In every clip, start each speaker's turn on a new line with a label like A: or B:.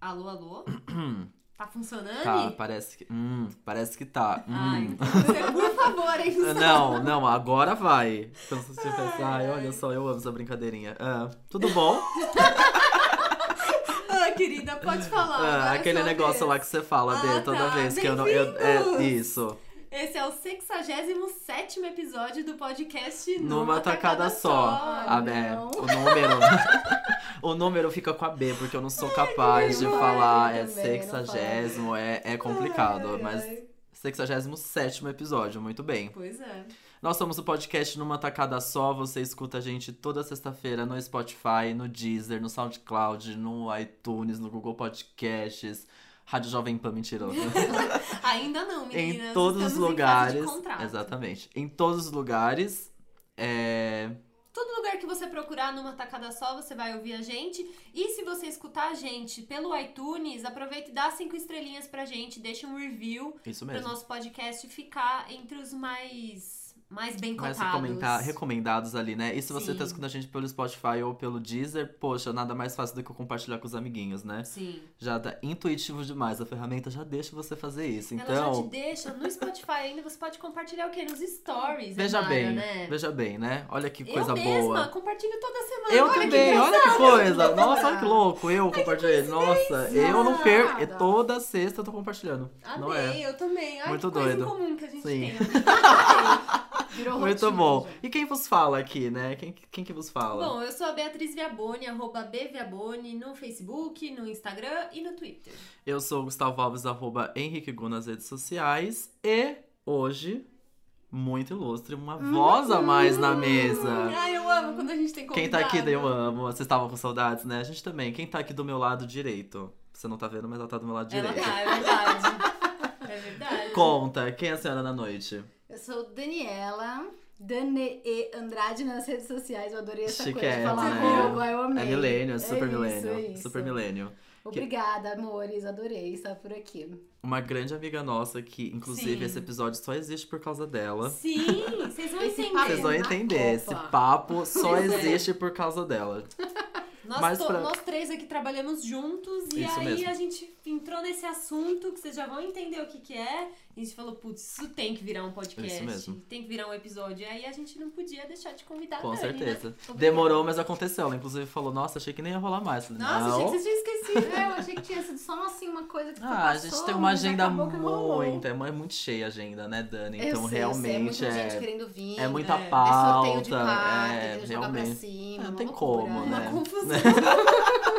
A: Alô, alô? tá funcionando?
B: Tá, parece que. Hum, parece que tá. Hum.
A: Ai, você, por favor, hein?
B: Não, não, agora vai. Então se você pensa, ai, olha só, eu amo essa brincadeirinha. Ah, tudo bom?
A: Ah, querida, pode falar.
B: Ah,
A: agora é
B: aquele
A: sua
B: negócio
A: vez.
B: lá que você fala
A: Ah,
B: dele toda
A: tá,
B: vez que eu não. Eu, é,
A: bem-vindos!
B: isso.
A: Esse é o 67 episódio do podcast
B: Numa, tacada, só.
A: Ah,
B: A- é,
A: não.
B: o número. o número fica com a B, porque eu não sou capaz de
A: vergonha.
B: falar. É
A: Eu também não falo.
B: sexagésimo, é, é complicado.
A: Ai,
B: mas
A: ai.
B: 67 episódio, muito bem.
A: Pois é.
B: Nós somos o podcast Numa Tacada Só. Você escuta a gente toda sexta-feira no Spotify, no Deezer, no SoundCloud, no iTunes, no Google Podcasts. Rádio Jovem Pan, mentiroso.
A: Ainda não, meninas.
B: em todos os
A: Estamos em fase de
B: lugares.
A: contrato.
B: exatamente. Em todos os lugares. É...
A: Todo lugar que você procurar numa tacada só, você vai ouvir a gente. E se você escutar a gente pelo iTunes, aproveita e dá cinco estrelinhas pra gente, deixa um review
B: Isso
A: pro
B: mesmo.
A: nosso podcast ficar entre os mais mais bem cotados.
B: Começa a comentar, recomendados ali, né? E se você tá
A: Sim.
B: escutando a gente pelo Spotify ou pelo Deezer, poxa, nada mais fácil do que eu compartilhar com os amiguinhos, né?
A: Sim.
B: Já tá intuitivo demais, a ferramenta já deixa você fazer isso.
A: Ela já
B: Então,
A: te deixa no Spotify ainda, você pode compartilhar o quê? Nos stories, é
B: veja
A: Mara,
B: bem,
A: né?
B: veja bem, né? Olha que
A: Eu
B: coisa
A: mesma
B: boa.
A: compartilho toda semana.
B: Eu
A: olha que
B: também,
A: engraçado.
B: olha que coisa. Nossa, olha que louco. Eu compartilhei. Nossa, eu não perco. É
C: coincidência.
B: Toda sexta eu tô compartilhando. Não é?
A: Amei, eu também. Ai,
B: Muito
A: que coisa
B: doido.
A: em comum que a gente
B: Sim.
A: tem.
C: Virou
B: Muito
C: rotina,
B: bom.
C: gente.
B: E quem vos fala aqui, né? Quem, quem que vos fala?
A: Bom, eu sou a Beatriz Viaboni, arroba bviaboni no Facebook, no Instagram e no Twitter.
B: Eu sou o Gustavo Alves, arroba Henrique Gu nas redes sociais. E hoje, muito ilustre, uma voz a mais na mesa.
A: Uhum. Ai, eu amo quando a gente tem
B: Quem
A: convidado.
B: tá aqui, eu amo. Vocês estavam com saudades, né? A gente também. Quem tá aqui do meu lado direito? Você não tá vendo, mas ela tá do meu lado
A: Ela
B: direito.
A: tá, é verdade. É verdade.
B: Conta, quem é a senhora na noite?
C: Eu sou Daniela, Dane E Andrade nas redes sociais. Eu adorei essa coisa
B: Chiquete,
C: de falar
A: né?
C: arroba, eu amei.
B: É milênio, é super
C: isso,
B: milênio.
C: é isso.
B: Super milênio.
C: Obrigada, amores. Adorei estar por aqui.
B: Uma grande amiga nossa que, inclusive,
A: Sim.
B: esse episódio só existe por causa dela.
A: Sim, vocês vão
C: Esse
A: entender.
C: papo
B: Vocês vão
C: na
B: entender, esse
C: Copa.
B: papo só
A: Pois é.
B: existe por causa dela.
A: Nós,
B: Mas
A: to-
B: pra-
A: nós três aqui trabalhamos juntos e
B: Isso
A: aí
B: mesmo.
A: a gente entrou nesse assunto que vocês já vão entender o que que é. E a gente falou, putz, isso tem que virar um podcast.
B: Isso mesmo.
A: Tem que virar um episódio. E aí a gente não podia deixar de convidar
C: Tá
A: a
B: Com
A: Dani, né?
B: certeza.
A: Obrigada.
B: Demorou, mas aconteceu. Ela, inclusive, falou: Nossa, achei que nem ia rolar mais. Falei,
A: Nossa,
B: não.
A: achei que vocês tinham esquecido.
C: É, eu achei que tinha sido só assim uma coisa que tu
B: Ah, a gente
C: passou,
B: tem uma
C: mas
B: agenda
C: acabou que rolou.
B: muito, é mu- é muito cheia a agenda, né, Dani?
C: Eu
B: Então,
C: sei, eu sei,
B: realmente
C: é muita gente
B: é,
C: querendo vir.
B: é muita
A: é
C: é
B: pauta.
C: sorteio de carta,
B: é,
C: querendo jogar pra
B: realmente.
C: cima.
B: É, não
C: uma
B: tem
C: loucura,
B: como,
A: Uma
B: né?
A: confusão.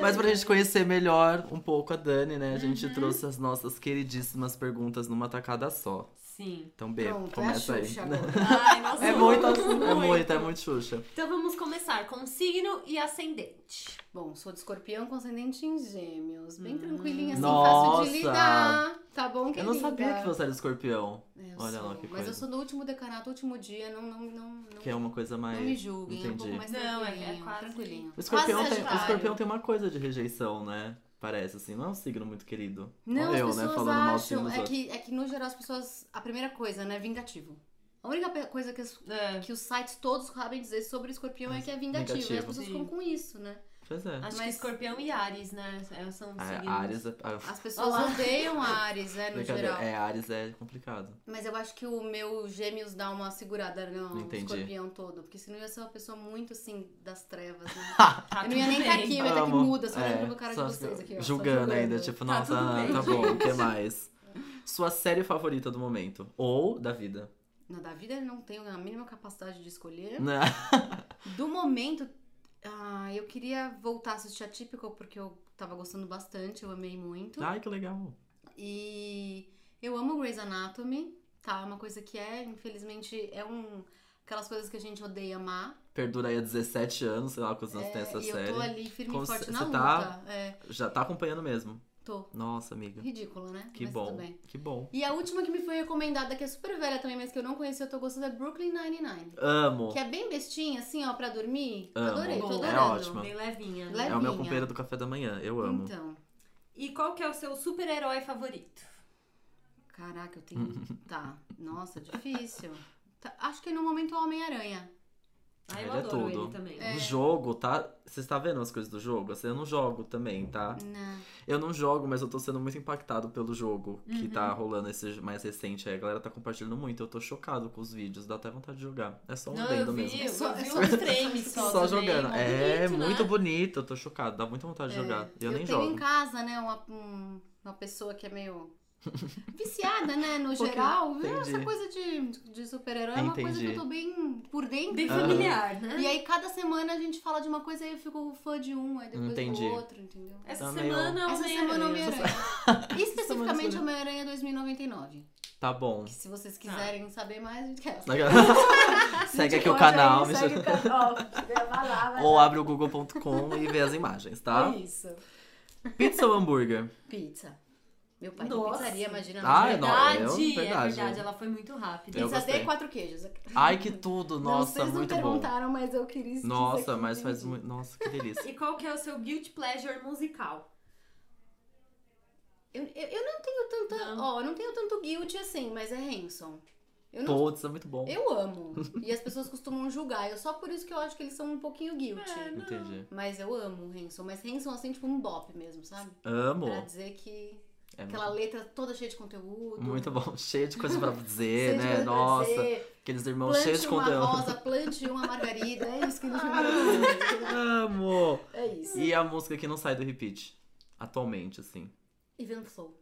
B: Mas pra gente conhecer melhor um pouco a Dani, né? A
C: Uhum.
B: gente trouxe as nossas queridíssimas perguntas numa tacada só.
A: Sim.
B: Então, B,
C: Pronto, é a
B: começa aí.
C: Xuxa agora.
A: Ai, nossa,
B: É muito, é muito, é muito Xuxa.
A: Então vamos começar com signo e ascendente.
C: Bom, sou de escorpião com ascendente em gêmeos. Bem
A: Hum.
C: tranquilinha, assim, fácil
B: Nossa!
C: de lidar. Tá bom,
B: Eu
C: querida?
B: não sabia que você era escorpião,
C: É, eu
B: Olha
C: sou.
B: lá que
C: Mas
B: coisa.
C: eu sou do último decanato, último dia. Não, não, não, não,
B: que é uma coisa
C: não me
B: mais.
C: julguem. É um
B: entendi.
C: pouco mais
A: Não, é- é
C: tranquilinho.
A: quase-
C: tranquilinho.
B: O escorpião,
A: Quase
B: tem, o
A: Sagitário.
B: escorpião tem uma coisa de rejeição, né? Parece, assim. Não é um signo muito querido.
C: Não,
B: eu,
C: as
B: né?
C: pessoas
B: Falando mal do signo
C: acham.
B: dos
C: É
B: outros.
C: que, é que, no geral, as pessoas. A primeira coisa, né? Vingativo. A única pe- coisa que, as-
A: É,
C: que os sites todos sabem dizer sobre o escorpião é que é vingativo.
B: vingativo.
C: E as pessoas
A: Sim.
C: ficam com isso, né?
B: Pois é.
A: acho que
C: Mas-
A: escorpião e Ares, né? É, São
C: um
B: Ah,
A: signos.
B: Ares é. ah,
C: As pessoas
A: Olá.
C: odeiam Ares, né? No
B: brincadeira.
C: geral.
B: É, Ares é complicado.
C: Mas eu acho que o meu gêmeos dá uma segurada no
B: Entendi.
C: escorpião todo. Porque senão eu ia ser uma pessoa muito assim das trevas, né?
A: Tá
C: eu não ia nem estar
A: tudo
C: aqui,
A: bem.
C: eu ia estar aqui
B: Amo.
C: muda, só
B: É,
C: olhando pro cara de
B: só
C: vocês aqui, ó. só
B: Julgando ainda, tipo,
A: Tá
B: nossa,
A: tudo bem.
B: tá bom, o que mais? Sua série favorita do momento? Ou da vida?
C: Não, da vida eu não tenho a mínima capacidade de escolher.
B: Né?
C: Do momento, ah, eu queria voltar a assistir a Típico, porque eu tava gostando bastante, eu amei muito.
B: Ai, que legal.
C: E eu amo Grey's Anatomy, tá? É uma coisa que é, infelizmente, é um... Aquelas coisas que a gente odeia amar.
B: Perdura aí há 17 anos, sei lá quantos anos tem
C: É,
B: essa
C: e eu
B: série.
C: tô ali firme
B: Como
C: e forte
B: cê-
C: na
B: cê
C: luta.
B: tá-
C: É,
B: Já tá acompanhando mesmo.
C: tô.
B: Nossa, amiga.
C: Ridículo, né?
B: Que
C: Mas
B: bom.
C: Tudo bem.
B: Que bom.
C: E a última que me foi recomendada, que é super velha também, mas que eu não conhecia, eu tô gostando, é Brooklyn Nine-Nine.
B: Amo.
C: Que é bem bestinha, assim, ó, pra dormir.
B: Amo.
C: Adorei, tô
A: Boa.
C: adorando.
B: É ótima.
A: Bem levinha.
C: Leve.
B: É o meu
C: levinha.
B: companheiro do café da manhã. Eu amo.
C: Então,
A: E qual que é o seu super-herói favorito?
C: caraca, eu tenho... tá, nossa, difícil. Tá, acho que no momento é o Homem-Aranha.
A: Ah, eu
B: Ele é
A: adoro
B: tudo.
A: ele também.
C: É.
B: O jogo, tá? Você está vendo as coisas do jogo? Assim, eu não jogo também, tá?
C: Não.
B: Eu não jogo, mas eu tô sendo muito impactado pelo jogo que tá
C: Uhum.
B: rolando esse mais recente. aí. A galera tá compartilhando muito. Eu tô chocado com os vídeos, dá até vontade de jogar. É só um
A: Não, eu
B: adendo
A: vi,
B: mesmo.
A: eu
C: Só-
A: vi
C: só-
A: uns frames só,
B: Só,
A: também,
B: jogando.
A: mó
B: é
A: bonito, né?
B: muito bonito, eu tô chocado. Dá muita vontade de
C: É,
B: jogar. Eu, nem
C: tenho
B: jogo.
C: em casa, né, uma, um- uma pessoa que é meio viciada, né, no
B: Porque-
C: geral. Viu?
B: entendi.
C: Essa coisa de, de super-herói é uma coisa que eu
B: Entendi.
C: tô bem por dentro.
A: Bem
B: Ah.
C: né?
A: familiar, né?
C: E aí, cada semana a gente fala de uma coisa e eu fico fã de um, aí depois
B: Entendi.
C: do outro, entendeu?
A: Essa
B: Tá meio-
A: semana
C: Essa semana o
A: Homem-Aranha.
C: Homem-Aranha. E especificamente
B: Homem-Aranha.
C: Homem-Aranha é 2099.
B: Tá bom.
C: Que se vocês quiserem saber mais, a gente quer.
B: Segue aqui o
D: Pode aí,
B: canal, me
D: segue
B: ajuda.
D: o canal. Ó, vai lá, vai
B: ou
D: lá.
B: abre o google.com e vê as imagens, tá?
C: Isso.
B: Pizza ou hambúrguer?
C: Pizza. Meu pai tem
A: Nossa.
C: pizzaria, imagina.
B: Ah,
C: não.
B: não.
A: Verdade,
B: eu-
A: é
B: verdade.
A: verdade, ela foi muito rápida.
B: Eu
C: Pizza
B: gostei.
C: de quatro queijos.
B: Ai, que tudo! Nossa,
C: não, vocês
B: muito
C: não
B: bom.
C: perguntaram, mas eu queria isso
B: Nossa, mas faz muito. Nossa, que delícia.
A: E qual que é o seu guilty pleasure musical?
C: Eu, eu, eu não tenho tanta.
A: Não.
C: Ó, eu não tenho tanto guilt assim, mas é Hanson. Eu não.
B: Todos são é muito bom.
C: Eu amo. e as pessoas costumam julgar. Eu só por isso que eu acho que eles são um pouquinho guilt.
B: Entendi.
C: Mas eu amo Hanson. Mas Hanson, assim, tipo um bop mesmo, sabe?
B: Amo.
C: Pra dizer que
B: É
C: aquela letra toda cheia de conteúdo.
B: muito bom. Cheio de coisa pra dizer,
C: cheia de
B: né?
C: coisa pra
B: Nossa,
C: dizer.
B: aqueles irmãos cheios de
C: Plante uma
B: conteúdo.
C: rosa, plante uma margarida. É isso que eles me mandam.
B: Amo!
C: É isso.
B: E a música que não sai do repeat? Atualmente, assim.
C: Even Flow.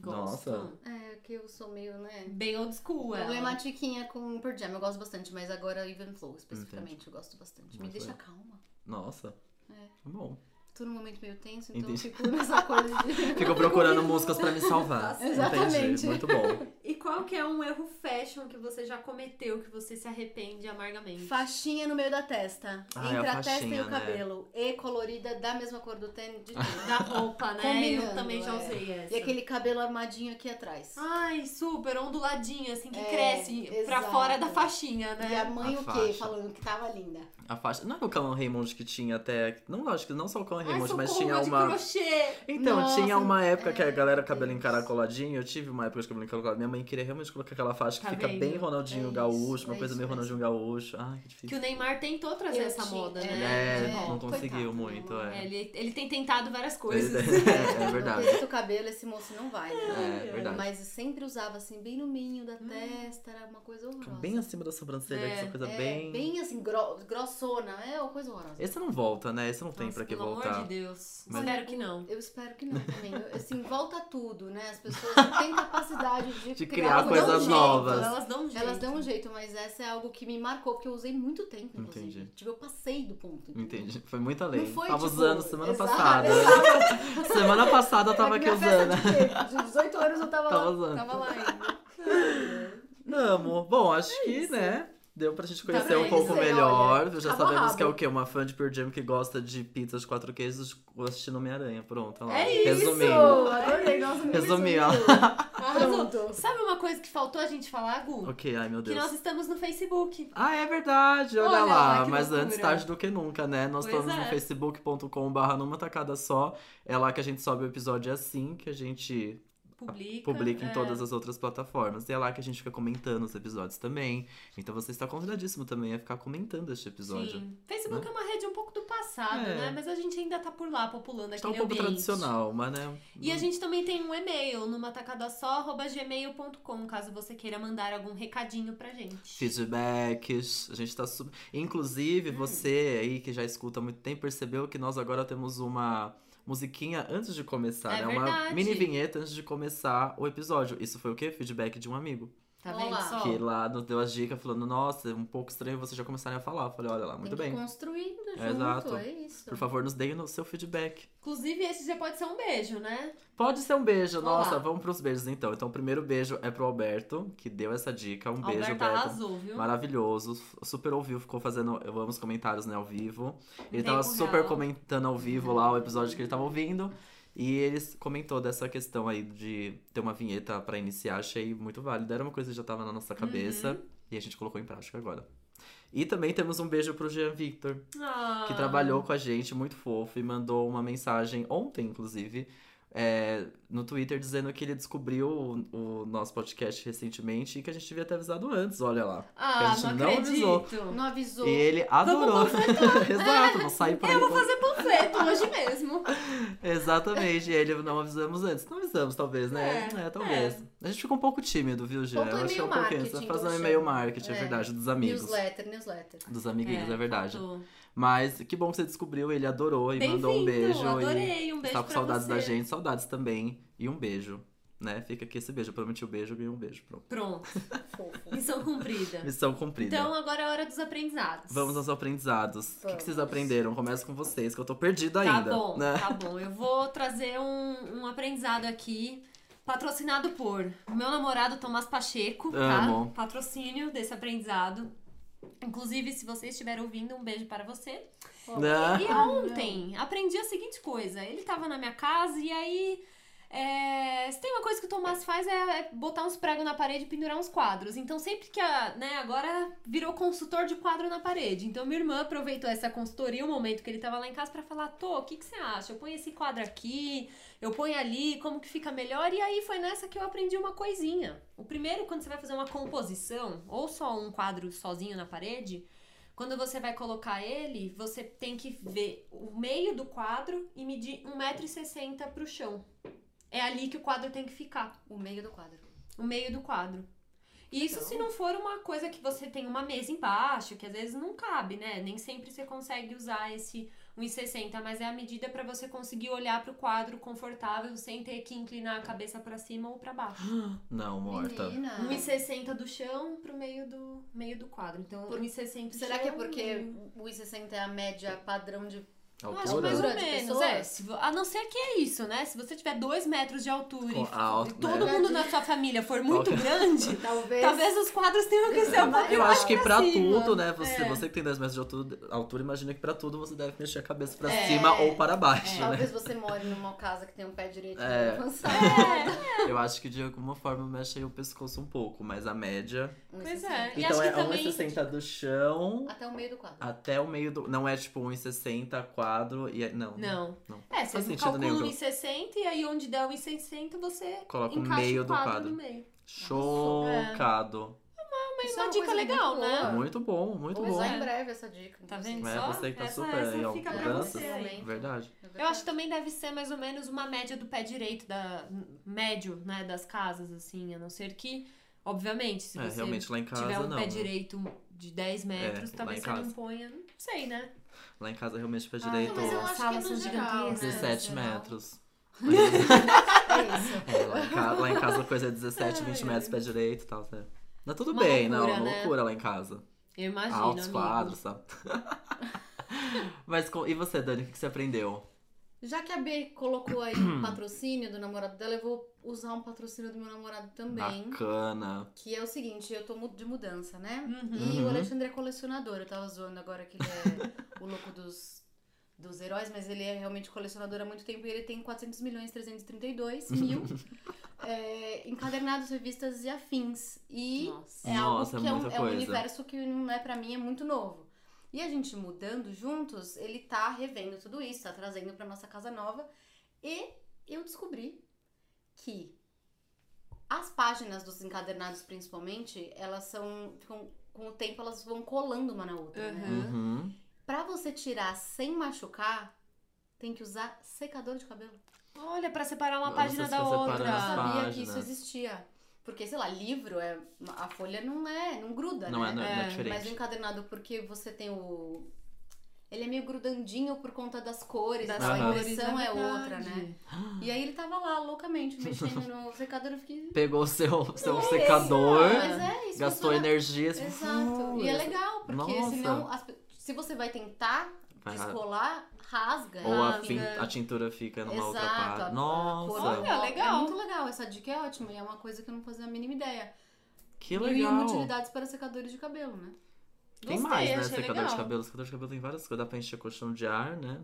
A: Gosto.
B: Nossa.
C: É, que eu sou meio, né?
A: Bem old school, ela.
C: Problematiquinha com Pearl Jam, eu gosto bastante, mas agora Even Flow especificamente eu gosto bastante. Me
B: Muito
C: deixa
B: legal.
C: calma.
B: Nossa.
C: É.
B: Tá Bom.
C: Tô num momento meio tenso, então eu
B: Entendi.
C: fico nessa coisa de.
B: Ficou procurando músicas pra me salvar.
A: Tá
B: Entendi.
C: Exatamente.
B: Muito bom.
A: E qual que é um erro fashion que você já cometeu que você se arrepende amargamente?
C: Faixinha no meio da testa.
B: Ah,
C: entre
B: é
C: a,
B: a
C: testa e
B: faixinha,
C: o
B: né?
C: cabelo. E colorida da mesma cor do tênis de tudo.
A: Da roupa, né?
C: Combinando,
A: Eu também já
C: é.
A: usei essa.
C: E aquele cabelo armadinho aqui atrás.
A: Ai, super, onduladinho, assim, que
C: É,
A: cresce pra
C: exato.
A: fora da faixinha, né?
C: E a mãe
B: A
C: o quê?
B: faixa.
C: Falando que tava linda.
B: A faixa. Não era o Cão Raymond que tinha até. Não, lógico, não só o Cão
C: Ah,
B: Raymond,
A: Ai,
B: mas
A: socorro,
B: tinha
A: de
B: uma.
A: crochê.
B: Então,
C: Nossa,
B: tinha uma época que a
C: é,
B: galera
C: meu
B: cabelo
C: Deus.
B: encaracoladinho, eu tive uma época de cabelo encaracolado. Minha mãe queria realmente colocar aquela faixa que
A: Tá
B: fica
A: vendo?
B: bem Ronaldinho
C: É isso,
B: Gaúcho, uma
C: é
B: coisa meio
C: isso mesmo.
B: Ronaldinho Gaúcho. Ai, que
A: Que
B: difícil.
A: o Neymar tentou trazer
C: Eu
A: essa
C: tinha-
A: moda,
C: é,
A: né?
B: É,
A: De
B: não
A: volta.
B: conseguiu
C: Coitado,
B: muito,
C: né?
B: é.
A: É, ele, ele tem tentado várias coisas.
B: É, é
C: Porque
B: verdade.
C: esse teu cabelo, esse moço não vai, né?
B: É verdade.
C: Mas eu sempre usava assim, bem no meio da testa, era uma coisa
B: Fica
C: horrorosa.
B: Tipo, Bem acima da sobrancelha,
A: É,
B: essa coisa
C: É,
B: bem...
C: bem assim, gro- grossona, é uma coisa horrorosa.
B: Esse não volta, né? Esse não tem
A: Nossa,
B: pra que
A: pelo
B: voltar.
A: amor de Deus.
B: Mas-
A: Espero que não.
C: Eu espero que não também. Eu- assim, volta tudo, né? As pessoas não têm capacidade de,
B: De
C: criar,
B: criar
A: Elas
C: um
B: coisas
A: dão um
C: jeito.
A: jeito,
B: novas.
A: Elas dão um jeito.
C: Elas dão um jeito, mas essa é algo que me marcou, porque eu usei muito tempo, inclusive.
B: Entendi.
C: Tipo, eu passei do ponto. entendeu?
B: Entendi. Foi muito além.
C: Não foi,
B: tava
C: tipo,
B: usando semana
C: exato,
B: passada. semana passada eu tava aqui
C: Era que minha
B: usando.
C: festa De, quê? de 18 anos eu tava,
B: Tava
C: lá.
B: usando.
C: Tava lá ainda.
B: Não, amor. Bom, acho que, né? Deu pra gente conhecer
C: pra
B: um pouco
C: conhecer,
B: melhor. Já
C: rabo a
B: sabemos
C: rabo.
B: que é o quê? Uma fã de Pearl Jam que gosta de pizzas de quatro queijos assistindo Homem-Aranha. Pronto, olha lá.
A: É isso!
B: Resumindo.
C: Eu adorei, nossa, me
B: Resumi, ó.
A: Arrasou.
C: Pronto.
A: Sabe uma coisa que faltou a gente falar, Gu?
B: Ok, ai Oh, meu
A: Que
B: Deus.
A: nós estamos no Facebook.
B: Ah, é verdade, olha,
A: Olha lá,
B: lá.
A: que
B: Mas
A: loucura.
B: antes tarde do que nunca, né? Nós
A: Pois
B: estamos
A: é.
B: no facebook.com.br numa tacada só. É lá que a gente sobe o episódio assim, que a gente
A: Publica.
B: publica
A: é.
B: em todas as outras plataformas. E é lá que a gente fica comentando os episódios também. Então você está convidadíssimo também a ficar comentando este episódio.
A: Sim. Facebook é
B: Né?
A: uma rede um pouco do passado,
B: É.
A: né? Mas a gente ainda tá por lá, populando
B: Está um
A: aquele
B: pouco
A: ambiente.
B: tradicional, mas né?
A: E a gente também tem um e-mail, numa tacada só, gmail.com, caso você queira mandar algum recadinho pra gente.
B: feedbacks. A gente tá super. Inclusive, você aí que já escuta há muito tempo percebeu que nós agora temos uma musiquinha antes de começar,
A: É
B: né?
A: verdade.
B: Uma mini vinheta antes de começar o episódio. Isso foi o quê? Feedback de um amigo.
A: Tá vendo
C: Olá.
A: só?
B: Que lá nos deu as dicas falando, nossa, é um pouco estranho vocês já começarem a falar. Eu falei, olha lá, muito
C: Tem
B: bem.
C: que ir construindo junto,
B: Exato.
C: é isso.
B: Por favor, nos deem o seu feedback.
A: Inclusive, esse já pode ser um beijo, né?
B: Pode ser um beijo,
A: Olá.
B: nossa, vamos pros beijos então. Então, o primeiro beijo é pro Alberto, que deu essa dica. Um beijo,
A: Alberto
B: Alberto.
A: arrasou, viu?
B: Maravilhoso, super ouviu, ficou fazendo. Eu amo os comentários, né, ao vivo.
A: Tempo
B: Ele tava super
A: real.
B: comentando ao vivo lá o episódio que ele tava ouvindo. E ele comentou dessa questão aí de ter uma vinheta pra iniciar, achei muito válido. Era uma coisa que já tava na nossa cabeça
A: Uhum.
B: e a gente colocou em prática agora. E também temos um beijo pro Jean Victor,
A: Ah.
B: que trabalhou com a gente, muito fofo, e mandou uma mensagem ontem, inclusive, é, no Twitter dizendo que ele descobriu o, o nosso podcast recentemente e que a gente devia ter avisado antes, olha lá.
A: Ah,
B: a gente
A: não
B: não
A: acredito.
B: avisou.
C: Não avisou.
B: E ele adorou. Exato, vou sair por aí.
A: É. Eu vou fazer panfleto hoje mesmo.
B: Exatamente, e ele não avisamos antes. Não avisamos, talvez, né? É, talvez. A gente ficou um pouco tímido, viu, Gê?
C: Faltou
B: Eu achei
C: e-mail
B: um pouquinho.
C: marketing,
B: Você vai fazer um
C: como
B: e-mail
C: chama.
B: marketing, é,
C: É.
B: verdade, dos amigos.
C: Newsletter, newsletter.
B: Dos amiguinhos, é, verdade.
A: faltou.
B: Mas que bom que você descobriu, ele adorou e
A: Bem-vindo,
B: mandou um beijo. e
A: adorei. Um beijo
B: tá com
A: pra
B: saudades
A: você.
B: da gente, saudades também. E um beijo, né? Fica aqui esse beijo. Eu prometi o beijo, ganhei um beijo. Pronto.
A: Pronto,
C: Fofo.
A: missão cumprida.
B: Missão cumprida.
A: Então agora é a hora dos aprendizados.
B: Vamos aos aprendizados. O que, que vocês
C: Vamos.
B: aprenderam? Começo com vocês, que eu tô perdido
A: Tá
B: ainda.
A: bom,
B: né?
A: tá bom. Eu vou trazer um, um aprendizado aqui, patrocinado por meu namorado Tomás Pacheco, tá?
B: Amo.
A: Patrocínio desse aprendizado. Inclusive, se você estiver ouvindo, um beijo para você.
B: Né?
A: E ontem, aprendi a seguinte coisa. Ele tava na minha casa e aí... é, se tem uma coisa que o Tomás faz é, é botar uns pregos na parede e pendurar uns quadros. Então, sempre que a. Né, agora virou consultor de quadro na parede. Então, minha irmã aproveitou essa consultoria, o momento que ele tava lá em casa, pra falar: Tô, o que, que você acha? Eu ponho esse quadro aqui, eu ponho ali, como que fica melhor? E aí foi nessa que eu aprendi uma coisinha. O primeiro, quando você vai fazer uma composição, ou só um quadro sozinho na parede, quando você vai colocar ele, você tem que ver o meio do quadro e medir 1,60m pro chão. É ali que o quadro tem que ficar,
C: O meio do quadro.
A: o meio do quadro. E isso
C: Então.
A: se não for uma coisa que você tem uma mesa embaixo, que às vezes não cabe, né? Nem sempre você consegue usar esse 1,60, mas é a medida pra você conseguir olhar pro quadro confortável sem ter que inclinar a cabeça pra cima ou pra baixo.
B: Não, morta.
C: Menina.
A: 1,60 do chão pro meio do meio do quadro. Então,
C: Por-
A: 1,60
C: Será que é
A: chão, um
C: porque
A: meio-
C: o I60 é a média padrão de.
A: Eu acho
B: Altura.
A: mais ou
C: Altura de
A: menos,
C: pessoa?
A: é. Se vo- a não ser que é isso, né? Se você tiver dois metros de altura
B: Com
A: e,
B: a
A: e
B: alto-
A: todo
C: né?
A: mundo na sua família for muito grande,
D: Talvez.
A: talvez os quadros tenham que ser um pouco
B: Eu acho que
A: mais
B: pra
A: cima.
B: tudo, né? Você,
A: É.
B: você que tem 2 metros de altura, altura, imagina que pra tudo você deve mexer a cabeça pra
A: É.
B: cima ou para baixo, né?
C: Talvez você more numa casa que tem um pé direito
B: É.
C: avançado.
A: É.
B: Eu acho que de alguma forma mexe aí o pescoço um pouco, mas a média.
C: Um
A: Pois
C: 1,60.
A: é. E acho
B: então
A: que
B: é
A: também-
B: 1,60 do chão
C: Até o meio do quadro.
B: até o meio do. Não é tipo 1,60 quadro e. é- Não.
A: Não.
B: Não.
A: É,
B: Faz
A: você
B: sentido
A: calcula
B: nenhum.
A: 1,60 e aí onde der 1,60 você
B: Coloca o
A: encaixa
B: meio
A: o
B: do
A: quadro
B: quadro.
A: no meio.
B: Chocado.
A: Mas
C: Isso
A: uma
C: é
A: dica
C: coisa
A: legal,
C: muito
A: né?
C: boa.
B: Muito bom, muito
C: Vou
B: bom.
C: usar
A: É.
C: em breve essa dica.
A: Tá
C: inclusive.
A: vendo
B: É,
A: só?
B: você que tá
A: essa,
B: super
A: essa
B: aí, ó,
A: fica pra
B: mudanças.
A: você aí.
B: Verdade.
C: Né?
A: Eu acho que também deve ser mais ou menos uma média do pé direito, da, médio, né, das casas, assim, a não ser que, obviamente, se
B: é,
A: você
B: realmente lá em
A: tiver
B: casa
A: um
B: não.
A: pé
B: né?
A: direito de 10 metros,
B: É,
A: talvez
B: lá em
A: você não
B: casa.
A: ponha, não sei, né?
B: Lá em casa realmente o pé
A: Ah,
B: direito.
C: Mas eu
A: As
C: acho
A: salas
C: que é no
A: são
C: geral, né?
A: gigantescas.
C: No
B: 17
C: geral.
B: metros.
C: É isso.
B: É, lá, em casa, lá em casa a coisa é 17, 20
A: Ai,
B: metros pé direito e tal. Tá. Mas tudo
A: Uma loucura,
B: bem, não. é Uma
A: né?
B: loucura lá em casa.
A: Eu imagino,
B: Altos
A: amigo.
B: quadros, sabe? Mas com- e você, Dani, o que que você aprendeu?
C: Já que a B colocou aí o patrocínio do namorado dela, eu vou usar um patrocínio do meu namorado também.
B: Bacana.
C: Que é o seguinte, eu tô mu- de mudança, né?
A: Uhum.
C: E
B: Uhum.
C: o Alexandre é colecionador. Eu tava zoando agora que ele é o louco dos, dos heróis, mas ele é realmente colecionador há muito tempo e ele tem 400 milhões 332 mil é, encadernados, revistas e afins. E
A: Nossa.
C: é
B: Nossa,
C: algo que é, um,
B: muita
C: é um
B: coisa.
C: universo que não é pra mim, é muito novo. E a gente mudando juntos, ele tá revendo tudo isso, tá trazendo pra nossa casa nova. E eu descobri que as páginas dos encadernados, principalmente, elas são. ficam- com o tempo elas vão colando uma na outra, né?
A: Uhum.
B: Uhum.
C: Pra você tirar sem machucar, tem que usar secador de cabelo.
A: Olha, pra separar uma
B: Nossa,
A: página
B: se
A: da
B: você
A: outra.
C: Eu
B: parar-
C: não sabia que
B: páginas.
C: isso existia. Porque, sei lá, livro, é, a folha não é, não gruda,
B: Não
C: né?
B: é, não é, não é
A: É,
C: Mas o
B: diferente.
C: encadernado, porque você tem o. Ele é meio grudandinho por conta das cores,
A: Das
C: então a
B: Aham.
A: cores,
C: impressão
A: na
C: é outra,
A: Uhum. verdade.
C: né? E aí ele tava lá loucamente mexendo no secador, eu fiquei.
B: Pegou o seu, seu
A: Não,
B: secador,
A: isso,
C: Mas é isso.
B: gastou
C: funciona-
B: energia. assim,
C: Exato. E é legal, porque
B: Nossa.
C: senão. as pe- Se você vai tentar
B: vai ra-
C: descolar, rasga.
B: Ou a,
A: rasga.
B: fin- a tintura fica numa outra
C: né, Exato, a-
B: parte.
C: a
B: Nossa,
C: cor-
A: Olha, legal.
C: É muito legal, essa dica é ótima e é uma coisa que eu não fazia a mínima ideia.
B: que
C: Mil
B: legal.
C: utilidades para secadores de cabelo, né?
B: Tem
A: Gostei,
B: mais, né?
A: achei
B: Secador
A: legal.
B: de cabelo. Secador de cabelo tem várias coisas. Dá pra encher colchão de ar, né?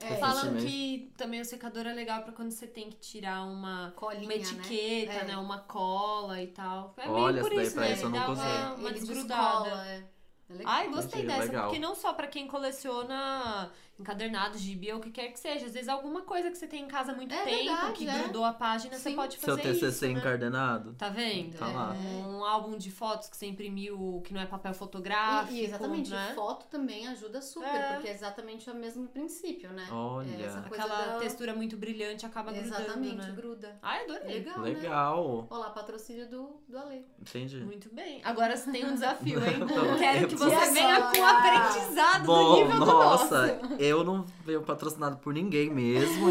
C: É.
A: Falam
B: Recentemente.
A: que também o secador é legal pra quando você tem que tirar uma,
C: Colinha,
A: uma etiqueta,
C: É.
A: né? Uma cola e tal. É
B: Olha,
A: meio por
B: essa daí
A: isso,
B: pra
A: né?
B: isso eu
A: Ele
B: não
A: dá uma,
B: consigo.
A: uma
C: Ele
A: desgrudada.
C: descola, é. É legal.
A: Ai, gostei
B: Entendi,
A: dessa,
B: legal.
A: porque não só pra quem coleciona encadernado, gibi, ou o que quer que seja. Às vezes alguma coisa que você tem em casa há muito
C: É
A: tempo,
C: verdade,
A: que
C: é.
A: grudou a página, você
C: Sim.
A: pode
B: Seu
A: fazer
B: TCC
A: isso, né?
B: encardenado.
A: Tá vendo?
B: Tá lá.
A: Um álbum de fotos que você imprimiu, que não é papel
C: E-
A: fotográfico,
C: e exatamente,
A: né?
C: foto também ajuda super,
A: É.
C: porque é exatamente o mesmo princípio, né?
B: Olha.
C: É, essa coisa
A: Aquela
C: da-
A: textura muito brilhante acaba
C: Exatamente,
A: grudando, né?
C: gruda.
A: Ai, adorei.
C: Legal, né?
B: Legal.
C: Olha lá, patrocínio do, do Ale.
B: Entendi.
A: Muito bem. Agora você tem um desafio, hein?
B: Não,
A: Quero
B: eu-
A: que você
C: E
A: venha
C: agora?
A: com aprendizado do
B: Bom,
A: nível do nosso.
B: nossa, eu não venho patrocinado por ninguém mesmo,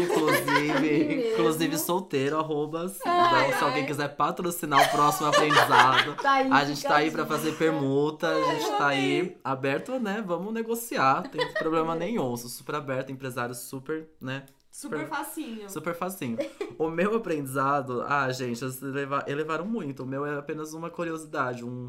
B: inclusive,
C: Mesmo.
B: inclusive solteiro, arrobas.
A: Ai,
B: então, se alguém
A: ai.
B: quiser patrocinar o próximo aprendizado,
C: Tá aí,
B: a gente tá aí pra
C: indicadinho.
B: fazer permuta, a gente tá aí aberto, né? Vamos negociar, tem problema nenhum. Sou super aberto, empresário super, né?
A: Super facinho.
B: Super facinho. O meu aprendizado, ah, gente, vocês eleva- elevaram muito. O meu é apenas uma curiosidade, um-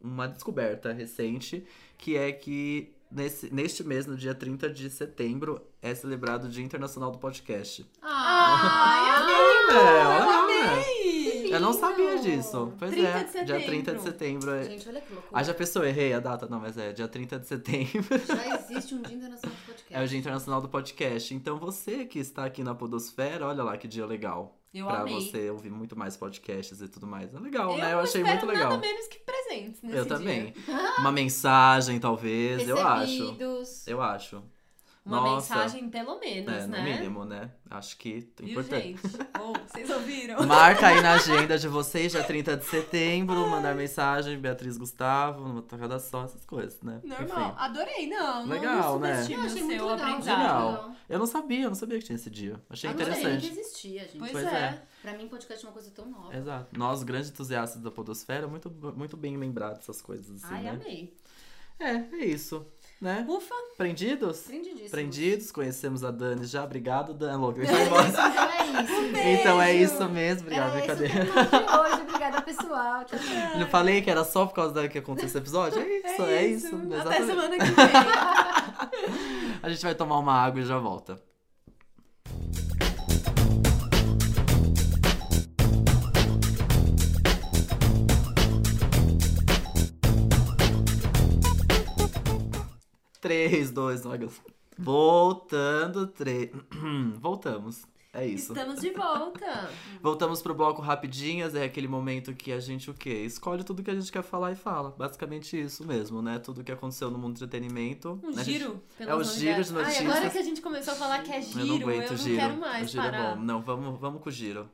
B: uma descoberta recente, que é que nesse- neste mês, no dia 30 de setembro, é celebrado o Dia Internacional do Podcast.
C: Ai,
B: É, olha lá, né?
A: Sim.
B: Eu não sabia disso. Pois
A: 30
B: é,
A: de
B: dia 30 de setembro.
C: a-
B: é-
C: Gente, olha que loucura.
B: Ah, já pensou, errei a data? Não, mas é dia 30 de setembro.
C: Já existe um dia internacional de podcast.
B: É o Dia Internacional do Podcast. Então você que está aqui na Podosfera, olha lá que dia legal.
A: Eu
B: Pra
A: amei.
B: você ouvir muito mais podcasts e tudo mais. É legal,
A: Eu,
B: né? Eu
A: não
B: achei
A: espero
B: muito legal.
A: nada menos que presentes nesse
B: Eu
A: dia.
B: também. Uma mensagem, talvez, eu acho.
C: Recebidos.
B: Eu acho.
A: Uma
B: Nossa.
A: mensagem, pelo menos,
B: É, no
A: né?
B: mínimo, né? Acho que é
A: Viu,
B: importante.
A: gente? Bom, vocês ouviram?
B: Marca aí na agenda de vocês, dia 30 de setembro, mandar mensagem, Beatriz Gustavo, numa tacada só, essas coisas, né?
A: Normal.
B: Enfim.
A: Adorei, não.
B: Legal,
A: não
B: né?
A: subestime
C: Eu achei
A: o
C: muito
A: seu
C: legal.
A: aprendizado.
B: Legal. Eu não sabia, eu não sabia que tinha esse dia. Achei
C: Eu não sabia nem que
B: interessante.
C: existia, gente.
A: Pois,
B: Pois
A: é.
B: é.
C: Pra mim, podcast é uma coisa tão nova.
B: Exato. Nós, grandes entusiastas da podosfera, muito, muito bem lembrados essas coisas, assim,
A: Ai,
B: né?
A: amei.
B: É, é isso. Né?
A: Ufa,
B: Prendidos?
C: Aprendidíssimo.
B: Prendidos, conhecemos a Dani já. Obrigado, Dani. Louco, eu já ia embora.
C: Então é isso.
B: Então é
C: Beijo.
B: isso mesmo. Obrigado,
C: Era esse o
B: brincadeira.
C: tema de hoje. Obrigada, pessoal. Tchau, tchau.
B: Não falei que era só por causa da que aconteceu esse episódio? É isso, é, isso.
A: Até
B: Exatamente.
A: semana que vem.
B: A gente vai tomar uma água e já volta. Três, dois, um. Voltando, três. Voltamos. É isso.
A: Estamos de volta.
B: Voltamos pro bloco rapidinhas, é aquele momento que a gente o quê? Escolhe tudo que a gente quer falar e fala. Basicamente isso mesmo, né? Tudo que aconteceu no mundo do entretenimento.
A: Um
B: A gente-
A: giro
B: é
A: pelas
B: o giro
A: novidades.
B: de
A: Ai,
B: notícias.
A: agora que a gente começou a falar que é giro,
B: eu não aguento giro.
A: quero
B: o
A: mais
B: giro é
A: parar.
B: bom. Não, vamos, vamos com o giro.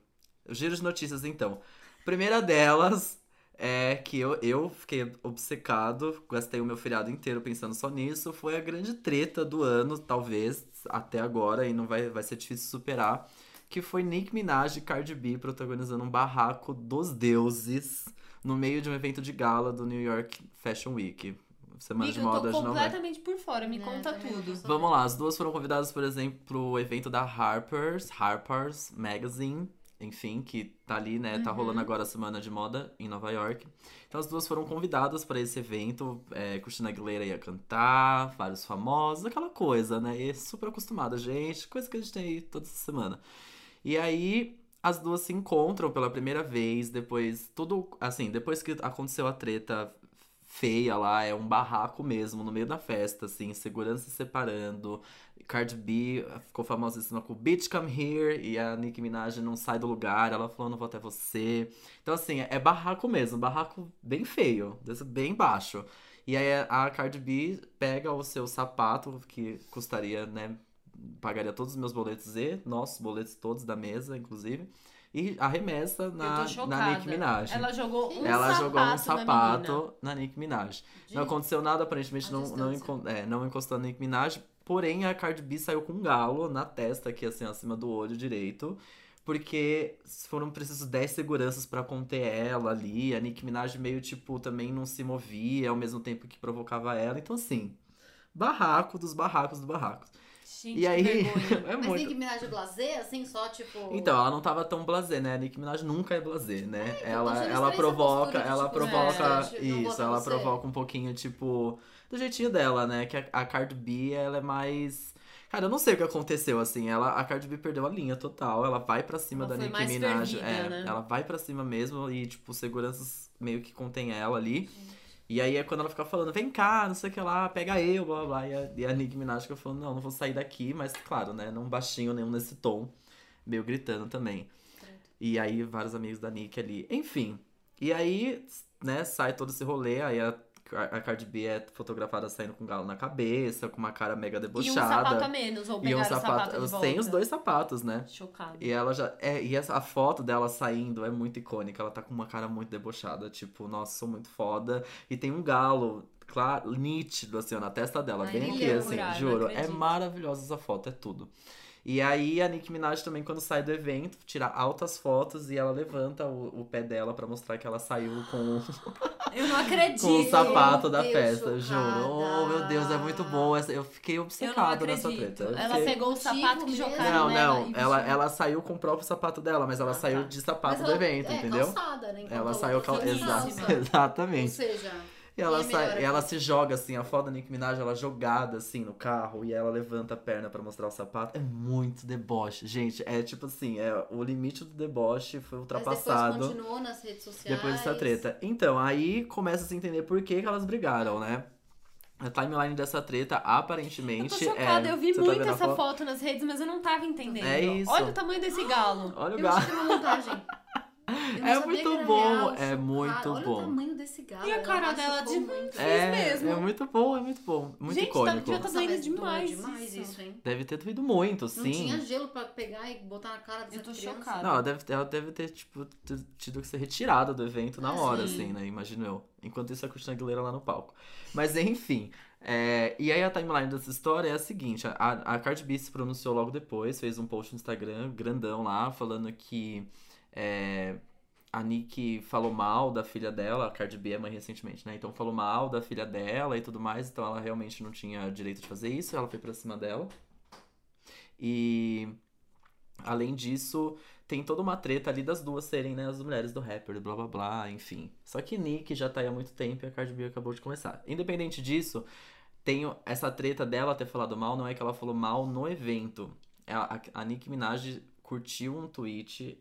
B: O giro de notícias, então. Primeira delas é que eu, eu fiquei obcecado, gastei o meu feriado inteiro pensando só nisso. Foi a grande treta do ano, talvez, até agora, e não vai, vai ser difícil superar. Que foi Nick Minaj e Cardi B protagonizando um barraco dos deuses no meio de um evento de gala do New York Fashion Week. Semana
A: Miga, eu
B: de moda é?
A: tô
B: de Nova York.
A: completamente por fora, me
C: Né,
A: conta
C: também não
A: tudo.
C: sou-
B: Vamos lá, as duas foram convidadas, por exemplo, pro evento da Harper's, Harper's Magazine, enfim, que tá ali, né? Tá
A: Uhum.
B: rolando agora a semana de moda em Nova York. Então as duas foram convidadas pra esse evento. É, Cristina Aguilera ia cantar, vários famosos, aquela coisa, né? E super acostumada, gente, coisa que a gente tem aí toda semana. E aí, as duas se encontram pela primeira vez, depois tudo, assim, depois que aconteceu a treta feia lá, é um barraco mesmo, no meio da festa, assim, segurança se separando, Cardi B eh, ficou famosíssima com Bitch Come Here, e a Nicki Minaj não sai do lugar, ela falou, não vou até você. Então, assim, é barraco mesmo, barraco bem feio, desse- bem baixo. E aí a Cardi B pega o seu sapato, que custaria, né, pagaria todos os meus boletos e nossos boletos todos da mesa, inclusive, e arremessa na,
A: eu tô
B: na Nicki
A: chocada.
B: Minaj.
A: Ela jogou um
B: Ela
A: sapato
B: jogou um
A: na menina.
B: sapato na, Nick Nicki Minaj. Não aconteceu nada, aparentemente
C: à
B: não, não,
C: distância.
B: encon- é, não encostou na Nick Minaj. Porém, a Cardi B saiu com um galo na testa, aqui assim, acima do olho direito. Porque foram precisos 10 seguranças pra conter ela ali. A Nick Minaj meio, tipo, também não se movia ao mesmo tempo que provocava ela. Então, assim, barraco dos barracos dos barracos.
A: Gente,
B: e aí,
A: que vergonha.
B: é
C: Mas
B: muito.
C: tem que mirar de blazer, assim, só tipo.
B: Então, ela não tava tão blasé, né? A Nicki Minaj nunca é blasé, né? ela
C: tô achando
B: ela
C: estranha essa
B: provoca,
C: postura de,
B: ela
C: tipo,
B: provoca
C: gente, não
B: isso,
C: vota
B: ela
C: você.
B: provoca um pouquinho, tipo, do jeitinho dela, né? Que a, a Cardi B, ela é mais. Cara, eu não sei o que aconteceu, assim. Ela, a Cardi B perdeu a linha total. Ela vai pra cima
A: Ela
B: da
A: foi
B: Nicki
A: mais
B: Minaj.
A: fervida,
B: é,
A: né?
B: Ela vai pra cima mesmo e, tipo, seguranças meio que contém ela ali. E aí é quando ela fica falando, vem cá, não sei o que lá, pega eu, blá blá blá. E a, e a Nicki Minaj fica falando, não, não vou sair daqui, mas claro, né? Não baixinho nenhum nesse tom, meio gritando também. E aí vários amigos da Nick ali, enfim. E aí, né, sai todo esse rolê, aí a, a Cardi B é fotografada saindo com um galo na cabeça, com uma cara mega
A: E um sapato a
B: debochada.
A: menos, ou
B: um
A: pegar o sapato de volta.
B: sem os dois sapatos, né?
A: Chocado.
B: E ela já. É, e essa, a foto dela saindo é muito icônica. Ela tá com uma cara muito debochada, tipo, nossa, sou muito foda. E tem um galo, claro, nítido, assim, ó, na testa dela,
A: Ai,
B: bem
A: que
B: aqui, assim,
A: loucura, não
B: juro. É
A: acredito.
B: maravilhosa essa foto, é tudo. E aí a Nicki Minaj também, quando sai do evento, tira altas fotos e ela levanta o, o pé dela pra mostrar que ela saiu com,
A: Eu não acredito.
B: com o sapato da
C: Deus,
B: festa,
C: chocada.
B: juro. Oh, meu Deus, é muito bom. essa- Eu fiquei
A: Eu não
B: obcecada nessa
A: acredito.
B: treta. Eu
A: Ela
B: fiquei-
A: pegou o sapato que
C: Contigo
A: jogaram
B: não,
A: nela e
B: não.
A: vestiu.
B: Ela, ela saiu com o próprio sapato dela, mas ela
A: né, Ah,
B: saiu
A: tá.
B: de sapato
C: Mas
B: do
C: ela-
B: evento,
C: é,
B: entendeu?
C: Calçada, né? Enquanto
B: Ela saiu cal...
C: fica
A: finíssima.
B: Exa...
C: descalça. Ou
B: Exatamente.
C: seja,
B: E ela,
C: é
B: sai-
C: né? melhor
B: ela
C: aqui.
B: se joga assim, a foda da Nicki Minaj, ela jogada assim no carro e ela levanta a perna pra mostrar o sapato. É muito deboche. Gente, é tipo assim, é o limite do deboche foi
C: mas depois assim, ah,
B: ultrapassado
C: continuou nas redes sociais.
B: depois dessa treta. Então, aí começa a se entender por que, que elas brigaram, né? A timeline dessa treta,
A: Eu
B: aparentemente.
A: tô chocada,
B: é...
A: eu vi
B: Você tá
A: muito
B: vendo a
A: essa
B: foto?
A: foto nas redes, mas eu não tava entendendo.
B: É isso.
A: Olha o tamanho desse galo.
B: Olha o
C: Eu
B: gato.
C: achei que era uma montagem. Eu não
B: É
C: sabia
B: muito
C: que era
B: bom,
C: real,
B: é
C: chocada.
B: muito
C: Olha
B: bom.
C: o tamanho desse galo.
A: E a
C: ela
A: cara dela
C: machucou
A: de-
C: muito.
A: É, mesmo.
B: é muito bom, é muito bom. Muito
A: Gente, tá-
B: icônico.
A: devia tá
C: Nossa,
A: doendo
C: mas doeu
A: demais
C: demais
A: isso.
C: isso, hein?
B: Deve ter doído muito,
C: Não
B: sim.
C: tinha gelo pra pegar e botar na cara dessa
A: Eu tô
C: criança.
A: chocada.
B: Não, ela deve, ter- ela deve ter, tipo, t- tido que ser retirada do evento na hora,
A: Sim.
B: assim, né? Imagino eu. Enquanto isso, a Cristina Aguilera lá no palco. Mas, enfim. é, E aí, a timeline dessa história é a seguinte. A, a Cardi B se pronunciou logo depois. Fez um post no Instagram, grandão lá, falando que... é, a Nick falou mal da filha dela, a Cardi B é mãe recentemente, né? Então falou mal da filha dela e tudo mais, então ela realmente não tinha direito de fazer isso, ela foi pra cima dela. E além disso, tem toda uma treta ali das duas serem, né, as mulheres do rapper, blá blá blá, enfim. Só que Nick já tá aí há muito tempo e a Cardi B acabou de começar. Independente disso, tem o- essa treta dela ter falado mal, não é que ela falou mal no evento. A, a, a Nicki Minaj curtiu um tweet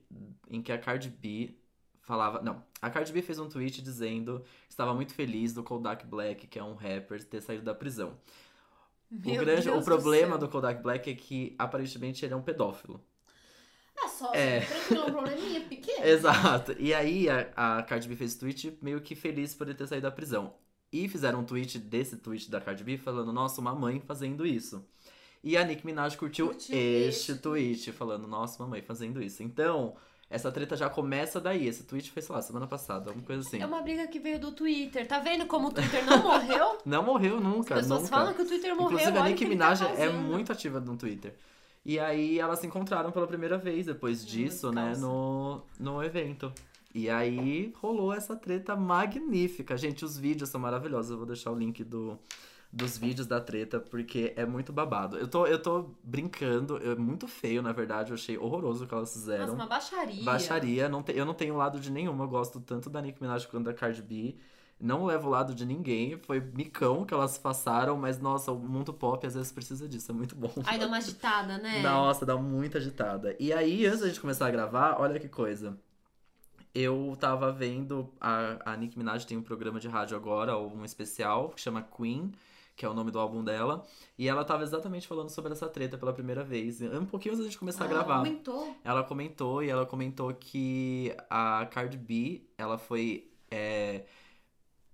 B: em que a Cardi B falava. Não, a Cardi B fez um tweet dizendo que estava muito feliz do Kodak Black, que é um rapper, ter saído da prisão.
A: Meu
B: o grande,
A: Deus
B: o problema
A: do,
B: do, Kodak Black é que aparentemente ele é um pedófilo.
C: É só,
B: É.
C: tranquilo, é um probleminha pequeno.
B: Exato. E aí a, a Cardi B fez esse tweet meio que feliz por ele ter saído da prisão. E fizeram um tweet desse tweet da Cardi B falando, nossa, uma mãe fazendo isso. E a Nicki Minaj curtiu,
C: Curtiu
B: este
C: esse
B: tweet, falando, nossa, mamãe fazendo isso. Então, essa treta já começa daí. Esse tweet foi, sei lá, semana passada, alguma coisa assim.
A: céu. É uma briga que veio do Twitter. Tá vendo como o Twitter não morreu?
B: Não morreu
A: As
B: nunca,
A: pessoas
B: nunca.
A: falam que o Twitter morreu.
B: Inclusive,
A: olha
B: a
A: o
B: Nicki
A: que ele tá
B: Minaj é
A: causando.
B: muito ativa no Twitter. E aí, elas se encontraram pela primeira vez depois
A: Hum,
B: disso,
A: calça.
B: né, no, no evento. E aí, rolou essa treta magnífica. Gente, os vídeos são maravilhosos. Eu vou deixar o link do, dos vídeos da treta, porque é muito babado. Eu tô, eu tô brincando, é muito feio, na verdade. Eu achei horroroso o que elas
A: Nossa,
B: fizeram.
A: uma baixaria.
B: Baixaria, não te- eu não tenho lado de nenhuma. Eu gosto tanto da Nicki Minaj quanto da Cardi B. Não levo lado de ninguém. Foi micão que elas passaram, mas nossa, o mundo pop às vezes precisa disso, é muito bom.
A: Aí dá uma agitada, né?
B: Nossa, dá muita agitada. E aí, antes da gente começar a gravar, olha que coisa. Eu tava vendo. A, a Nicki Minaj tem um programa de rádio agora, ou um especial, que chama Queen, que é o nome do álbum dela. E ela tava exatamente falando sobre essa treta pela primeira vez. Um pouquinho antes da gente começar a
C: Ah,
B: gravar.
C: Aumentou.
B: Ela comentou e ela comentou que a Cardi B, ela foi. É,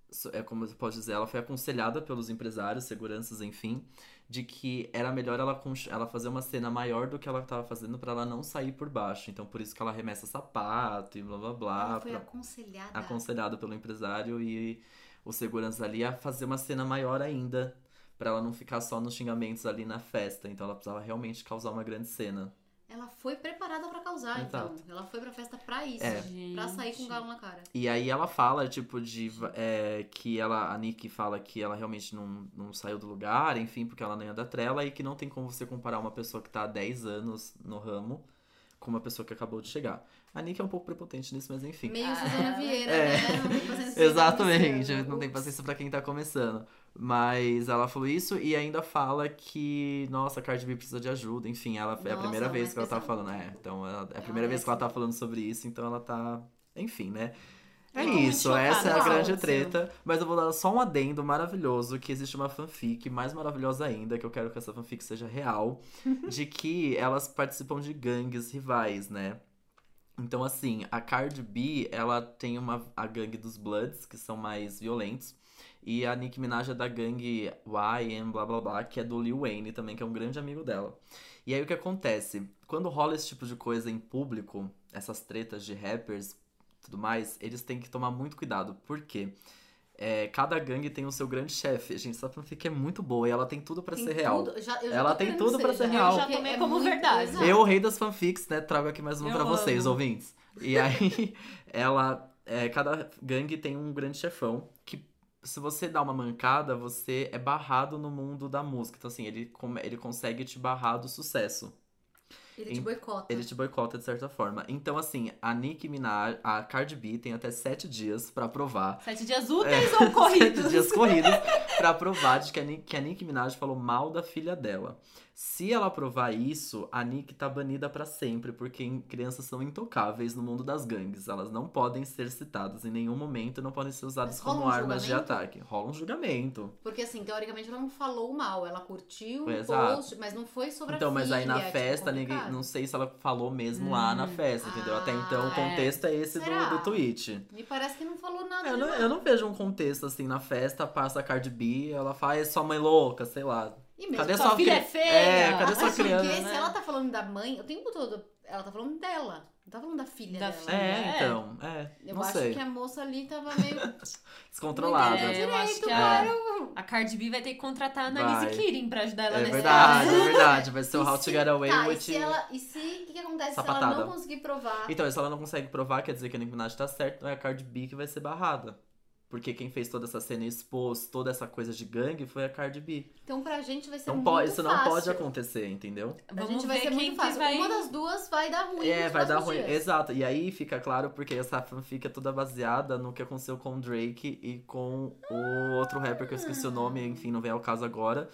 B: so- é como eu posso dizer, ela foi aconselhada pelos empresários, seguranças, enfim, de que era melhor ela, cons- ela fazer uma cena maior do que ela tava fazendo pra ela não sair por baixo. Então por isso que ela arremessa sapato e blá blá blá.
C: Ela foi
B: pra-
C: aconselhada.
B: aconselhado pelo empresário e os seguranças ali a fazer uma cena maior ainda. Pra ela não ficar só nos xingamentos ali na festa. Então ela precisava realmente causar uma grande cena.
C: Ela foi preparada pra causar,
B: Exato.
C: então. Ela foi pra festa pra isso.
B: É.
A: Gente.
C: Pra sair com o galo na cara.
B: E aí ela fala, tipo, de. é, que ela. A Nick fala que ela realmente não, não saiu do lugar, enfim, porque ela não é da trela, e que não tem como você comparar uma pessoa que tá há 10 anos no ramo com uma pessoa que acabou de chegar. A Nick é um pouco prepotente nisso, mas enfim.
C: Meio
A: Ah.
C: Suzana Vieira,
B: É.
C: né? Não tem paciência pra
B: Exatamente,
C: Luciana.
B: não tem
C: Ups.
B: paciência pra quem tá começando. Mas ela falou isso e ainda fala que, nossa, a Cardi B precisa de ajuda. Enfim, ela é a
C: Nossa,
B: primeira vez
C: mas
B: que ela tá
C: pesado.
B: falando. É, então ela- é a primeira vez que ela tá falando sobre isso, então ela tá. Enfim, né? É
A: Eu tô muito
B: isso,
A: chocada.
B: essa é a
A: Uau,
B: grande
C: seu.
B: treta. Mas eu vou dar só um adendo maravilhoso: que existe uma fanfic mais maravilhosa ainda, que eu quero que essa fanfic seja real, de que elas participam de gangues rivais, né? Então, assim, a Cardi B, ela tem uma, a gangue dos Bloods, que são mais violentos. E a Nicki Minaj é da gangue YM, blá blá blá, que é do Lil Wayne também, que é um grande amigo dela. E aí o que acontece? Quando rola esse tipo de coisa em público, essas tretas de rappers tudo mais, eles têm que tomar muito cuidado, porque é, cada gangue tem o seu grande chefe. Gente, essa fanfic é muito boa e ela tem tudo pra
C: Tem
B: ser real.
C: tudo- já- eu já
B: Ela
C: tô
B: tem
C: querendo
B: tudo pra ser real. Eu já
A: tomei
C: porque é
A: como
C: muito-
A: verdade.
C: Exato.
B: Eu, o rei das fanfics, né, trago aqui mais uma
A: Eu
B: pra vocês,
A: amo.
B: ouvintes. E aí, ela. é, cada gangue tem um grande chefão que, se você dá uma mancada, você é barrado no mundo da música. Então, assim, ele, come- ele consegue te barrar do sucesso.
C: Ele te boicota.
B: Ele te boicota de certa forma. Então, assim, a Nicki Minaj, a Cardi B tem até sete dias pra provar.
A: Sete dias úteis ou corridos?
B: É. Sete dias corridos pra provar de que a, Nick, que a Nicki Minaj falou mal da filha dela. Se ela provar isso, a Nick tá banida pra sempre, porque em- crianças são intocáveis no mundo das gangues. Elas não podem ser citadas em nenhum momento, não podem ser usadas
C: Mas rola
B: como
C: um
B: armas de
C: julgamento?
B: ataque. Rola um julgamento.
C: Porque assim, teoricamente ela não falou mal, ela curtiu
B: Foi
C: o
B: exato.
C: post, mas não foi sobre
B: Então,
C: a
B: mas
C: filha.
B: aí na
C: tipo,
B: festa, ninguém,
C: complicado.
B: não sei se ela falou mesmo lá na
A: Hum.
B: festa, entendeu? Até então, o
C: Ah,
A: é.
B: contexto é esse do,
C: Será?
B: do tweet.
C: Me parece que não falou nada.
B: Eu
C: de
B: não,
C: mal.
B: eu não vejo um contexto assim na festa, passa a Cardi B, ela faz sua mãe louca, sei lá.
C: E mesmo
B: Cadê
C: que-
B: sua
A: Sua filha
B: cri-
A: é feia.
B: É, cadê sua
C: Mas porque
B: criança,
C: se
A: né?
C: ela tá falando da mãe, o tempo todo ela tá falando dela. Não tá falando da filha
A: Da
B: É,
C: dela.
A: filha. É.
B: então, é.
C: Eu
B: não
C: acho
B: sei.
C: que a moça ali tava meio.
B: Descontrolada.
C: Não
A: É,
C: entendeu
A: eu acho
C: direito,
A: que
C: cara.
A: a, a Cardi B vai ter que contratar a Annalise
B: Vai.
A: Keating pra ajudar ela
B: É
A: nesse
B: verdade,
A: caso.
B: é verdade. Vai ser o
C: E
B: How to
C: se-
B: Get Away
C: tá,
B: with
C: e se ela E se. O que, que acontece se
B: Sapatada.
C: ela não conseguir provar?
B: Então, se ela não consegue provar, quer dizer que a Nicki Minaj tá certo, é a Cardi B que vai ser barrada. Porque quem fez toda essa cena e expôs toda essa coisa de gangue foi a Cardi B.
C: Então pra gente vai ser
B: Então,
A: é
C: muito
B: pode, isso não
C: fácil.
B: pode acontecer, entendeu?
C: Pra
A: Vamos
C: gente vai
A: ver
C: ser
A: quem
C: muito
A: que
C: fácil.
A: vai...
C: Uma das duas vai dar ruim.
B: É,
C: nos
B: vai dar
C: próximos
B: ruim.
C: dias.
B: Exato. E aí fica claro porque essa fanfic é toda baseada no que aconteceu com o Drake e com o outro rapper que eu esqueci o nome, enfim, não vem ao caso agora.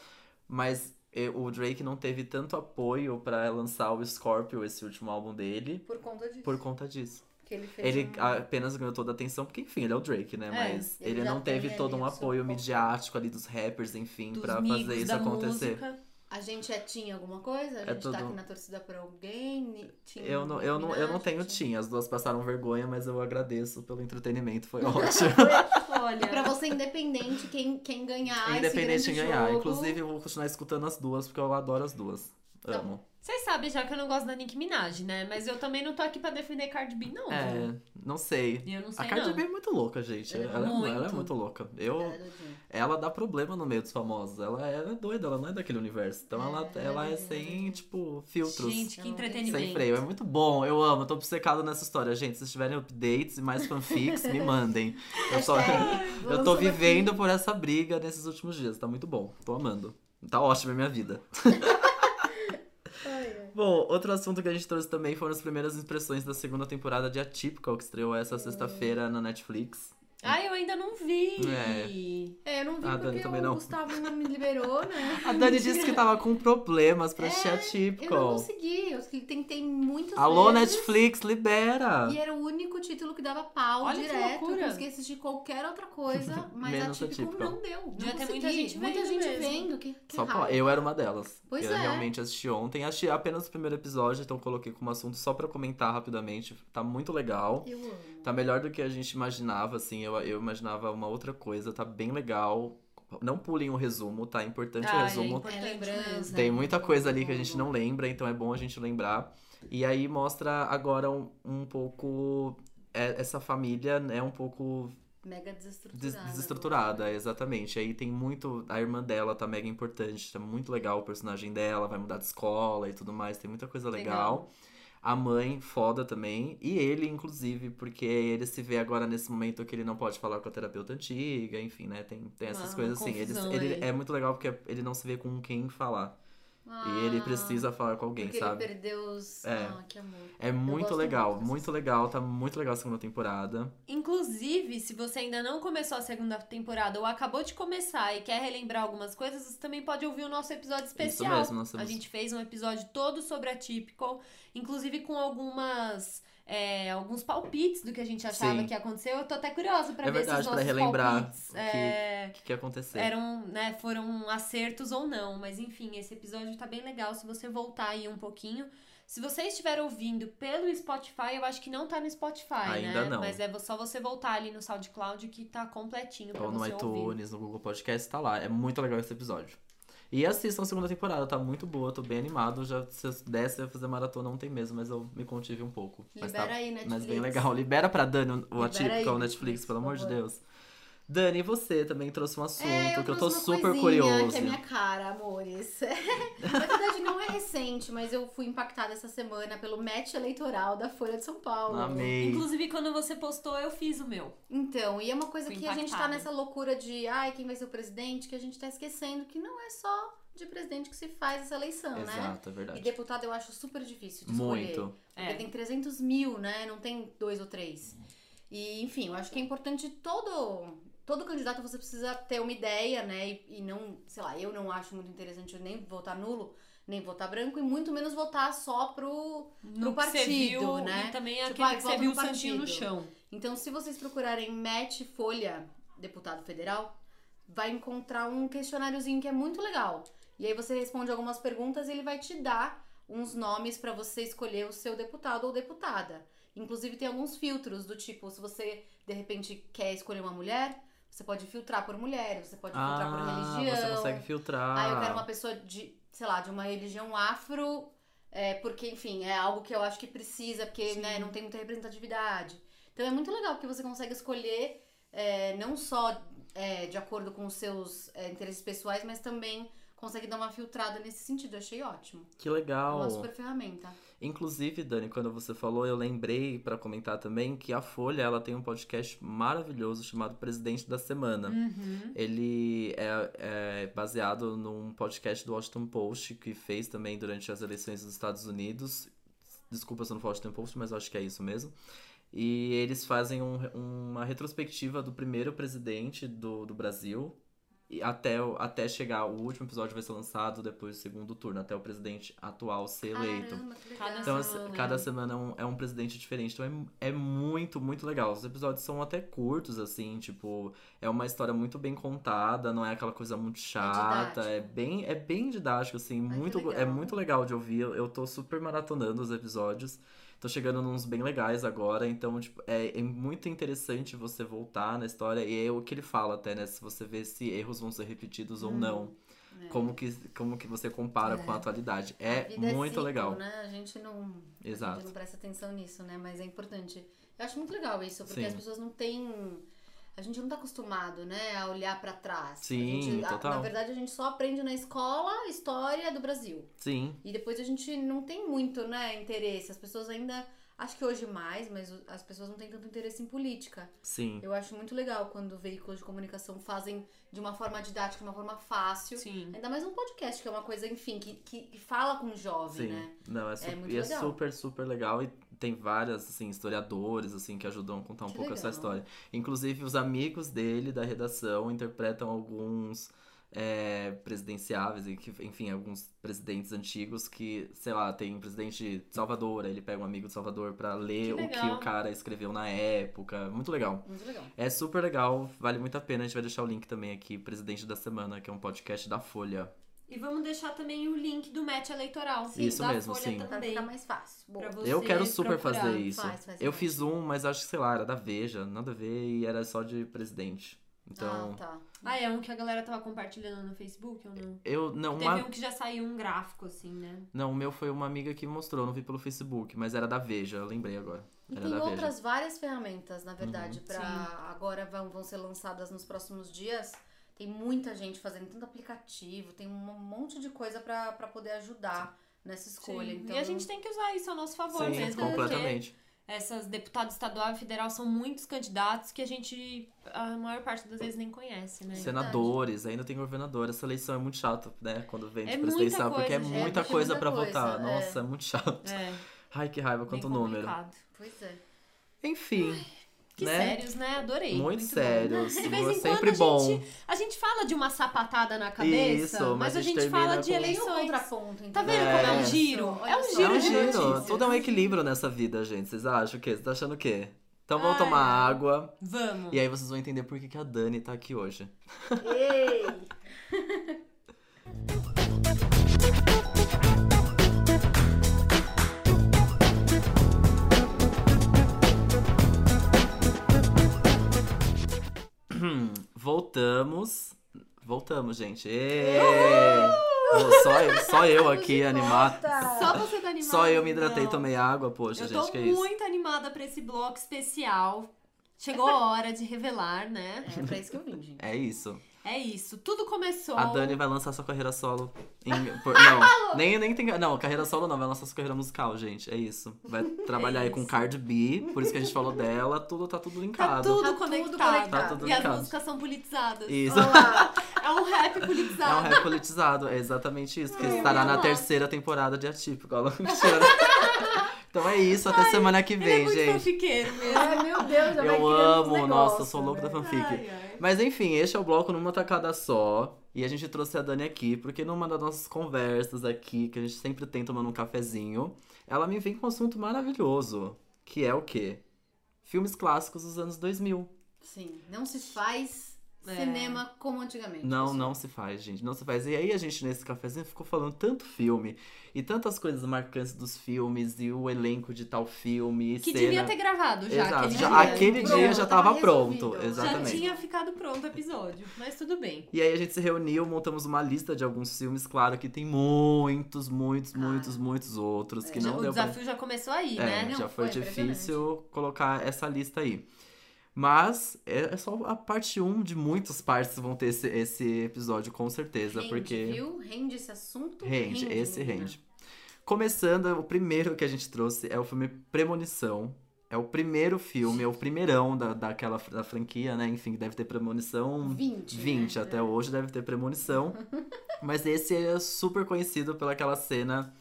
B: Mas eh, o Drake não teve tanto apoio pra lançar o Scorpio, esse último álbum dele,
C: Por conta disso.
B: por conta disso.
C: Que ele fez.
B: Ele
C: um-
B: apenas ganhou toda a atenção, porque enfim, ele é o Drake, né?
A: É,
B: Mas
C: ele
B: ele
C: já
B: não teve
C: tem
B: todo
C: ali
B: um
C: o seu
B: apoio
C: foco.
B: midiático ali dos rappers, enfim,
A: dos
B: pra
A: migos
B: fazer isso
A: da
B: acontecer.
A: música.
C: A gente é tinha alguma coisa? A gente
B: tudo-
C: tá aqui na torcida por alguém? Tinha
B: Eu não, eu, não, eu não
C: Minaj,
B: tenho
C: tinha-
B: Tim, as duas passaram vergonha, mas eu agradeço pelo entretenimento, foi ótimo.
A: Olha,
C: Pra você, independente, quem, quem ganhar.
B: Independente
C: esse
B: de
C: grande
B: ganhar.
C: jogo-
B: Inclusive, eu vou continuar escutando as duas, porque eu adoro as duas.
C: Tá
B: Amo.
A: vocês sabem já que eu não gosto da Nicki Minaj, né? Mas eu também não tô aqui pra defender Cardi B, não. viu?
B: É, não sei.
A: Eu não
B: A
A: sei,
B: Cardi
A: não.
B: B é muito louca, gente.
C: Ela é
B: Ela, é-
A: muito.
B: ela é muito louca.
C: Ela é
B: Eu,
C: doidinha.
B: ela dá problema no meio dos famosos. Ela, ela é doida, ela não é daquele universo. Então
C: É,
B: ela,
C: ela é
B: ela é
C: doida, ela é
B: sem,
C: doida.
B: tipo, filtros.
A: Gente, que
C: Sem
A: entretenimento.
B: Sem freio. É muito bom, eu amo. Eu tô obcecado nessa história, gente. Se vocês tiverem updates e mais fanfics, me mandem. Eu só.
C: Hashtag,
B: Eu
C: vamos
B: tô
C: sobre-
B: vivendo por essa briga nesses últimos dias. Tá muito bom. Tô amando. Tá ótima a minha vida.
C: Ai, ai.
B: Bom, outro assunto que a gente trouxe também foram as primeiras impressões da segunda temporada de Atypical, que estreou essa
C: Hum.
B: sexta-feira na Netflix.
A: Ai, eu ainda não vi.
C: É, eu não vi
B: Ah, Dani
C: porque
B: também
C: o
B: não.
C: Gustavo não me liberou, né?
B: A Dani disse que tava com problemas pra assistir
C: É, Eu não
B: Atypical.
C: consegui. Eu tentei muitas
B: Alô,
C: vezes.
B: Netflix, libera!
C: E era o único título que dava pau
A: Olha que
C: direto.
A: loucura.
C: Eu consegui assistir qualquer outra coisa, mas
B: Menos
C: a típico
B: Atypical.
C: não deu. Não
A: Devia ter
C: consegui.
A: muita gente
C: Muita
A: vendo
C: gente
A: mesmo.
C: vendo. Que, que
B: Só
C: raiva.
B: pô, eu era uma delas.
C: Pois
B: eu
C: é.
B: realmente assisti ontem, assisti apenas o primeiro episódio, então coloquei como assunto só pra comentar rapidamente. Tá muito legal.
A: É
C: Eu amo.
B: Tá melhor do que a gente imaginava, assim. Eu, eu imaginava uma outra coisa, tá bem legal. Não pulem o resumo, tá? É importante
A: Ah,
B: o
A: é
B: resumo.
A: importante Uhum.
C: É lembrança.
A: mesmo.
B: Tem
C: né?
B: muita coisa ali que a gente
C: Bom,
B: não lembra, então é bom a gente lembrar. E aí mostra agora um, um pouco é, essa família, né? Um pouco
C: Mega
B: des-
C: desestruturada.
B: desestruturada, exatamente. Aí tem muito. A irmã dela tá mega importante, tá muito legal o personagem dela, vai mudar de escola e tudo mais, tem muita coisa legal. A mãe, foda também. E ele, inclusive, porque ele se vê agora nesse momento que ele não pode falar com a terapeuta antiga, enfim, né? Tem, tem essas
A: Uma
B: coisas assim. Ele,
A: confusão
B: ele
A: aí.
B: é muito legal porque ele não se vê com quem falar.
C: Ah,
B: E ele precisa falar com alguém,
C: porque
B: sabe?
C: ele perdeu os...
B: É.
C: Ah, que amor.
B: É muito
C: gosto
B: legal,
C: muito
B: muito,
C: dessas
B: legal. Tá muito legal a segunda temporada.
A: Inclusive, se você ainda não começou a segunda temporada ou acabou de começar e quer relembrar algumas coisas, você também pode ouvir o nosso episódio especial.
B: Isso mesmo, nós
A: A
B: temos...
A: gente fez um episódio todo sobre a Typical, inclusive com algumas é, alguns palpites do que a gente achava
B: Sim.
A: que aconteceu. Eu tô até curiosa pra
B: É
A: ver
B: verdade,
A: se os
B: pra
A: nossos
B: relembrar
A: palpites
B: o que-
A: é,
B: O que, que aconteceu?
A: eram, né, foram acertos ou não. Mas enfim, esse episódio tá bem legal se você voltar aí um pouquinho. Se você estiver ouvindo pelo Spotify, eu acho que não tá no Spotify,
B: Ainda
A: né?
B: não.
A: Mas é só você voltar ali no SoundCloud que tá completinho pra
B: Ou no
A: você ouvir.
B: iTunes, no Google Podcast, tá lá. É muito legal esse episódio. E assistam a segunda temporada, tá muito boa, tô bem animado. Já se eu desse eu ia fazer maratona ontem mesmo, mas eu me contive um pouco. mas tá
C: Libera aí, Netflix.
B: Mas bem legal. Libera pra Dani o- o
C: Libera aí,
B: atípico, o
C: Netflix,
B: Netflix, pelo
C: por
B: amor de
C: favor.
B: Deus. Dani, você também trouxe um assunto
C: É,
B: que eu tô
C: trouxe uma
B: super
C: coisinha
B: curioso.
C: Que é minha cara, amores. Na verdade, não é recente, mas eu fui impactada essa semana pelo match eleitoral da Folha de São Paulo.
B: Amei.
A: Inclusive, quando você postou, eu fiz o meu.
C: Então, e é uma coisa
A: Fui
C: que a gente tá
A: impactada.
C: nessa loucura de ai, quem vai ser o presidente, que a gente tá esquecendo que não é só de presidente que se faz essa eleição, né?
B: Exato, é
C: E
B: verdade.
C: deputado eu acho super difícil de escolher.
B: Muito.
A: É.
C: Porque tem 300 mil, né? Não tem dois ou três. E, enfim, eu acho que é importante todo. Todo candidato você precisa ter uma ideia, né? E, e não, sei lá, eu não acho muito interessante nem votar nulo, nem votar branco, e muito menos votar só pro.
A: no
C: pro
A: que você
C: partido,
A: viu,
C: né?
A: E também
C: Tipo,
A: aquele
C: ai,
A: que você
C: volta
A: viu o
C: no
A: santinho no
C: partido.
A: chão.
C: Então, se vocês procurarem Match Folha, deputado federal, vai encontrar um questionáriozinho que é muito legal. E aí você responde algumas perguntas e ele vai te dar uns nomes pra você escolher o seu deputado ou deputada. Inclusive tem alguns filtros do tipo, se você de repente quer escolher uma mulher, você pode filtrar por mulher, você pode filtrar por
B: Ah,
C: religião.
B: você consegue filtrar.
C: Ah, eu quero uma pessoa de, sei lá, de uma religião afro, é, porque, enfim, é algo que eu acho que precisa, porque
A: Sim.
C: né, não tem muita representatividade. Então é muito legal, porque você consegue escolher é, não só é, de acordo com os seus é, interesses pessoais, mas também consegue dar uma filtrada nesse sentido. Eu achei ótimo.
B: Que
C: É
B: legal.
C: Uma super ferramenta.
B: Inclusive, Dani, quando você falou, eu lembrei pra comentar também que a Folha, ela tem um podcast maravilhoso chamado Presidente da Semana.
A: Uhum.
B: Ele é, é baseado num podcast do Washington Post que fez também durante as eleições dos Estados Unidos. Desculpa se eu não falo Washington Post, mas eu acho que é isso mesmo. E eles fazem um- uma retrospectiva do primeiro presidente do, do Brasil e até, o- até chegar. O último episódio vai ser lançado depois do segundo turno, até o presidente atual ser
C: Ah,
B: eleito.
C: Caramba, que legal.
A: Cada
B: Então,
A: Cada
B: assim, cada
C: né?
B: semana é um, é um presidente diferente. Então, é mu- é, muito, muito legal. Os episódios são até curtos, assim, tipo, é uma história muito bem contada, não é aquela coisa muito chata.
C: didático.
B: É, bem, é bem didático, assim,
C: que
B: muito, go- é
C: legal.
B: muito legal de ouvir. Eu eu tô super maratonando os episódios. Tô chegando nos bem legais agora, então, tipo, é, é muito interessante você voltar na história. E é o que ele fala até, né? Se você vê se erros vão ser repetidos ou
C: Hum,
B: não.
C: É.
B: Como que, como que você compara com a atualidade.
C: A
B: É
C: vida
B: muito
C: ciclo,
B: legal.
C: Né? A gente não A é
B: Exato.
C: gente não presta atenção nisso, né? Mas é importante. Eu acho muito legal isso, porque
B: Sim.
C: as pessoas não têm. A gente não tá acostumado, né, a olhar pra trás.
B: Sim,
C: a gente, a-
B: total.
C: na verdade, a gente só aprende na escola a história do Brasil.
B: Sim.
C: E depois a gente não tem muito, né, interesse. As pessoas ainda. Acho que hoje mais, mas o- as pessoas não têm tanto interesse em política.
B: Sim.
C: Eu acho muito legal quando veículos de comunicação fazem de uma forma didática, de uma forma fácil.
A: Sim.
C: Ainda mais um podcast, que é uma coisa, enfim, que, que, que fala com o jovem,
B: Sim.
C: né?
B: Não, é, su-
C: muito
B: e é
C: legal.
B: super, super legal. E tem várias, assim, historiadores, assim, que ajudam a contar um
C: Que
B: pouco essa
C: legal.
B: história. Inclusive, os amigos dele, da redação, interpretam alguns é, presidenciáveis, e que- enfim, alguns presidentes antigos que, sei lá, tem um presidente de Salvador, aí ele pega um amigo de Salvador pra ler
A: Que
B: o que
A: legal.
B: o cara escreveu na época. Muito legal.
C: Muito legal.
B: É super legal, vale muito a pena. A gente vai deixar o link também aqui, Presidente da Semana, que é um podcast da Folha.
A: E vamos deixar também o link do match eleitoral.
B: Sim, Isso
A: da
B: mesmo,
A: Folha
B: sim.
C: Pra
A: Também,
C: ficar mais fácil. Boa.
A: pra você
B: Eu quero super
A: procurar.
B: fazer isso.
C: Faz, faz,
B: Eu
C: faz.
B: fiz um, mas acho que, sei lá, era da Veja, nada a ver, e era só de presidente. Então,
C: Ah, tá.
A: Ah, é um que a galera tava compartilhando no Facebook ou não?
B: eu não,
A: Teve
B: uma-
A: um que já saiu um gráfico, assim, né?
B: não, o meu foi uma amiga que me mostrou, não vi pelo Facebook, mas era da Veja, eu lembrei agora.
C: E
B: Era
C: tem
B: da Veja. Uhum.
C: outras várias ferramentas, na verdade, pra
A: Sim.
C: agora vão, vão ser lançadas nos próximos dias. Tem muita gente fazendo tanto aplicativo, tem um monte de coisa pra pra poder ajudar nessa escolha.
A: Sim.
C: Então,
A: E a gente tem que usar isso a nosso favor
B: Sim,
A: mesmo. porque-
B: completamente.
A: essas deputadas estadual e federal são muitos candidatos que a gente, a maior parte das vezes, nem conhece, né?
C: Sim.
B: Senadores, ainda tem governador. Essa eleição é muito chata, né? Quando vem de
A: É muita
B: presidencial, porque é
A: coisa,
C: gente.
B: muita
C: É
B: coisa
C: muita
B: pra
C: coisa,
B: votar.
C: é.
B: Nossa, é muito chato.
A: É,
B: Ai, que raiva,
A: bem
B: quanto número.
A: complicado.
C: pois é.
B: Enfim,
A: Que
B: né?
A: sérios, né? Adorei.
B: Muito,
A: bom.
B: sérios.
A: De vez em
B: é sempre
A: quando a
B: bom.
A: gente- A gente fala de uma sapatada na cabeça,
B: Isso, mas
A: mas, a
B: a gente
A: gente fala de
B: termina com-
C: Tem um
A: eleições.
C: contraponto, entendeu?
A: Tá vendo
B: É.
A: como é um giro?
C: Olha
A: É um
C: só.
B: É
A: giro
B: um
A: de
B: giro.
A: notícias.
B: Tudo é um equilíbrio nessa vida, gente. Vocês acham o quê? Vocês tá achando o quê? Então vamos
A: Ai.
B: tomar água.
A: Vamos.
B: E aí vocês vão entender por que, que a Dani tá aqui hoje.
D: Ei!
B: Voltamos. Voltamos, gente. Ê! Só, eu- só eu aqui animar.
A: Só você tá animada.
B: Só eu me hidratei e
A: Não.
B: tomei água, poxa,
A: Eu
B: gente,
A: tô
B: que é isso.
A: muito animada pra esse bloco especial. Chegou a hora de revelar, né?
C: É pra isso que eu vim, gente.
B: É isso.
A: É isso. Tudo começou.
B: A Dani vai lançar sua carreira solo. em- por- não, nem, nem tem. Não, carreira solo não, vai lançar sua carreira musical, gente. É isso. Vai trabalhar aí com
A: isso.
B: Cardi B, por isso que a gente falou dela, tudo tá tudo
A: Tá
B: linkado.
A: tudo
C: Tá tudo
A: conectado.
C: conectado.
B: Tá tudo
A: e as
B: linkado.
A: músicas são politizadas.
B: Isso.
D: Olá!
A: É um rap
B: É um
A: politizado.
B: rap politizado, é exatamente isso. Que
A: Ai,
B: estará na
A: vamos lá.
B: terceira temporada de Atípico. ó, mentira. então é isso, até semana que
A: Ele é
B: vem,
A: muito
B: gente.
A: fanfiqueiro mesmo.
D: É, meu Deus, já vai
B: Eu
D: criando uns
B: amo, nossa, eu
D: negócios,
B: sou louco da
D: né?
B: fanfic.
A: Ai, ai.
B: Mas enfim, este é o bloco numa tacada só. E a gente trouxe a Dani aqui, porque numa das nossas conversas aqui, que a gente sempre tem tomando um cafezinho, ela me vem com um assunto maravilhoso. Que é o quê? Filmes clássicos dos anos 2000.
C: Sim, não se faz
A: É.
C: cinema como antigamente.
B: Não,
C: pessoal.
B: não se faz, gente. Não se faz. E aí a gente nesse cafezinho ficou falando tanto filme e tantas coisas marcantes dos filmes e o elenco de tal filme. e
A: Que
B: cena.
A: devia ter gravado já.
B: Exato,
A: aquele
B: já-
A: dia.
B: aquele
C: Pronto,
B: dia já
C: tava
B: tava pronto.
C: resolvido. Já
A: Já
B: Exatamente.
A: tinha ficado pronto o episódio, mas tudo bem.
B: E aí a gente se reuniu, montamos uma lista de alguns filmes, claro que tem muitos, muitos,
C: Ah.
B: muitos, muitos outros que
A: É, Já-
B: não
A: o
B: deu pra-
A: desafio já começou aí,
B: É,
A: né?
C: Não,
B: já foi,
C: foi
B: difícil colocar essa lista aí. Mas é é só a parte 1 de muitas partes vão ter esse, esse episódio, com certeza,
C: Rende,
B: porque
C: Viu? Rende esse assunto.
B: rende, esse
C: menina.
B: rende. Começando, o primeiro que a gente trouxe é o filme Premonição. É o primeiro filme, é o primeirão da, daquela da franquia, né? Enfim, deve ter Premonição
C: 20.
B: 20
C: né?
B: até hoje, deve ter premonição. Mas esse é super conhecido pelaquela cena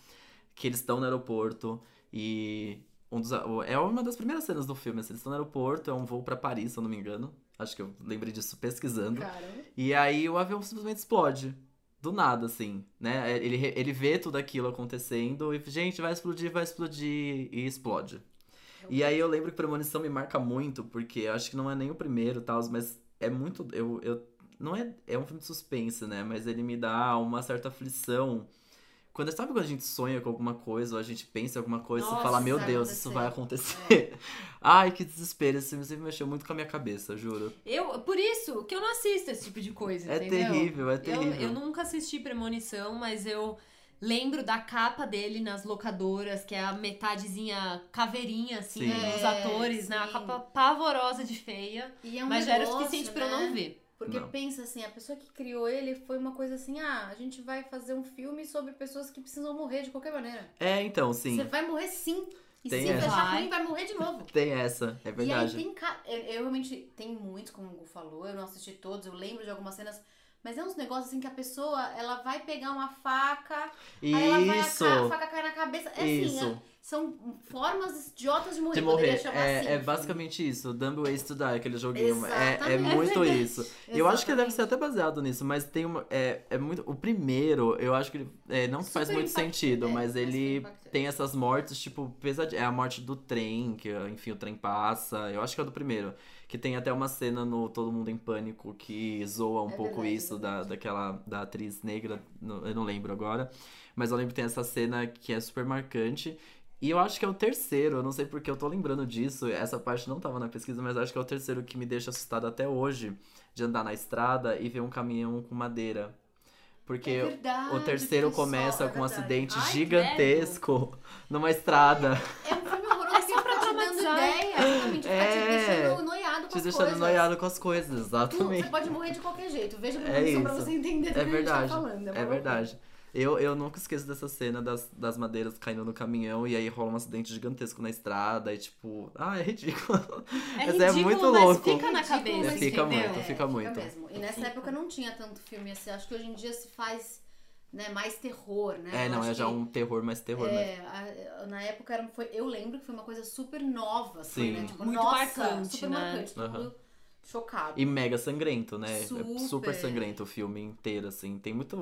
B: que eles estão no aeroporto e um dos, é uma das primeiras cenas do filme, assim, eles estão no aeroporto, é um voo pra Paris, se eu não me engano. Acho que eu lembrei disso pesquisando.
C: Caramba.
B: E aí o avião simplesmente explode. Do nada, assim, né? Ele, ele vê tudo aquilo acontecendo e, gente, vai explodir, vai explodir, e explode.
A: É
B: E aí eu lembro que Premonição me marca muito, porque eu acho que não é nem o primeiro, tal, mas é muito. Eu, eu, não é, é um filme de suspense, né? Mas ele me dá uma certa aflição. Quando, sabe quando a gente sonha com alguma coisa, ou a gente pensa em alguma coisa, você
A: Nossa, é
B: fala, meu
C: vai
B: Deus, isso vai acontecer. Ai, que desespero. Esse filme sempre mexeu muito com a minha cabeça, eu juro.
A: Eu, por isso que eu não assisto esse tipo de coisa,
B: É
A: entendeu?
B: terrível, é
A: Eu,
B: terrível.
A: eu nunca assisti Premonição, mas eu lembro da capa dele nas locadoras, que é a metadezinha caveirinha, assim,
B: Sim.
A: dos
C: É,
A: atores, né? A
C: sim.
A: capa pavorosa de feia.
C: E é um
A: mas já era o
C: negócio,
A: suficiente pra eu
C: né?
A: não ver.
C: Porque
B: Não.
C: pensa assim, a pessoa que criou ele foi uma coisa assim, ah, a gente vai fazer um filme sobre pessoas que precisam morrer de qualquer maneira.
B: É, então, sim.
C: Você vai morrer sim. E
B: Tem
C: se
B: essa.
C: deixar
A: Vai.
C: ruim, vai morrer de novo.
B: Tem essa, é verdade.
C: E aí tem ca- eu, eu realmente tem muitos, como o Gu falou, eu não assisti todos, eu lembro de algumas cenas, mas é uns negócios assim que a pessoa ela vai pegar uma faca, aí ela vai
B: Isso!
C: a, ca- a faca cai na cabeça. É
B: Isso.
C: assim, é- são formas idiotas de morrer.
B: de
C: poderia
B: morrer.
C: chamar
B: É,
C: assim,
B: é
C: enfim.
B: basicamente isso. Dumb Ways to Die, aquele joguinho. É, é
C: Exatamente.
B: muito
A: É
B: isso. Eu acho que deve
C: Exatamente.
B: ser até baseado nisso, mas tem uma. É, é muito. O primeiro, eu acho que ele. é, não que faz
C: Super
B: muito
C: impactante,
B: sentido,
C: é,
B: mas
C: super
B: ele
C: impactante.
B: tem essas mortes, tipo, pesadinha. É a morte do trem, que enfim, o trem passa. Eu acho que é o do primeiro. Que tem até uma cena no Todo Mundo em Pânico que zoa um
C: É
B: pouco
C: verdade,
B: isso
C: é
B: da, daquela da atriz negra, no- eu não lembro agora. Mas eu lembro que tem essa cena que é super marcante. E eu acho que é o terceiro, eu não sei porque eu tô lembrando disso, essa parte não tava na pesquisa, mas acho que é o terceiro que me deixa assustado até hoje, de andar na estrada e ver um caminhão com madeira. Porque
C: É verdade,
B: o terceiro
C: pessoal,
B: começa
C: é
B: com um
C: verdade.
B: acidente
A: Ai,
B: gigantesco numa estrada,
C: É um filme horroroso
A: É só pra
C: que tá te dando
A: traumatizar.
C: ideia, exatamente. Tá te
B: É.
C: deixando noiado com
B: te
C: as
B: deixando
C: coisas.
B: noiado com as coisas,
C: Tu- Você
B: exatamente.
C: pode morrer de qualquer jeito. Veja
B: É
C: é pra
B: isso.
C: você entender
B: É
C: do que a gente tá
B: verdade,
C: falando. uma
B: É
C: loucura.
B: verdade. Eu, eu nunca esqueço dessa cena das, das madeiras caindo no caminhão e aí rola um acidente gigantesco na estrada e tipo, ah, é ridículo.
A: É
B: Mas é
A: ridículo,
B: muito
A: mas
B: louco.
A: fica na
C: Ridículo,
A: cabeça,
C: mas
B: Fica
A: entendeu?
B: muito, fica muito.
C: mesmo. E nessa
A: Fica.
C: época não tinha tanto filme assim. Acho que hoje em dia se faz né, mais terror, né?
B: É,
C: Eu
B: não,
C: acho
B: é já
C: que-
B: um terror, mas terror, né?
C: É, a- na época era, foi, eu lembro que foi uma coisa super nova, assim,
B: Sim.
C: né? Tipo,
A: Muito
C: nossa,
A: marcante,
C: super
A: né?
C: marcante, todo
B: Aham.
C: mundo chocado.
B: E mega sangrento, né? É
C: Super.
B: super sangrento o filme inteiro, assim. Tem muito,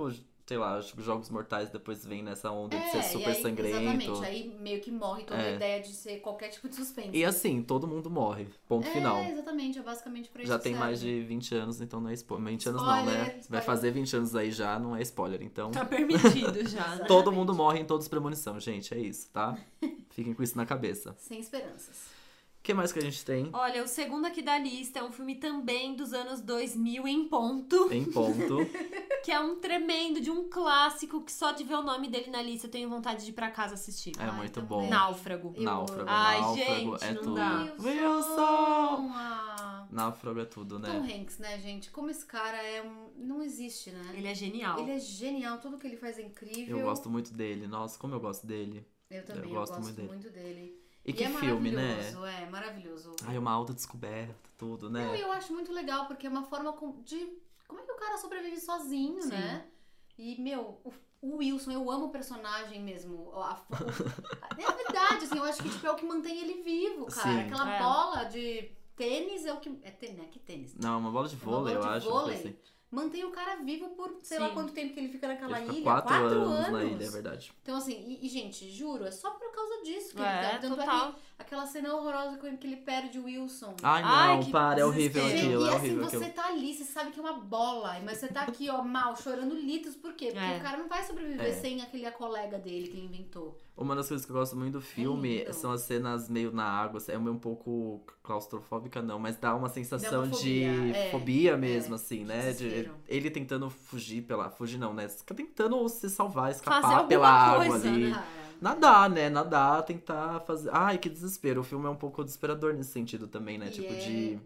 B: sei lá, acho que Jogos Mortais depois vem nessa onda de
C: É,
B: ser
C: e
B: super
C: aí,
B: sangrento.
C: Exatamente, aí meio que morre toda a
B: É.
C: ideia de ser qualquer tipo de suspense.
B: E assim, todo mundo morre. Ponto final.
C: É, exatamente, é basicamente pra isso
B: Já
C: que
B: tem
C: serve.
B: mais de 20 anos, então não é spoiler. 20 anos não,
C: Spoiler,
B: né? Vai
C: spoiler.
B: fazer 20 anos aí já, não é spoiler. Então,
A: Tá permitido já, né?
C: Exatamente.
B: todo mundo morre em todos premonição, gente. É isso, tá? Fiquem com isso na cabeça.
C: Sem esperanças.
B: O que mais que a gente tem?
A: Olha, o segundo aqui da lista é um filme também dos anos 2000 em ponto,
B: Em ponto.
A: que é um tremendo de um clássico que só de ver o nome dele na lista eu tenho vontade de ir pra casa assistir.
B: É
C: Ai,
B: muito
C: também.
B: bom.
A: Náufrago.
C: Eu
B: Náufrago,
C: amo.
A: Ai,
B: náufrago,
A: gente,
B: é
A: não
B: tudo.
A: dá.
B: Wilson!
C: Ah,
B: Náufrago é tudo,
C: Tom
B: né?
C: Hanks, né, gente? Como esse cara é um... Não existe, né?
A: Ele é genial.
C: Ele é genial, tudo que ele faz é incrível.
B: Eu gosto muito dele. Nossa, como eu gosto dele.
C: Eu também, eu
B: gosto
C: gosto,
B: muito
C: muito,
B: dele.
C: dele.
B: E que
C: é
B: filme, né?
C: maravilhoso, É, maravilhoso.
B: Ai, uma autodescoberta, tudo, né?
C: Não, e eu acho muito legal, porque é uma forma com- de. Como é que o cara sobrevive sozinho,
A: Sim.
C: né? E, meu, o, o Wilson, eu amo o personagem mesmo. A, a- o- é verdade, assim, eu acho que tipo, é o que mantém ele vivo, cara.
B: Sim.
C: Aquela
A: É.
C: bola de tênis é o que. É tênis, né? Que tênis.
B: Não, uma bola de
C: uma
B: vôlei,
C: bola de
B: eu acho.
C: vôlei. Tá
B: Assim.
C: Mantém o cara vivo por sei
A: Sim.
C: lá quanto tempo que ele fica naquela
B: Ele fica
C: ilha.
B: quatro, anos,
C: anos.
B: na ilha, é verdade.
C: Então, assim, e, e, gente, juro, é só por causa disso que ele
A: É,
C: tá. Tanto é que
A: total.
C: Aquela cena horrorosa com ele- que ele perde o Wilson.
B: Ai,
A: Ai,
B: não,
A: que
B: para, é horrível
A: desespero.
B: aquilo,
C: e
B: é
C: assim,
B: horrível
C: você
B: aquilo.
C: tá ali, você sabe que é uma bola, mas você tá aqui, ó, mal, chorando litros, por quê? Porque
A: É.
C: o cara não vai sobreviver
B: É.
C: sem aquele colega dele que ele inventou.
B: Uma das coisas que eu gosto muito do filme
C: lindo.
B: são as cenas meio na água, assim, é meio um pouco claustrofóbica, não, mas dá uma sensação de
C: fobia, é,
B: fobia mesmo, assim, né? De,
C: desespero.
B: ele tentando fugir pela. Fugir não, né? Fica Tentando se salvar,
A: Fazer
B: escapar
A: alguma
B: pela água
A: coisa,
B: ali.
A: né?
C: Cara,
B: Nadar, né? Nadar, tentar fazer. Ai, que desespero. O filme é um pouco desesperador nesse sentido também, né?
C: E
B: Tipo
C: é-
B: de.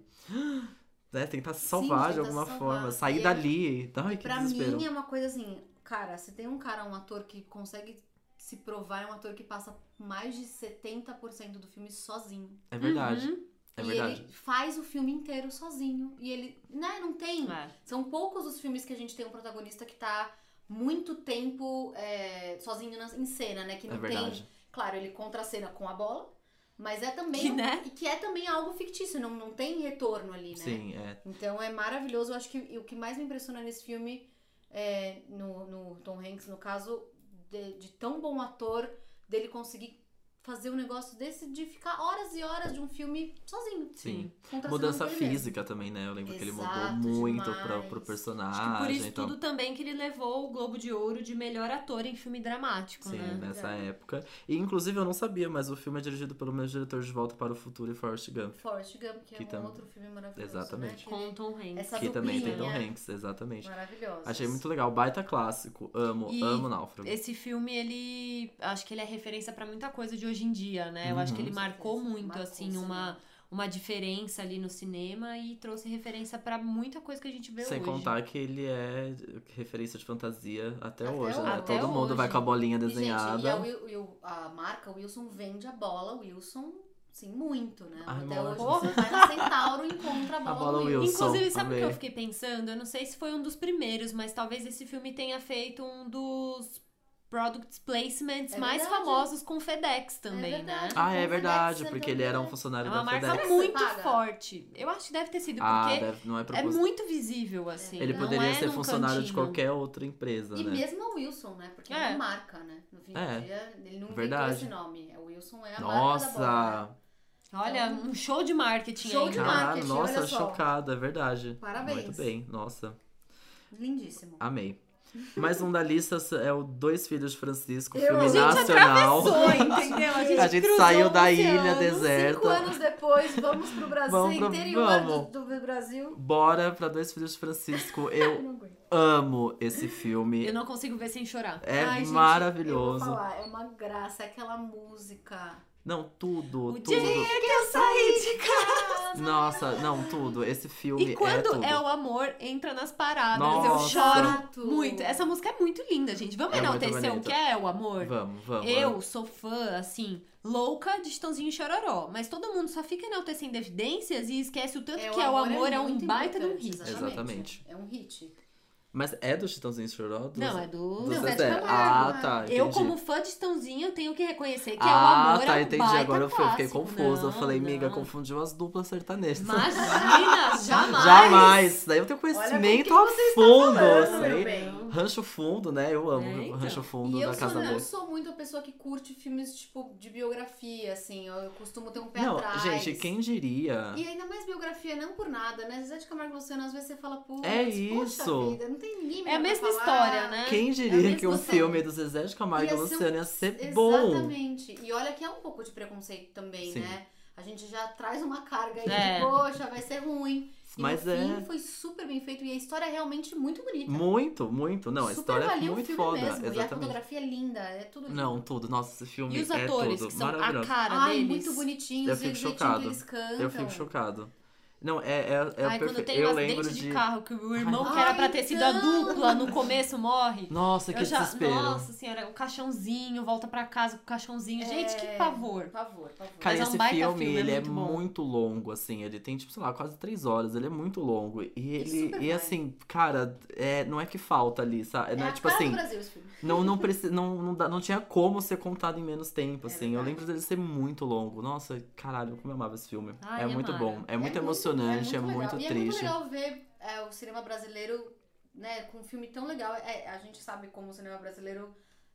B: Né? Tentar se salvar de
C: tentar
B: alguma
C: se
B: forma.
C: salvar.
B: Sair
C: E é-
B: dali. Ai,
C: e
B: que
C: pra
B: desespero.
C: mim é uma coisa assim, cara, se tem um cara, um ator que consegue se provar, é um ator que passa mais de 70% do filme sozinho.
B: É verdade.
A: Uhum.
B: É
C: e
B: verdade.
C: ele faz o filme inteiro sozinho. E ele, né, não tem.
A: É.
C: São poucos os filmes que a gente tem um protagonista que tá muito tempo é, sozinho na- em cena, né? Que
B: É
C: não tem
B: verdade.
C: Claro, ele contra a cena com a bola, mas é também.
A: Que, né?
C: E que é também algo fictício, não, não tem retorno ali, né?
B: Sim, é.
C: Então é maravilhoso. Eu acho que e o que mais me impressiona nesse filme, é, no, no Tom Hanks, no caso, de, de tão bom ator, dele conseguir fazer um negócio desse de ficar horas e horas de um filme sozinho.
B: Sim.
C: contra a
B: Mudança
C: cena com ele mesmo.
B: física também, né? Eu lembro que ele mudou
C: Exato,
B: muito
C: demais.
B: pro, pro
A: Acho
B: personagem.
A: que por isso
B: então,
A: tudo também que ele levou o Globo de Ouro de melhor ator em filme dramático,
B: Sim,
A: né?
B: nessa
C: Verdade.
B: época. E inclusive eu não sabia, mas o filme é dirigido pelo mesmo diretor de Volta para o Futuro e Forrest Gump.
C: Forrest Gump, que,
B: Que
C: é um
B: tam-
C: outro filme maravilhoso.
B: Exatamente.
C: Né?
A: Com o Tom Hanks.
C: Essa
B: que também tem Tom
C: duplinha.
B: Hanks, exatamente.
C: é Maravilhoso.
B: Achei muito legal, baita clássico. Amo,
A: E
B: amo Náufrago.
A: Esse filme, ele. Acho que ele é referência pra muita coisa de hoje em dia, né? Eu
B: Uhum.
A: acho que ele
C: Com
A: marcou
C: certeza.
A: muito,
C: Marcou,
A: assim,
C: sim.
A: uma, uma diferença ali no cinema e trouxe referência pra muita coisa que a gente vê
B: Sem
A: hoje.
B: contar que ele é referência de fantasia até,
C: Até
B: hoje, né?
C: hoje.
B: Todo mundo vai com a bolinha
C: E, Gente, e a,
B: desenhada.
C: Wil- e o- a marca Wilson vende a bola Wilson, sim, muito, né?
B: Ai,
C: Até
B: mano.
C: hoje você vai na Centauro e encontra a bola,
B: bola Wilson.
C: Wilson.
A: Inclusive, sabe o que
B: amei.
A: eu fiquei pensando? Eu não sei se foi um dos primeiros, mas talvez esse filme tenha feito um dos product placements
C: É
A: mais
C: verdade.
A: famosos com FedEx também, né?
C: verdade.
B: Ah, é
C: Então,
B: verdade,
C: FedEx,
B: porque
C: então,
B: ele era um
C: né?
A: É
B: funcionário
A: uma
B: da
A: marca
B: FedEx.
C: FedEx.
A: muito
C: Paga.
A: forte. Eu acho que deve ter sido,
B: Ah,
A: porque
B: deve- não é
A: é
B: proposta.
A: muito visível, assim.
B: Ele
A: não
B: poderia
A: é
B: ser
A: num
B: funcionário de
A: cantinho.
B: qualquer outra empresa,
C: E
B: né?
C: mesmo a Wilson, né? Porque é
A: É.
C: uma marca, né? No fim
B: É.
C: do dia, ele não
B: Verdade.
C: inventou esse nome. O Wilson é a marca da bola. né?
B: Nossa!
A: Olha, um show de marketing
C: Show
A: aí.
C: de
A: né?
B: Caralho,
C: marketing,
B: nossa,
C: olha só.
B: chocada, é verdade.
C: Parabéns.
B: Muito bem, nossa,
C: Lindíssimo.
B: amei. Mais um da lista é o Dois Filhos de Francisco,
C: Eu-
B: filme
C: A gente
B: nacional.
A: Foi, entendeu? A gente,
B: A gente
A: cruzou
B: saiu
A: o
B: da
A: oceano.
B: ilha deserta.
C: Cinco anos depois, vamos pro Brasil,
B: Vamos pro-
C: interior
B: vamos.
C: Do, do Brasil.
B: Bora pra Dois Filhos de Francisco.
C: Eu
B: Eu
C: não aguento.
B: amo esse filme.
A: Eu não consigo ver sem chorar.
B: É
C: Ai, gente, eu vou
B: maravilhoso.
C: falar, é uma graça, é aquela música.
B: não, tudo,
A: O
B: tudo.
A: dia que eu saí de casa.
B: Nossa, não, tudo. Esse filme
A: E quando
B: tudo.
A: é, o amor, entra nas paradas.
B: Nossa.
A: Eu choro
C: Exato.
A: muito. Essa música é muito linda, gente. Vamos
B: É muito
A: enaltecer o
B: bonita.
A: que é o amor?
B: Vamos, vamos.
A: Eu sou fã, assim, louca de Chitãozinho e Chororó. Mas todo mundo só fica enaltecendo evidências e esquece o tanto que é o amor, é um
C: muito
A: baita de um
C: importante,
A: hit.
B: Exatamente.
C: É um hit.
B: Mas é do Chitãozinho Choró? Dos-
A: Não, é do.
B: dos
C: Não,
B: Zezé.
C: Zé de Camargo,
B: Ah,
C: né?
B: tá.
A: Eu,
B: entendi.
A: como fã de Chitãozinho, eu tenho que reconhecer que é um
B: ah,
A: amor.
B: tá,
A: é um
B: entendi.
A: baita
B: Agora eu fui- eu fiquei
A: clássico.
B: confusa. eu
A: Não,
B: falei, miga,
A: não.
B: confundiu as duplas sertanejas.
A: Imagina, jamais.
B: Jamais! Daí eu tenho
D: com
B: conhecimento
D: quem
B: a
D: você está
B: fundo.
D: falando,
B: isso
D: meu
B: aí.
D: bem.
B: Rancho fundo, né? Eu amo
A: É,
B: o
A: então.
B: rancho fundo
C: E eu
B: da
C: sou,
B: casa
C: eu
B: dele.
C: sou muito a pessoa que curte filmes, tipo, de biografia, assim. Eu, eu costumo ter um pé
B: Não,
C: atrás.
B: gente, quem diria?
C: E ainda mais biografia, não por nada, né? Zé de Camargo e Luciano, às vezes você fala, putz,
B: É
C: poxa
B: isso.
C: vida, não tem ninguém
A: É a
C: melhor
A: mesma
C: pra falar.
A: história, né?
B: Quem
C: É a
B: diria
C: mesma
B: que um
C: noção.
B: filme do Zezé de Camargo
C: Ia
B: e
C: ser um-
B: Luciano ia ser bom?
C: Exatamente. E olha que é um pouco de preconceito também,
B: Sim.
C: né? A gente já traz uma carga aí
A: É.
C: de, poxa, vai ser ruim. E
B: Mas
C: no fim
B: é
C: foi super bem feito e a história é realmente muito bonita.
B: muito, muito. Não, a
C: super
B: história é
C: valeu o
B: muito
C: filme
B: foda.
C: mesmo. E a
B: Exatamente.
C: fotografia é linda, é tudo lindo.
B: Não, tudo. Nossa, esse filme
A: E os
B: é
A: atores,
B: tudo.
A: que são a
B: Maravilhoso.
A: cara
C: Ai,
A: deles.
C: muito bonitinhos,
B: Eu
C: e o
B: fico
C: jeitinho
B: chocado.
C: que eles cantam.
B: Eu fico chocado. Não, é, é, é
A: Ai, quando
B: perfe-
A: tem um
B: Eu lembro
A: acidente de... carro que o irmão que era
C: Ai,
A: pra ter sido a
C: então.
A: dupla no começo morre.
B: Nossa, que
A: Eu já,
B: desespero.
A: nossa senhora, o caixãozinho, volta pra casa com o caixãozinho. Gente, que pavor.
C: Por favor, por favor.
B: Cara,
A: Mas é um
B: esse
A: baita
B: filme,
A: filme, é
B: ele é
A: muito bom.
B: muito longo, assim. Ele tem, tipo, sei lá, quase três horas. Ele é muito longo. E ele,
C: super
B: e
C: vai.
B: assim, cara, é, não é que falta ali, sabe? Não é,
C: a
B: tipo
C: cara do
B: assim,
C: Brasil, esse filme.
B: não, não, preci- não, não, dá- não tinha como ser contado em menos tempo,
C: É
B: assim. Eu
C: verdade.
B: lembro dele ser muito longo. Nossa, caralho, como eu amava esse filme.
A: Ai,
B: é
A: é
B: muito
A: mara.
B: bom, é muito emocionante, é muito,
C: legal. E é muito
B: triste.
C: legal ver é, o cinema brasileiro né, com um filme tão legal. É, a gente sabe como o cinema brasileiro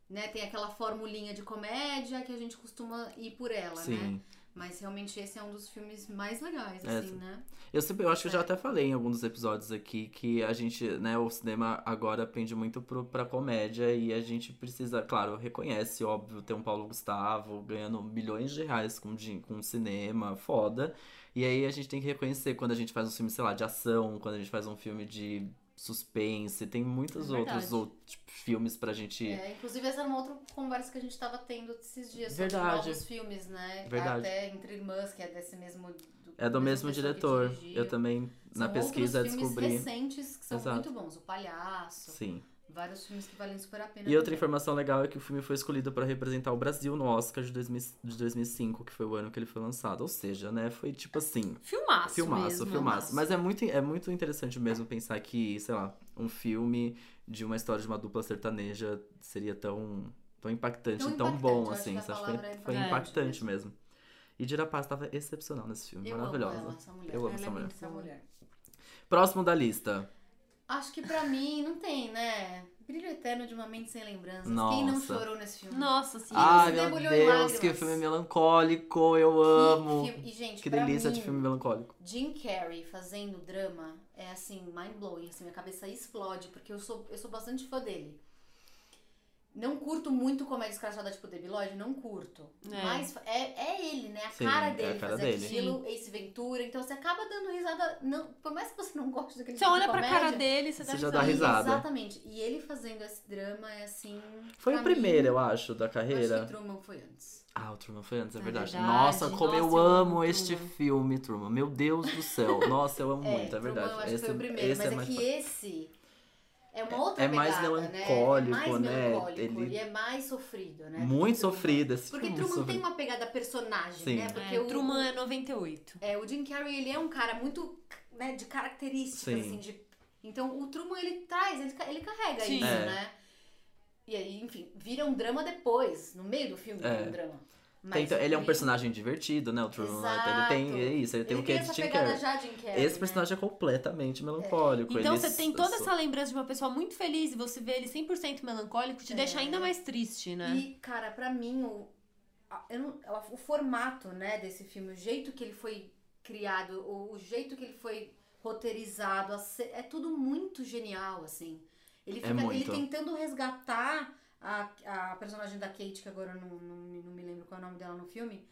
C: né, tem aquela formulinha de comédia que a gente costuma ir por ela, né?
B: Sim.
C: Mas realmente esse é um dos filmes mais legais,
B: É,
C: assim, né?
B: Eu, sempre, eu acho que eu já
C: É.
B: até falei em algum dos episódios aqui que a gente, né, o cinema agora pende muito pro, pra comédia e a gente precisa, claro, reconhece, óbvio, ter um Paulo Gustavo ganhando milhões de reais com, din- com cinema, foda. E aí a gente tem que reconhecer quando a gente faz um filme, sei lá, de ação, quando a gente faz um filme de suspense, tem muitos
A: É
B: outros
A: verdade.
B: outros tipo, filmes pra gente.
C: É, inclusive, essa era uma outra conversa que a gente tava tendo esses dias sobre
B: Verdade.
C: novos filmes, né?
B: Verdade.
C: Até Entre Irmãs, que é desse mesmo.
B: É do mesmo
C: pessoa que
B: diretor.
C: dirigiu.
B: Eu também, na
C: São
B: pesquisa,
C: outros filmes
B: descobri.
C: recentes que são
B: Exato.
C: muito bons. O Palhaço,
B: Sim.
C: vários filmes que valem super a pena.
B: E outra
C: também.
B: informação legal é que o filme foi escolhido pra representar o Brasil no Oscar de, 2000 de 2005, que foi o ano que ele foi lançado. Ou seja, né, foi tipo assim,
A: Filmaço.
B: filmaço,
A: mesmo.
B: filmaço. Mas é muito, é muito interessante mesmo pensar que, sei lá, um filme de uma história de uma dupla sertaneja seria tão, tão impactante,
C: Tão
B: tão, bom,
C: impactante, eu acho
B: assim.
C: que a
B: sabe?
C: palavra
B: Foi,
C: é
B: foi
A: impactante
B: impactante mesmo. E Dira Paz tava excepcional nesse filme,
C: Eu
B: maravilhosa.
C: Amo ela, essa mulher.
B: Eu amo
C: Ela
B: essa
C: é
B: mulher.
C: muito boa.
B: Próximo da lista.
C: Acho que pra mim não tem, né? Brilho Eterno de uma Mente Sem Lembranças. Quem não
B: Nossa.
C: chorou nesse filme?
A: Nossa senhora.
B: Ai,
C: se
B: meu
C: debulhou em
B: Deus, que
C: lágrimas.
B: filme melancólico, eu amo.
C: Que, filme- e, gente,
B: Que
C: pra
B: delícia
C: mim,
B: de filme melancólico.
C: Jim Carrey fazendo drama é assim, mind blowing, assim, minha cabeça explode, porque eu sou, eu sou bastante fã dele. Não curto muito comédia escrachada tipo Debi Lloyd, não curto.
A: É.
C: Mas é, é ele, né? A
B: Sim,
C: cara
B: é a
C: dele
B: cara
C: fazer
B: dele.
C: aquilo, Ace Ventura. Então você acaba dando risada. Não, por mais que você não goste daquele
A: Você
C: tipo
A: olha
C: de
A: pra
C: comédia,
A: cara dele, você,
B: Você
A: deve
B: já
A: saber.
B: dá risada.
C: Exatamente. E ele fazendo esse drama é assim.
B: Foi
C: pra
B: o
C: mim,
B: primeiro, eu acho, da
C: Acho que
B: carreira.
C: Truman foi antes.
B: Ah, o Truman foi antes, é
A: É
B: verdade.
A: verdade.
B: Nossa, como
A: Nossa,
B: eu
A: eu amo
B: amo este
A: Truman.
B: filme, Truman. Meu Deus do céu. Nossa, eu amo muito, é
C: Truman
B: verdade.
C: eu acho
B: esse,
C: que foi o primeiro.
B: esse
C: mas é,
B: mais
C: que
B: forte.
C: esse é uma outra
B: é mais
C: pegada,
B: melancólico,
C: né? É mais
B: né?
C: melancólico
B: Ele-
C: e é mais sofrido, né?
B: Muito
C: Porque Truman-
B: sofrido esse
C: Porque
B: filme.
C: Truman
B: sofrido.
C: tem uma pegada personagem,
B: Sim.
C: né? Porque
A: É,
C: o
A: Truman é 98.
C: é, o Jim Carrey, ele é um cara muito, né, de características,
B: Sim.
C: assim, de... Então, o Truman, ele traz, ele, ca- ele carrega
A: Sim.
C: isso,
B: É.
C: né? E aí, enfim, vira um drama depois, no meio do filme,
B: É.
C: vira um drama. Mas
B: Tem- então, ele é um
C: o-
B: personagem divertido, né? O Truman. né? Ele tem. É
C: Exato.
B: isso, ele
C: Ele
B: tem
C: tem,
B: o que é de
C: essa
B: Jim
C: pegada
B: Carrey.
C: já Jim Carrey,
B: Esse
C: né?
B: personagem é completamente melancólico.
A: Então
B: ele
A: você
B: s-
A: tem toda
B: s-
A: essa lembrança de uma pessoa muito feliz e você vê ele 100% melancólico, te deixa ainda mais triste, né?
C: E, cara, pra mim, o, a- eu não- a- o formato né, desse filme, o jeito que ele foi criado, o, o jeito que ele foi roteirizado, a ce- é tudo muito genial, assim. Ele, fica, ele
B: É muito.
C: tentando resgatar a, a personagem da Kate, que agora eu não, não, me- não me lembro qual é o nome dela no filme.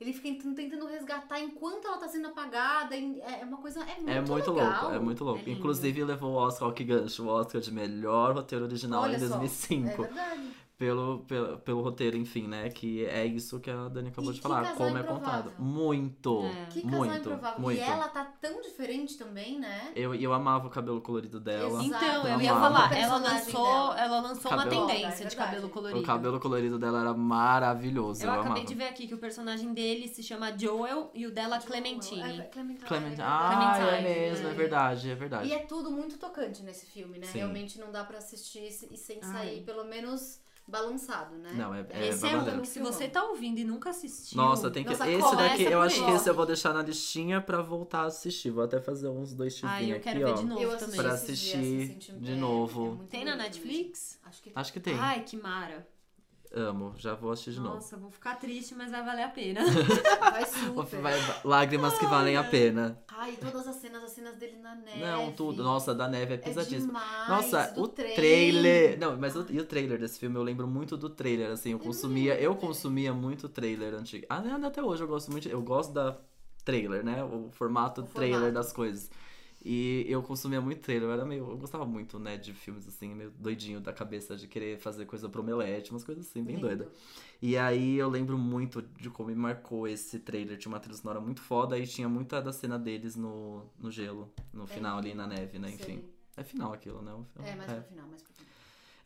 C: Ele fica tentando, tentando resgatar enquanto ela tá sendo apagada. em- É é uma coisa. É muito,
B: É muito
C: legal.
B: louco, é muito louco.
A: lindo.
B: Inclusive, levou o Oscar, ó, que gancho, o Oscar de é melhor roteiro original
C: Olha
B: em
C: só,
B: 2005.
C: É verdade.
B: pelo, pelo, pelo roteiro, enfim, né? Que é isso que a Dani acabou
C: E
B: de
C: que
B: falar.
C: casal
B: Como é
C: improvável.
B: contado. Muito.
A: É.
C: Que casal
B: muito.
C: improvável.
B: Muito.
C: E ela tá tão diferente também, né?
B: Eu, eu amava o cabelo colorido dela.
C: Exato.
A: Então, eu ia
B: Amava.
A: falar,
C: O
A: ela
C: personagem
A: lançou,
C: dela.
A: ela lançou uma
B: Cabelo.
A: tendência
C: É
A: de cabelo
C: verdade.
A: colorido.
B: O cabelo colorido dela era maravilhoso.
A: Eu
B: Eu,
A: acabei
B: amava.
A: de ver aqui que o personagem dele se chama Joel e o dela Clementine.
C: É, Clementine.
B: Clement...
C: é
B: Ah,
A: né?
C: verdade.
B: é mesmo, é verdade, é verdade.
C: E é tudo muito tocante nesse filme, né?
B: Sim.
C: Realmente não dá pra assistir se- e sem
A: Ai.
C: sair, pelo menos balançado, né?
B: Não, é, é
A: esse é
B: babado.
A: um que se você tá ouvindo e nunca assistiu.
B: Nossa, tem que.
C: tipo, Nossa,
B: esse
C: começa
B: daqui, eu
C: por
B: acho que
C: ele.
B: esse eu vou deixar na listinha pra voltar a assistir. Vou até fazer uns dois
A: Ai,
B: tivinhos
A: eu
B: aqui,
A: quero ver
B: ó.
A: de novo
C: Eu assisti
A: também.
B: Pra
C: esses dias,
B: assistir
C: assim, senti-
B: de
C: é,
B: novo.
C: é muito
A: Tem na
C: bonito mesmo.
A: Netflix?
C: Acho que
B: Acho que tem.
A: Ai, que mara.
B: Amo, já vou assistir de novo.
A: Nossa, vou ficar triste, mas vai valer a pena.
C: tá, vai
B: Ou
C: super.
B: vai- Lágrimas que valem a pena.
C: Ai, todas as cenas, as cenas dele na
A: é
C: neve.
B: Não, tudo. Nossa, da neve é
C: É
B: pesadíssimo.
C: demais.
B: Nossa,
C: do
B: o
C: trem.
B: trailer. Não, mas o, e o trailer desse filme, eu lembro muito do trailer, assim, eu consumia, eu
C: lembro.
B: consumia muito trailer antigo. Ah, né, até hoje eu gosto muito, eu gosto da trailer, né? O formato
C: O
B: trailer
C: formato.
B: das coisas. E eu consumia muito trailer, eu era meio, eu gostava muito, né, de filmes assim, meio doidinho da cabeça de querer fazer coisa pro Melete, umas coisas assim, bem
C: Lindo.
B: doida. E aí eu lembro muito de como me marcou esse trailer. Tinha uma trilha sonora muito foda e tinha muita da cena deles no, no gelo, no final ali na neve, né? Enfim.
C: É Sim.
B: É final aquilo, né? O filme.
C: É, mais pro final, mais pro final.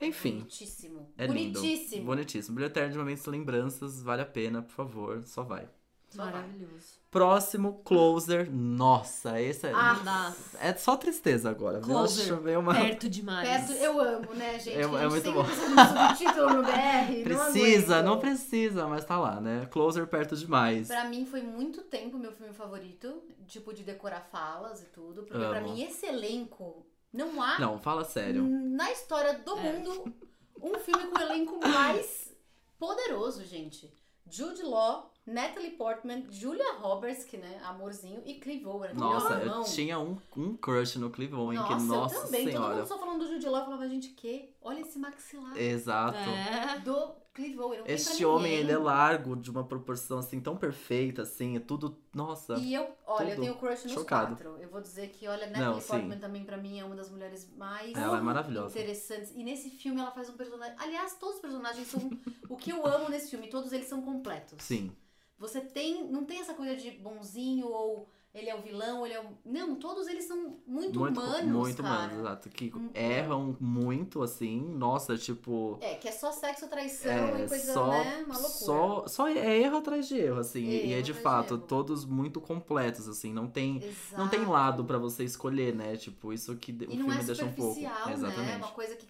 B: Enfim.
C: Bonitíssimo.
B: É lindo.
C: Bonitíssimo.
B: Bonitíssimo. Bilhetério de Momentos e Lembranças, vale a pena, por favor, só vai.
C: Só vai.
A: Maravilhoso.
B: Próximo, Closer. Nossa, esse é.
C: Ah, É,
A: Não dá.
B: É só tristeza agora. viu?
A: Closer.
B: Acho meio uma.
A: Perto demais.
C: Perto, eu amo, né, gente?
B: É-
C: A
B: é
C: gente
B: muito
C: sempre
B: bom.
C: precisa de um subtítulo no BR.
B: Precisa,
C: não
B: não
C: aguento.
B: precisa, mas tá lá, né? Closer perto demais.
C: Pra mim foi muito tempo meu filme favorito, tipo de decorar falas e tudo, porque pra
B: Amo.
C: mim esse elenco não há
B: Não, fala sério.
C: na história do
A: É.
C: mundo um filme com o elenco mais poderoso, gente. Jude Law, Natalie Portman, Julia Roberts, que né, amorzinho, e Clive Owen. que
B: Nossa,
C: meu
B: eu
C: irmão.
B: tinha um, um crush no Clive Owen,
C: Nossa,
B: que
C: eu
B: nossa
C: também. Todo
B: senhora.
C: mundo só falando do Jude Law, eu falava, gente, que? Olha esse maxilar
B: Exato.
A: É.
C: do Clive Owen. não tem
B: Este
C: pra
B: homem,
C: ninguém.
B: ele é largo, de uma proporção assim tão perfeita, assim, é tudo. Nossa.
C: E eu, olha, eu
B: Tudo.
C: tenho crush nos
B: Chocado.
C: quatro. Eu vou dizer que, olha, Natalie
B: Não,
C: Portman
B: sim.
C: também, pra mim, é uma das mulheres mais
B: Ela é maravilhosa.
C: interessantes. E nesse filme ela faz um personagem. Aliás, todos os personagens são o que eu amo nesse filme, todos eles são completos.
B: Sim.
C: Você tem. Não tem essa coisa de bonzinho ou ele é o vilão, ele é o. Não, todos eles são muito, humanos.
B: Muito
C: cara.
B: humanos, exato. Que
C: Hum.
B: erram muito, assim. Nossa, tipo.
C: É, que é só sexo, traição
B: É,
C: e coisa,
B: só,
C: né? Uma loucura.
B: só, só é erro atrás de erro, assim. e é
C: Erro
B: de
C: atrás de
B: fato,
C: erro.
B: todos muito completos, assim. Não tem,
C: Exato.
B: não tem lado pra você escolher, né? Tipo, isso que de- o
C: E não
B: filme
C: é
B: deixa um pouco.
C: superficial, né? É
B: Exatamente.
C: uma coisa que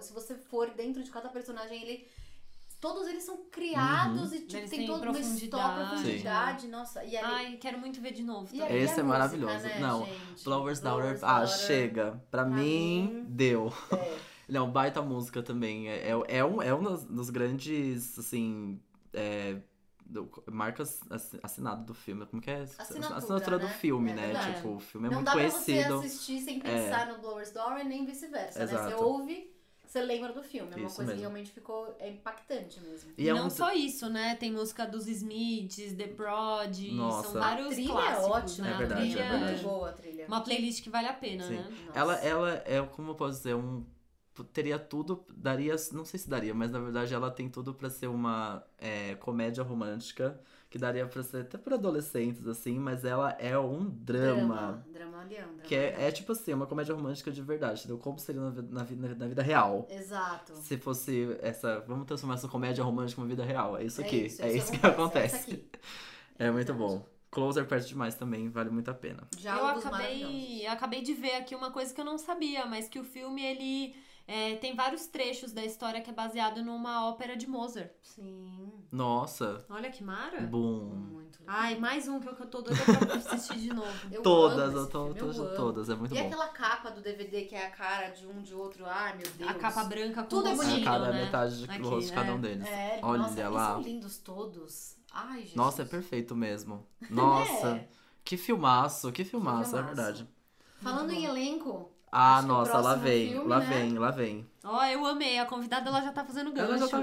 C: se você for dentro de cada personagem, ele. Todos eles são criados e tipo,
A: Uhum. Eles
C: tem
A: têm
C: toda uma história,
A: profundidade.
C: profundidade, nossa. E ali,
A: Ai, quero muito ver de novo.
C: e
A: também.
C: ali
B: Esse é
C: a música,
B: maravilhoso.
C: Né,
B: Não,
C: gente?
B: Flowers Daughter.
C: Flowers
B: Ah,
C: Daughter.
B: chega. Pra, mim,
C: mim,
B: deu.
C: É.
B: Não, baita música também. É, é, é um, é um dos, dos grandes, assim. É, do- marcas assi- assinado do filme. Como que é?
C: Assinatura,
B: do
C: né?
B: filme,
C: É
B: né?
C: verdade.
B: Tipo, o filme é
C: não
B: muito
C: dá pra
B: conhecido. É.
C: você assistir sem pensar no Flowers Daughter nem vice-versa, né? Você
B: Exato.
C: ouve, você lembra do filme. É uma
B: Isso
C: coisa
B: mesmo.
C: que realmente ficou é impactante mesmo.
B: E é
A: não
B: um.
A: só isso, né? Tem música dos Smiths, The Prod,
B: Nossa.
A: são
B: A
A: vários
C: a trilha é
A: clássicos.
C: ótima,
A: né?
B: É
A: A
B: verdade,
A: trilha
B: é
C: é
B: verdade.
C: muito boa a trilha.
A: Uma playlist que vale a pena,
B: Sim.
A: né?
C: Nossa.
B: Ela, ela é, como eu posso dizer, um. Teria tudo, daria. Não sei se daria, mas na verdade ela tem tudo pra ser uma é, comédia romântica. Que daria pra ser até pra adolescentes, assim, mas ela é um
C: Drama, drama Leandro.
B: Que é, é tipo assim, uma comédia romântica de verdade, entendeu? Como seria na, vi- na, vi- na vida real.
C: Exato.
B: Se fosse essa. Vamos transformar essa comédia romântica em uma vida real. É isso
C: É
B: aqui. É isso,
C: isso, é isso
B: que acontece.
C: acontece, é isso
B: É muito
C: Verdade.
B: bom. Closer perto demais também, vale muito a pena.
A: Eu
C: Diálogos maravilhosos.
A: acabei, acabei de ver aqui uma coisa que eu não sabia, mas que o filme, ele é, tem vários trechos da história que é baseado numa ópera de Mozart.
C: Sim,
B: Nossa,
A: Olha que
C: É.
A: mara.
B: bom.
C: muito legal.
A: Ai, mais um que eu, que eu tô doida pra assistir de novo.
C: Eu
B: Todas,
C: amo
B: eu
C: esse
B: tô,
C: filme, eu
B: tô-
C: amo.
B: todas, é muito
C: E
B: bom.
C: aquela capa do DVD que é a cara de um de outro. Ai, meu Deus.
A: A capa branca com
C: Tudo
A: o
C: é
B: A
A: rostinho,
B: cada
A: né?
B: metade de
A: Aqui,
B: rosto de cada um
A: é.
B: deles.
C: É,
B: Olha
C: nossa, eles
B: lá.
C: são lindos todos. Ai, gente.
B: Nossa, é perfeito mesmo. Nossa, que filmaço, que filmaço, é
C: É. filmaço.
B: verdade.
C: Falando em elenco,
B: Ah,
C: Acho que o
B: nossa, lá
C: próximo
B: vem,
C: filme,
B: lá
C: né?
B: vem, lá vem.
A: Ó, eu amei. A convidada, ela já tá fazendo gancho.
B: Ela já tá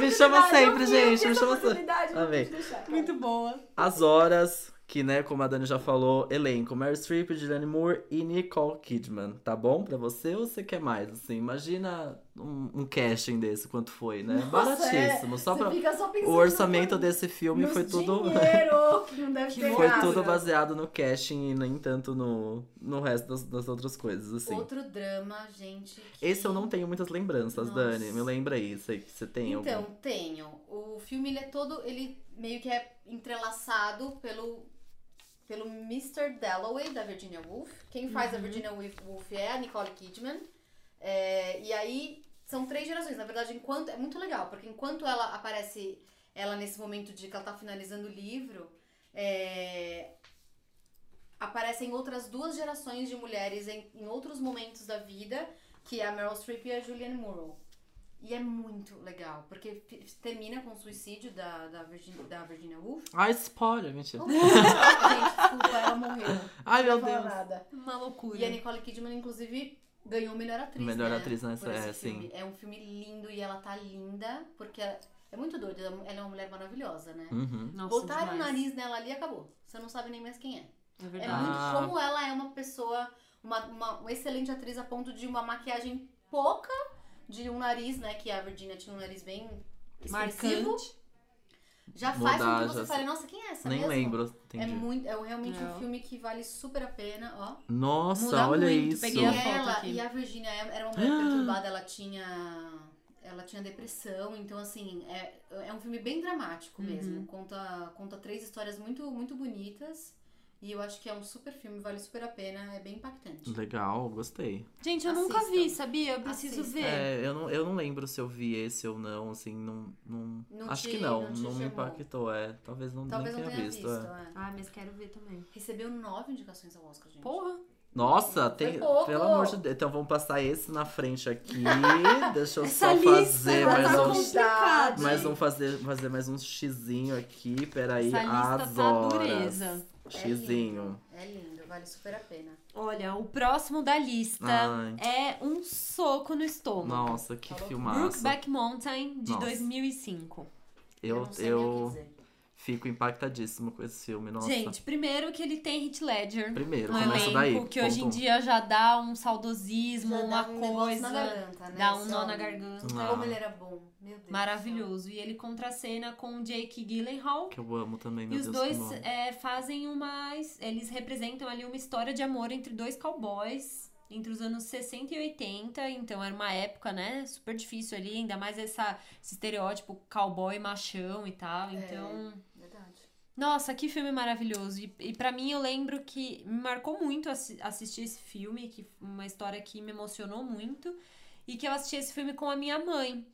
B: Me chama
D: Verdade, eu
B: sempre,
D: vi, eu vi
B: gente, me
D: essa
B: chama sempre.
D: oportunidade, não
B: Amei.
D: pude deixar, cara.
A: Muito boa.
B: As Horas, Que, né, como a Dani já falou, elenco, Mary Streep, Julianne Moore e Nicole Kidman. Tá bom pra você ou você quer mais? Assim, imagina um, um casting desse, quanto foi, né?
C: Nossa, é.
B: Baratíssimo. Só
C: Você
B: pra...
C: fica só pensando
B: O orçamento
C: no-
B: desse filme
C: nos né?
B: foi tudo...
C: dinheiro que não deve
A: Que
C: ter
B: Foi
C: gasto.
B: tudo baseado no casting e nem tanto no, no resto das, das outras coisas, assim.
C: Outro drama, gente. que-
B: Esse eu não tenho muitas lembranças,
C: Nossa.
B: Dani. Me lembra aí, sei que você tem
C: Então,
B: algum.
C: tenho. O filme ele é todo, ele meio que é entrelaçado pelo pelo Mr. Dalloway da Virginia Woolf. Quem faz
B: Uhum.
C: a Virginia Woolf, Woolf é a Nicole Kidman. É, e aí são três gerações. Na verdade, enquanto é muito legal, porque enquanto ela aparece ela nesse momento de que ela tá finalizando o livro, é, aparecem outras duas gerações de mulheres em, em outros momentos da vida, que é a Meryl Streep e a Julianne Moore. E é muito legal, porque fi- termina com o suicídio da, da, Virginia, da Virginia Woolf.
B: Ai, spoiler, mentira.
C: Gente, desculpa, ela morreu.
B: Ai, meu
C: Não vou falar
B: Deus.
C: nada.
A: Uma loucura.
C: E a Nicole Kidman, inclusive, ganhou melhor atriz.
B: Melhor
C: né,
B: atriz nessa-
C: por
B: é,
C: esse
B: sim.
C: filme. É um filme lindo e ela tá linda, porque ela- é muito doida. Ela é uma mulher maravilhosa, né?
B: Uhum.
A: Nossa,
C: Botaram o
A: demais.
C: nariz nela ali e acabou. Você não sabe nem mais quem é.
A: É
C: É
A: verdade.
C: muito,
B: Ah.
C: como ela é uma pessoa, uma, uma, uma excelente atriz a ponto de uma maquiagem pouca de um nariz, né? Que a Virginia tinha um nariz bem expressivo.
A: Marcante.
C: Já faz com
B: Mudar,
C: que você
B: já-
C: fale, nossa, quem é essa
B: Nem
C: mesmo?
B: lembro,
C: É
B: entendi.
C: muito, é realmente
A: Não.
C: um filme que vale super a pena, ó.
B: Nossa,
A: Muda
B: olha
A: muito,
B: isso.
A: peguei
C: E
A: a foto
C: ela
A: aqui.
C: e a Virginia é- era uma mulher perturbada, ela tinha ela tinha depressão, então assim, é, é um filme bem
A: Uhum.
C: dramático mesmo. Conta conta três histórias muito muito bonitas e eu acho que é um super filme, vale super a pena, é bem impactante.
B: Legal, gostei.
A: Gente, eu nunca
C: Ah, Assistam.
A: vi, sabia? Eu preciso
C: Assistam.
A: ver.
B: É, eu não, eu não lembro se eu vi esse ou não, assim, não. não...
C: Não
B: Acho
C: te-
B: que não,
C: não te
B: não, me
C: chamou.
B: impactou, é. Talvez não
C: Talvez
B: nem
C: não
B: tenha,
C: tenha
B: visto.
C: visto,
B: é.
C: é.
A: Ah, mas quero ver também.
C: Recebeu nove indicações ao Oscar, gente.
A: Porra!
B: Nossa,
C: Foi
B: tem.
C: pouco.
B: Pelo amor de Deus. Então vamos passar esse na frente aqui. Deixa eu
A: Essa
B: só
A: lista
B: fazer
A: tá
B: mais
A: complicada.
B: um.
A: complicado.
B: Mais um fazer, fazer mais um xizinho aqui. Peraí,
A: Essa lista
B: as
A: tá
B: horas.
A: dureza.
B: xizinho.
C: É lindo, vale super a pena.
A: Olha, o próximo da lista
C: Então,
B: Ai.
A: é um soco no estômago.
B: Nossa, que
C: Falou.
B: filmaço.
A: Brookback Mountain, de
B: Nossa.
A: 2005.
B: Eu,
C: eu não sei nem o que
B: eu
C: dizer.
B: fico impactadíssimo com esse filme. Nossa.
A: Gente, primeiro que ele tem Heath Ledger.
C: um
B: Primeiro,
A: no
B: começa
A: elenco,
B: daí.
A: que hoje em
B: ponto um.
A: dia já dá um saudosismo,
C: Já
A: uma
C: dá um negócio
A: coisa.
C: na garganta, né?
A: dá um nó
C: Só-
A: na garganta.
B: Ah.
C: Como ele era bom, meu Deus. do céu.
A: Maravilhoso. E ele contracena com Jake Gyllenhaal.
B: Que eu amo também,
A: E
B: meu
A: os
B: Deus.
A: dois
B: como eu amo.
A: é, fazem uma. Eles representam ali uma história de amor entre dois cowboys, entre os anos 60 e 80. Então era uma época, né? Super difícil ali, ainda mais essa, esse estereótipo cowboy machão e tal. Então.
C: É, Verdade.
A: Nossa, que filme maravilhoso. E, e para mim eu lembro que me marcou muito assi- assistir esse filme, que uma história que me emocionou muito, e que eu assisti esse filme com a minha mãe.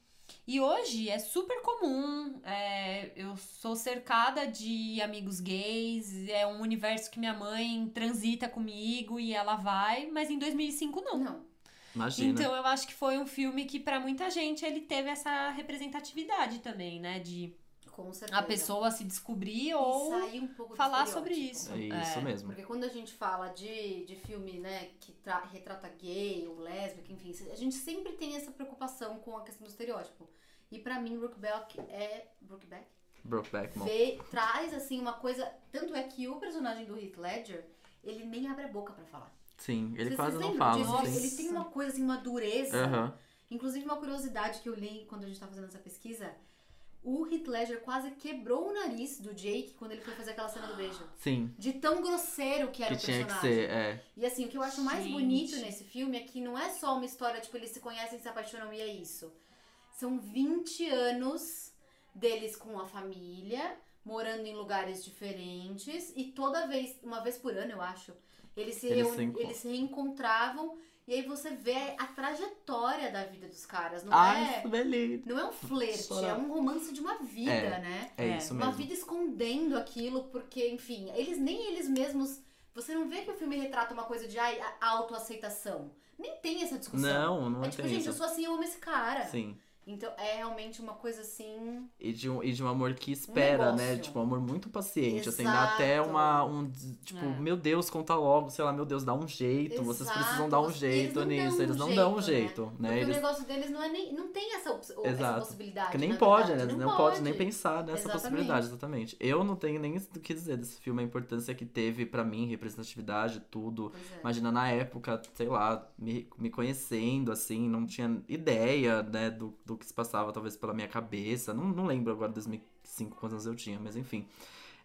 A: E hoje é super comum, é, eu sou cercada de amigos gays, é um universo que minha mãe transita comigo e ela vai, mas em 2005 não.
C: Não.
B: Imagina.
A: Então eu acho que foi um filme que pra muita gente ele teve essa representatividade também, né? De
C: Com certeza.
A: a pessoa se descobrir
C: E
A: ou
C: sair um pouco do
A: falar sobre
C: estereótipo.
A: isso.
B: é isso
A: é,
B: mesmo.
C: Porque quando a gente fala de, de filme, né, que tra- retrata gay ou lésbica, enfim, a gente sempre tem essa preocupação com a questão do estereótipo. E pra mim, Brookback é. Brookback?
B: Brokeback Mountain.
C: Vê, traz, assim, uma coisa. Tanto é que o personagem do Heath Ledger, ele nem abre a boca pra falar.
B: Sim, ele
C: Vocês-
B: quase
C: vocês
B: não
C: lembram
B: fala.
C: disso?
A: sim.
C: Ele tem uma coisa, assim, uma dureza.
B: Aham.
C: Inclusive, uma curiosidade que eu li quando a gente tava fazendo essa pesquisa. O Heath Ledger quase quebrou o nariz do Jake quando ele foi fazer aquela cena do beijo.
B: Sim,
C: De tão grosseiro que era
B: que
C: o
B: tinha
C: personagem.
B: que ser. É.
C: E assim, o que eu acho mais
A: Gente.
C: bonito nesse filme é que não é só uma história, tipo, eles se conhecem, se apaixonam e é isso. São 20 anos deles com a família, morando em lugares diferentes, e toda vez, uma vez por ano, eu acho, eles se,
B: Eles
C: reun-
B: se encon-
C: eles se reencontravam, e aí você vê a trajetória da vida dos caras, não
B: Ai,
C: é?
B: beleza.
C: Não é um flerte,
B: Chora.
C: é um romance de uma vida,
B: É.
C: né?
B: É,
A: É,
B: isso
C: uma
B: mesmo.
C: vida escondendo aquilo, porque, enfim, eles nem eles mesmos. Você não vê que o filme retrata uma coisa de ai, a- autoaceitação. Nem tem essa discussão.
B: Não, não
C: é
B: é
C: tipo, gente, eu
B: isso.
C: sou assim, eu amo esse cara.
B: Sim.
C: Então é realmente uma coisa assim.
B: E de, um, e de um amor que espera, né?
C: negócio.
B: Tipo, um amor muito paciente, assim, dá até
C: Exato.
B: uma. Um, des- tipo,
A: É.
B: meu Deus, conta logo, sei lá, meu Deus, dá um jeito. Vocês
C: Exato,
B: precisam dar um
C: vocês- eles
B: jeito
C: não dão
B: nisso.
C: um
B: Eles não dão um jeito,
C: jeito,
B: né?
C: Porque o
B: Eles.
C: negócio deles não é nem. não tem essa, op- essa
B: Exato.
C: possibilidade.
B: Que nem
C: na
B: pode,
C: verdade.
B: né? Não,
C: Não
B: pode nem pensar nessa
C: Exatamente.
B: possibilidade, exatamente. Eu não tenho nem o que dizer desse filme, a importância que teve pra mim, representatividade, tudo.
C: Pois é.
B: Imagina na época, sei lá, me, me conhecendo, assim, não tinha ideia, né, do, do que se passava, talvez, pela minha cabeça. Não, não lembro agora, 2005, quantos anos eu tinha, mas enfim.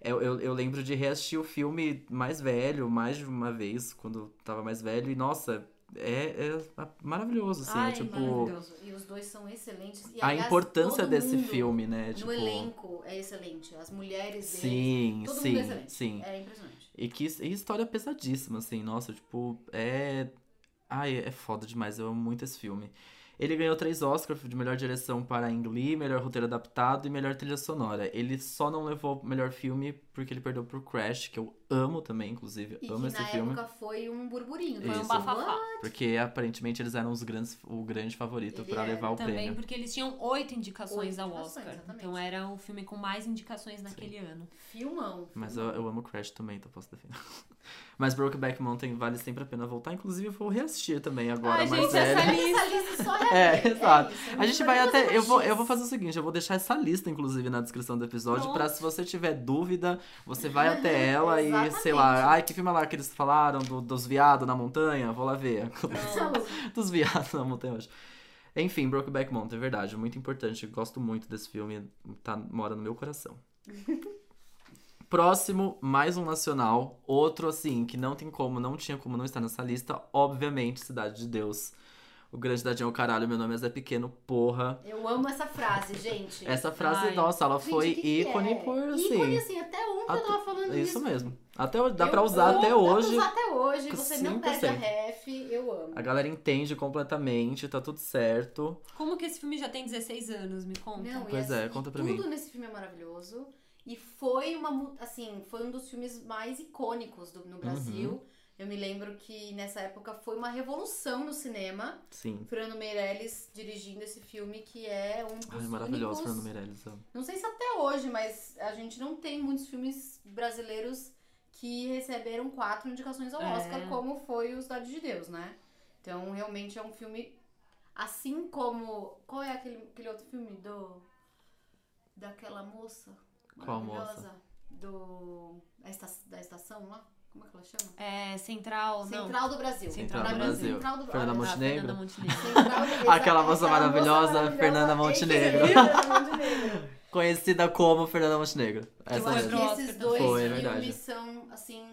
B: Eu, eu, eu lembro de reassistir o filme mais velho, mais de uma vez, quando eu tava mais velho, e nossa, é, é maravilhoso, assim,
A: Ai,
B: é tipo.
C: Maravilhoso. E os dois são excelentes. E,
B: A
C: aliás,
B: importância
C: todo
B: desse
C: mundo
B: filme, né?
C: No
B: Tipo,
C: elenco é excelente. As mulheres dele.
B: Sim,
C: Todo mundo é
B: sim,
C: excelente.
B: sim.
C: É impressionante.
B: E que his- e história pesadíssima, assim, nossa, tipo, é. Ai, é foda demais, eu amo muito esse filme. Ele ganhou três Oscars de melhor direção para Ang Lee, melhor roteiro adaptado e melhor trilha sonora. Ele só não levou o melhor filme porque ele perdeu pro Crash, que eu amo também, inclusive,
C: E
B: amo
C: que
B: esse
C: na
B: filme.
C: época foi um burburinho.
A: Foi um
B: Isso.
A: bafafá.
B: Porque aparentemente eles eram os grandes, o grande favorito
C: Ele é,
B: para
C: era.
B: levar o
A: Também
B: prêmio.
A: porque eles tinham oito indicações
C: Oito
A: ao
C: indicações,
A: Oscar.
C: exatamente.
A: Então era o filme com mais indicações naquele ano.
C: Filmão.
B: Mas eu, eu amo Crash também, então posso defender. Mas Brokeback Mountain vale sempre a pena voltar. Inclusive, eu vou reassistir também agora, é
A: Ai,
B: mais
A: gente, essa
B: velho.
C: Essa
A: lista.
C: lista só
B: É, exato.
C: isso,
B: A
C: não
B: gente
C: precisa
B: vai
C: nem
B: até.
C: fazer
B: Eu vou,
C: mais
B: eu vou
C: isso.
B: fazer o seguinte: eu vou deixar essa lista, inclusive, na descrição do episódio,
A: Pronto.
B: pra se você tiver dúvida, você vai até ela e, sei
C: Exatamente.
B: lá, ai, que filme é lá que eles falaram do- dos viados na montanha? Vou lá ver. dos viados na montanha hoje. Enfim, Brokeback Mountain, é verdade, muito importante. Gosto muito desse filme, tá, mora no meu coração. Próximo, mais um nacional. Outro, assim, que não tem como, não tinha como não estar nessa lista. Obviamente, Cidade de Deus. O grande dadinho é o caralho, meu nome é Zé Pequeno, porra.
C: Eu amo essa frase, gente.
B: Essa frase,
A: Ai.
B: nossa, ela
C: Gente,
B: foi
C: o que que
B: ícone
C: é?
B: por, assim.
C: Ícone, assim, até ontem eu
B: até-
C: tava falando
B: Isso
C: isso.
B: mesmo. Até, dá
C: Eu
B: pra usar
C: amo,
B: até hoje.
C: Dá pra usar até hoje,
B: com
C: você não
B: 100%.
C: perde a ref, eu amo.
B: A galera entende completamente, tá tudo certo.
A: Como que esse filme já tem 16 anos? Me conta.
C: Não, e
B: Pois é,
C: assim,
B: conta pra
C: tudo
B: mim.
C: nesse filme é maravilhoso. E foi uma, mu- assim, foi um dos filmes mais icônicos do- no
B: Uhum.
C: Brasil. Eu me lembro que nessa época foi uma revolução no cinema.
B: Sim.
C: Fernando Meirelles dirigindo esse filme que é um dos
B: Ai, maravilhoso,
C: únicos...
B: Fernando Meirelles. amo.
C: Não sei se até hoje, mas a gente não tem muitos filmes brasileiros que receberam quatro indicações ao
A: É.
C: Oscar, como foi o Cidade de Deus, né? Então, realmente é um filme. Assim como. Qual é aquele, aquele outro filme do. Daquela moça?
B: Qual
C: maravilhosa? Do. Da, esta, da estação lá? Como é que ela chama?
A: É Central, não.
C: Central do Brasil.
A: Central
B: do Brasil.
C: Central do
B: Fernanda
C: Olha,
A: Ah,
B: Montenegro?
A: Fernanda Montenegro.
C: Central do Brasil.
B: Aquela moça maravilhosa, Fernanda Montenegro.
C: Fernanda Montenegro.
B: Conhecida como Fernanda Montenegro.
C: Eu
B: Essa
A: foi
C: acho
B: mesmo.
A: pro
C: que
A: Oscar
C: esses
A: também.
C: dois
B: Foi, é verdade.
C: filmes são, assim,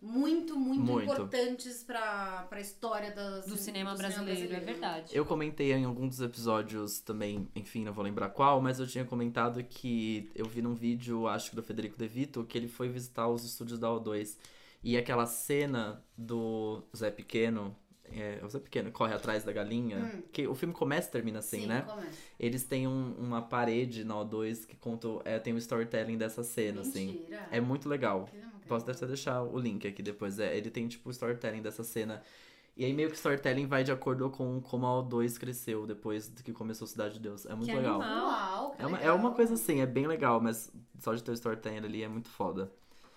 C: muito, muito,
B: Muito.
C: importantes pra, pra história das-
A: Do cinema brasileiro, é verdade.
B: Eu comentei em algum dos episódios também, enfim, não vou lembrar qual, mas eu tinha comentado que eu vi num vídeo, acho que do Federico De Vito, que ele foi visitar os estúdios da O2. E aquela cena do Zé Pequeno, é, o Zé Pequeno corre atrás da galinha,
C: Hum.
B: que o filme começa e termina assim,
C: Sim,
B: né?
C: começa.
B: Eles têm um- uma parede na O2 que conta, é, tem o storytelling dessa cena, assim.
C: Mentira.
B: É muito legal.
C: Que não, cara.
B: Posso até deixar o link aqui depois. É, ele tem, tipo, o storytelling dessa cena. E aí, meio que o storytelling vai de acordo com como a O2 cresceu depois do que começou Cidade de Deus. É muito
A: Que
B: legal.
A: animal.
C: Uau, que
B: É uma, é
C: tá legal.
B: uma coisa assim, é bem legal, mas só de ter o storytelling ali é muito foda.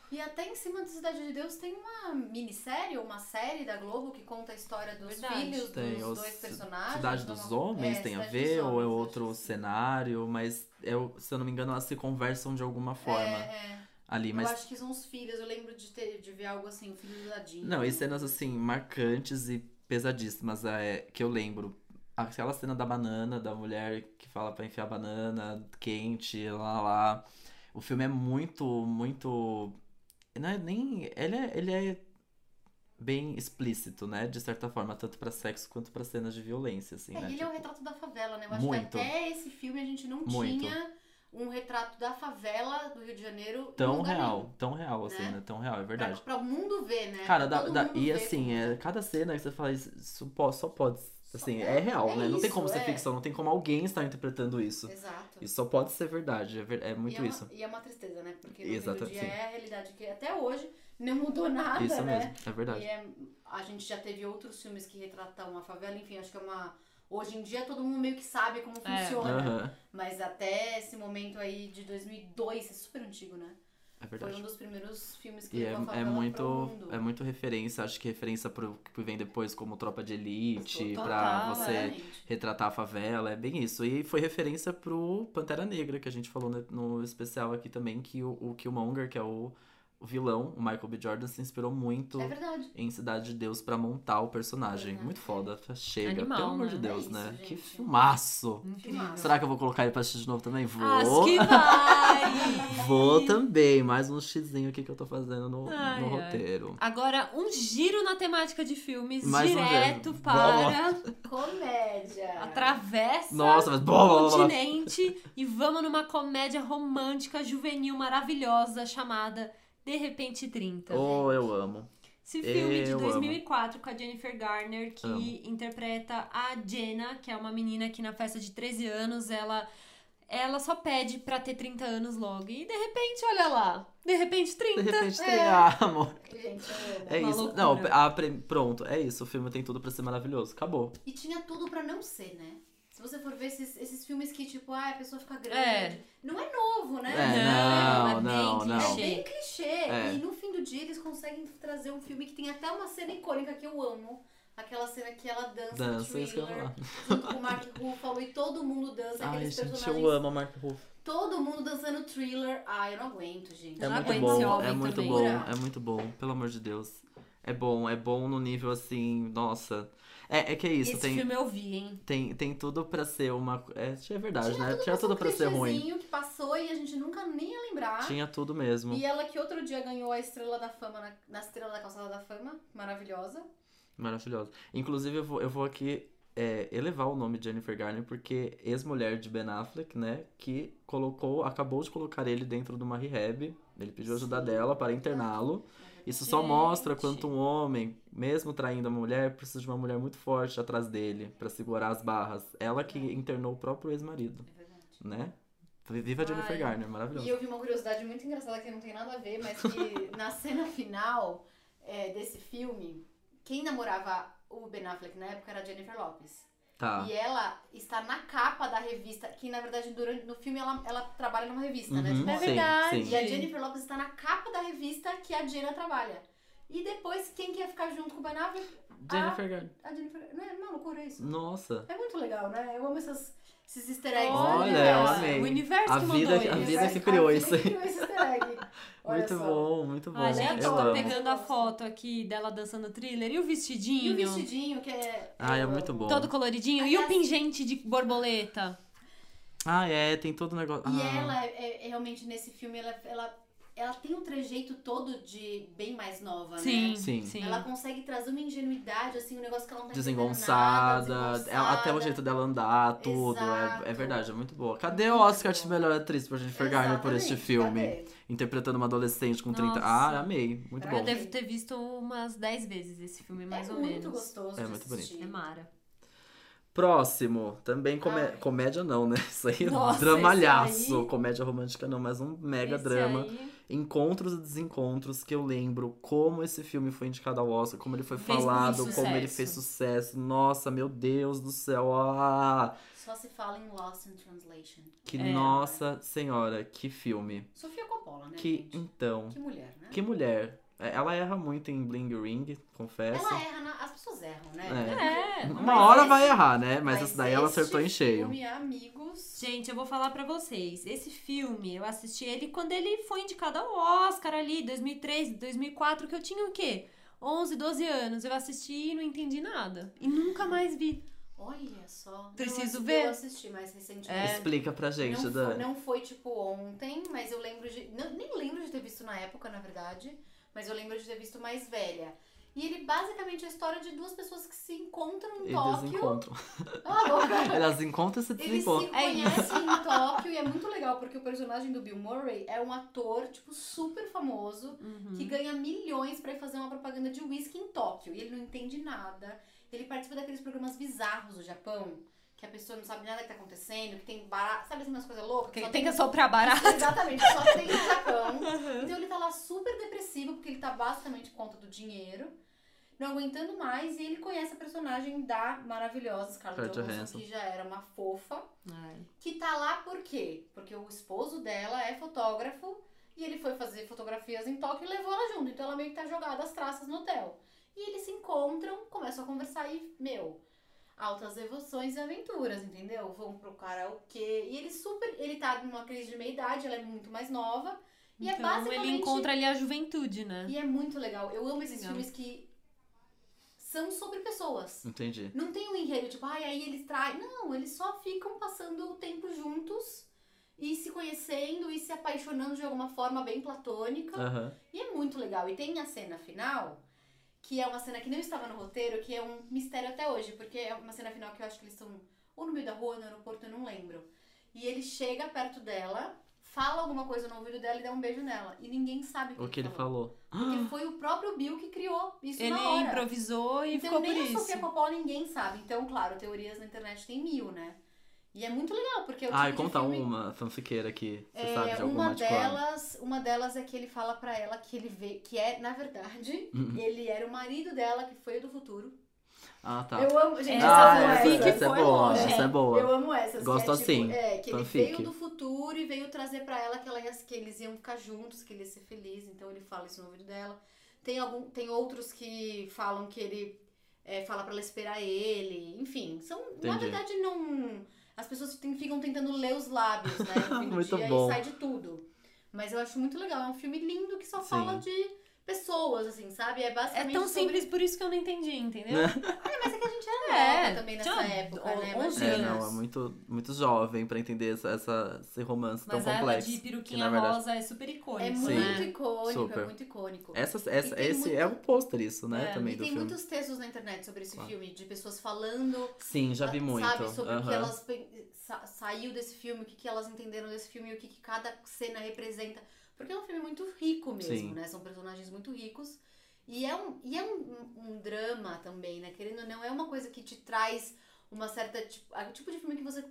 C: E até em cima da Cidade de Deus tem uma minissérie, uma série da Globo que conta a história dos
A: Verdade.
C: filhos
B: Tem
C: dos
B: os
C: dois personagens.
B: Cidade
C: uma-
B: dos Homens
C: É,
B: tem a
C: Cidade
B: ver,
C: dos
B: ou é
C: Homens,
B: outro
C: acho que sim.
B: cenário, mas é o- se eu não me engano, elas se conversam de alguma forma
C: É, é.
B: ali. Mas
C: Eu acho que são os filhos, eu lembro de, ter, de ver algo assim, o filho do Dadinho.
B: Não, e cenas assim, marcantes e pesadíssimas é, que eu lembro. Aquela cena da banana, da mulher que fala pra enfiar banana quente, lá lá. O filme é muito, muito. Não é nem. Ele é, ele é bem explícito, né? De certa forma, tanto pra sexo quanto pra cenas de violência, assim,
C: É,
B: né?
C: ele é o
B: Tipo,
C: retrato da favela, né? Eu acho
B: Muito.
C: que até esse filme a gente não
B: Muito.
C: tinha um retrato da favela do Rio de Janeiro em
B: tão
C: lugar
B: real,
C: nenhum.
B: tão real, assim,
C: né?
B: né? Tão real, é
C: Pra-
B: verdade.
C: Pra, o mundo ver, né?
B: Cara,
C: Pra
B: da,
C: todo
B: da-
C: mundo
B: e
C: ver.
B: assim, é, cada cena que você fala, isso, isso po- só pode. Assim, é,
C: é-
B: real,
C: é
B: né? não tem
C: isso,
B: como ser
C: é.
B: ficção, não tem como alguém estar interpretando isso.
C: Exato.
B: Isso só pode ser verdade, é, ver- é
C: e
B: muito
C: é uma,
B: isso.
C: E é uma tristeza, né? Porque no fim do
B: Exato,
C: dia
B: sim.
C: é a realidade que até hoje não mudou nada,
B: isso
C: né?
B: mesmo, é verdade.
C: E é- a gente já teve outros filmes que retratam a favela, enfim, acho que é uma, Hoje em dia todo mundo meio que sabe como funciona.
B: Aham. é
C: Mas até esse momento aí de 2002, é super antigo, né?
B: É
C: Foi um
B: verdade.
C: dos primeiros filmes que
B: E é,
C: levou a
B: é
C: favela
B: muito,
C: pro mundo.
B: é muito referência, acho que referência pro que vem depois como Tropa de Elite,
C: Total, é.
B: pra você
C: claramente.
B: retratar a favela, é bem isso. E foi referência pro Pantera Negra, que a gente falou no- no especial aqui também, que o, o Killmonger, que é o, o vilão, o Michael B. Jordan, se inspirou muito
C: É verdade.
B: em Cidade de Deus pra montar o personagem.
C: Verdade.
B: Muito foda, chega,
A: Uhum. Animal,
B: pelo amor
A: né?
B: de Deus,
C: É
B: né?
C: isso,
B: Que
C: gente.
B: filmaço!
A: Incrível.
C: Filmaço.
B: Será que eu vou colocar ele pra assistir de novo também? Vou!
A: Acho que vai!
B: Vou também, mais um xizinho aqui que eu tô fazendo no, no
A: Ai, ai.
B: roteiro.
A: Agora, um giro na temática de filmes,
B: Mais um
A: direto
B: giro.
A: para
C: Comédia.
A: a travessa
B: Nossa, mas blá, blá,
A: o
B: blá, blá.
A: continente e vamos numa comédia romântica, juvenil, maravilhosa, chamada De Repente 30.
B: Oh, eu amo.
A: Esse filme de
B: Eu amo.
A: 2004 com a Jennifer Garner, que
B: Amo.
A: interpreta a Jenna, que é uma menina que na festa de 13 anos, ela ela só pede pra ter 30 anos logo. E de repente, olha lá, de repente
B: De
A: 30.
B: repente tem ah, amor.
C: Gente, eu amo.
B: É
A: Uma
B: isso.
A: é. loucura.
B: Não, a pre- pronto, é isso. O filme tem tudo pra ser maravilhoso. Acabou.
C: E tinha tudo pra não ser, né? Se você for ver esses, esses filmes que, tipo, ah, a pessoa fica grande.
A: É.
C: Não é novo, né?
B: É, não, não,
A: bem
B: não.
C: É
A: clichê.
C: bem clichê.
B: É.
C: E no fim do dia eles conseguem trazer um filme que tem até uma cena icônica que eu amo. Aquela cena que ela dança,
B: Dança,
C: no
B: isso que eu ia
C: Thriller,
B: falar.
C: junto com o Mark Ruffalo e todo mundo dança.
B: Ai,
C: aqueles
B: gente, eu
C: personagens.
B: amo a Mark Ruff.
C: Todo mundo dançando thriller. Ah, eu não aguento, gente.
B: É
A: Não
B: muito
A: aguento esse
B: bom,
A: homem
B: é muito
A: também.
B: bom, é muito bom, pelo amor de Deus. É bom, é bom no nível assim, nossa. É, é que é isso,
A: Esse
B: tem,
A: filme eu vi, hein?
B: tem, tem tudo pra ser uma. É, é verdade, né? Tinha
C: Mas um
B: tudo pra ser ruim.
C: clichêzinho que passou e a gente nunca nem ia lembrar.
B: Tinha tudo mesmo.
C: E ela que outro dia ganhou a Estrela da Fama, na, na Estrela da Calçada da Fama, maravilhosa.
B: Maravilhosa. Inclusive, eu vou, eu vou aqui é, elevar o nome de Jennifer Garner, porque ex-mulher de Ben Affleck, né? Que colocou, acabou de colocar ele dentro de uma rehab. Ele pediu ajuda
C: Sim.
B: dela para interná-lo. Isso só
A: Gente.
B: mostra quanto um homem, mesmo traindo a mulher, precisa de uma mulher muito forte atrás dele para segurar as barras. Ela que internou o próprio ex-marido,
C: É verdade.
B: né? Viva a Jennifer
A: Ai.
B: Garner,
C: E
B: maravilhosa.
C: eu vi uma curiosidade muito engraçada que não tem nada a ver, mas que na cena final é, desse filme, quem namorava o Ben Affleck na época era a Jennifer Lopez.
B: Tá.
C: E ela está na capa da revista, que na verdade durante, no filme ela, ela trabalha numa revista, né?
B: Uhum,
C: de
A: É
C: moda.
B: sim,
A: verdade.
B: sim.
C: E a Jennifer Lopez está na capa da revista que a Jenna trabalha. E depois, quem quer ficar junto com o Ben Affleck? Ah.
B: Jennifer Garner.
C: A Jennifer... Não é uma loucura isso?
B: Nossa.
C: É muito legal, né? Eu amo essas, esses easter eggs.
B: Olha,
C: né?
B: eu
A: o
B: amei.
A: universo, o universo
B: A
A: que
B: vida-
A: mandou isso.
B: a
C: Esse
B: vida
C: easter
B: que
C: egg-
B: criou
C: a
B: isso aí.
C: vida que criou esse easter egg. Olha
B: Muito
C: só.
B: bom, muito bom.
A: Olha, gente,
B: eu
A: tô
B: amo.
A: pegando a foto aqui dela dançando thriller e o vestidinho.
C: E o vestidinho, que é...
B: Ah, é
C: eu
B: muito
C: amo.
B: bom.
A: Todo coloridinho. E o pingente de borboleta.
B: Ah, é, tem todo o negócio.
C: E
B: Ah.
C: ela, é, é realmente, nesse filme, ela, ela, ela tem um trejeito todo de bem mais nova,
A: Sim,
C: né?
B: Sim.
A: sim.
C: Ela consegue trazer uma ingenuidade, assim, um negócio que ela não tá entendendo nada, assim,
B: Desengonçada, ela- até o
C: desengonçada.
B: jeito dela andar, tudo.
C: Exato.
B: É, é verdade, é muito boa. Cadê o
C: Muito
B: Oscar de
C: boa.
B: melhor atriz pra Jennifer Garner por este
C: Exatamente,
B: filme?
C: cadê?
B: Interpretando uma adolescente com 30
A: Nossa.
B: Ah, amei. Muito
C: Pra
A: Eu
B: bom.
A: devo ter visto umas 10 vezes esse filme, mais
C: é
A: ou
C: muito
A: menos.
C: gostoso
B: É
C: de
B: muito bonito.
C: assistir.
A: É Mara.
B: Próximo, também comé-
C: Ai.
B: comédia não, né? Isso aí é
A: Nossa,
B: um dramalhaço.
A: esse aí-
B: Comédia romântica não, mas um mega
A: Esse
B: drama.
A: aí
B: Encontros e desencontros que eu lembro como esse filme foi indicado ao Oscar, como ele foi
A: Fez muito
B: falado, como ele
A: sucesso.
B: fez sucesso. Nossa, meu Deus do céu. Ah,
C: Só se fala em Lost in Translation.
B: que
A: É.
B: nossa senhora, que filme.
C: Sofia Coppola, né,
B: Que
C: gente?
B: então,
C: Que mulher, né?
B: que mulher. É, Ela erra muito em Bling Ring, confesso.
C: Ela erra, na- as pessoas erram, né?
A: É.
B: Uma
C: Mas
B: hora
C: esse-
B: vai errar, né? Mas, essa daí ela
C: este
B: acertou em cheio.
C: Filme, amigos.
A: Gente, eu vou falar pra vocês. Esse filme, eu assisti ele quando ele foi indicado ao Oscar ali, 2003, 2004, que eu tinha o quê? 11, 12 anos. Eu assisti e não entendi nada. E nunca mais vi.
C: Olha só.
A: Preciso
C: não,
A: ver.
C: Eu assisti mais recentemente.
A: É.
B: Explica pra gente,
C: né? não, foi,
B: Dani.
C: não foi tipo ontem, mas eu lembro de. não- nem lembro de ter visto na época, na verdade. Mas eu lembro de ter visto mais velha. E ele basicamente é a história de duas pessoas que se encontram em
B: Eles
C: Tóquio.
B: encontram.
C: Ah, louca!
B: Elas encontram e se
C: Eles se
B: desencontram.
A: É
C: conhecem em Tóquio e é muito legal porque o personagem do Bill Murray é um ator, tipo, super famoso
A: Uhum.
C: que ganha milhões pra ir fazer uma propaganda de whisky em Tóquio. E ele não entende nada. Ele participa daqueles programas bizarros do Japão que a pessoa não sabe nada que tá acontecendo, que tem barato, sabe assim, umas coisas loucas?
A: Tem,
C: só
A: tem que assoprar barato.
C: Exatamente, só tem no Japão. Então ele tá lá super depressivo, porque ele tá basicamente por conta do dinheiro. não aguentando mais e ele conhece a personagem da maravilhosa Scarlett
B: Scarlett
C: Johansson,
B: Johansson.
C: que já era uma fofa,
A: Ai.
C: que tá lá por quê? Porque o esposo dela é fotógrafo e ele foi fazer fotografias em Tóquio e levou ela junto, então ela meio que tá jogada às traças no hotel. E eles se encontram, começam a conversar e, meu, altas devoções e aventuras, entendeu? Vão pro karaokê. E ele super. Ele tá numa crise de meia idade, ela é muito mais nova. E é
A: então
C: basicamente.
A: ele encontra ali a juventude, né?
C: E é muito legal. Eu amo esses
A: Legal.
C: filmes que são sobre pessoas.
B: Entendi.
C: Não tem um enredo, tipo, ai, aí eles traem. Não, eles só ficam passando o tempo juntos e se conhecendo e se apaixonando de alguma forma bem platônica.
B: Aham.
C: E é muito legal. E tem a cena final, que é uma cena que não estava no roteiro, que é um mistério até hoje, porque é uma cena final que eu acho que eles estão ou no meio da rua, ou no aeroporto, eu não lembro. E ele chega perto dela, fala alguma coisa no ouvido dela e dá um beijo nela. E ninguém sabe
B: O que ele falou.
C: Porque foi o próprio Bill que criou isso
A: Ele
C: na hora.
A: improvisou e
C: Então
A: ficou
C: nem
A: por
C: a Sofia
A: isso.
C: Coppola ninguém sabe. Então, claro, teorias na internet tem mil, né? E é muito legal, porque é o
B: Ah, e
C: tipo de
B: conta
C: filme-
B: uma fanfiqueira aqui. Você
C: é,
B: sabe de alguma
C: uma
B: de qual?
C: delas, uma delas é que ele fala pra ela que ele vê que é, na verdade,
B: Uhum.
C: ele era o marido dela que foi do futuro.
B: Ah, tá.
C: Eu amo, gente,
B: ah, essa,
C: essa foi
A: fanfic
B: essa,
C: essa.
B: é
A: foi
B: boa,
A: longe.
B: essa é boa.
C: Eu amo essas.
B: Gosto
C: que é, tipo,
B: assim,
C: É, que ele
B: fanfic.
C: veio do futuro e veio trazer pra ela que, ela ia- que eles iam ficar juntos, que ele ia ser feliz. Então ele fala isso no ouvido dela. Tem, algum, tem outros que falam que ele é, fala pra ela esperar ele. Enfim, são. Na
B: Entendi.
C: verdade, não. As pessoas tem- ficam tentando ler os lábios, né? no fim do
B: Muito
C: dia
B: bom.
C: E sai de tudo. Mas eu acho muito legal. É um filme lindo que só
B: Sim.
C: fala de pessoas, assim, sabe? É
A: É
C: basicamente.
A: tão
C: sobre-
A: simples, por isso que eu não entendi, entendeu?
B: Né?
C: Mas é que a gente era
A: É,
C: nova também nessa
A: tinha
C: época,
A: on-
C: né?
A: 11
B: É,
C: Imagina.
B: não, é
A: anos.
B: muito, muito jovem pra entender essa, essa- esse romance
A: Mas
B: tão
A: a Eva
B: complexo.
A: de
B: que,
A: peruquinha
B: na verdade-
A: rosa é super icônica,
C: É
B: Sim.
C: muito
A: né?
C: icônico, é
B: Super.
C: muito icônico.
B: Essa,
C: E
B: essa,
C: tem
B: esse
C: muito-
B: é o pôster, isso, né?
A: É,
B: também
C: E
B: do
C: tem
B: filme.
C: muitos textos na internet sobre esse
B: Claro.
C: filme, de pessoas falando,
B: Sim, já vi
C: ah,
B: muito.
C: sabe, sobre o que
B: aham.
C: elas pen- sa- saiu desse filme, o que, que elas entenderam desse filme e o que, que cada cena representa. Porque é um filme muito rico mesmo,
B: Sim.
C: né? São personagens muito ricos. E é, um, e é um, um drama também, né? Querendo ou não, é uma coisa que te traz uma certa. Tipo, é o tipo de filme que você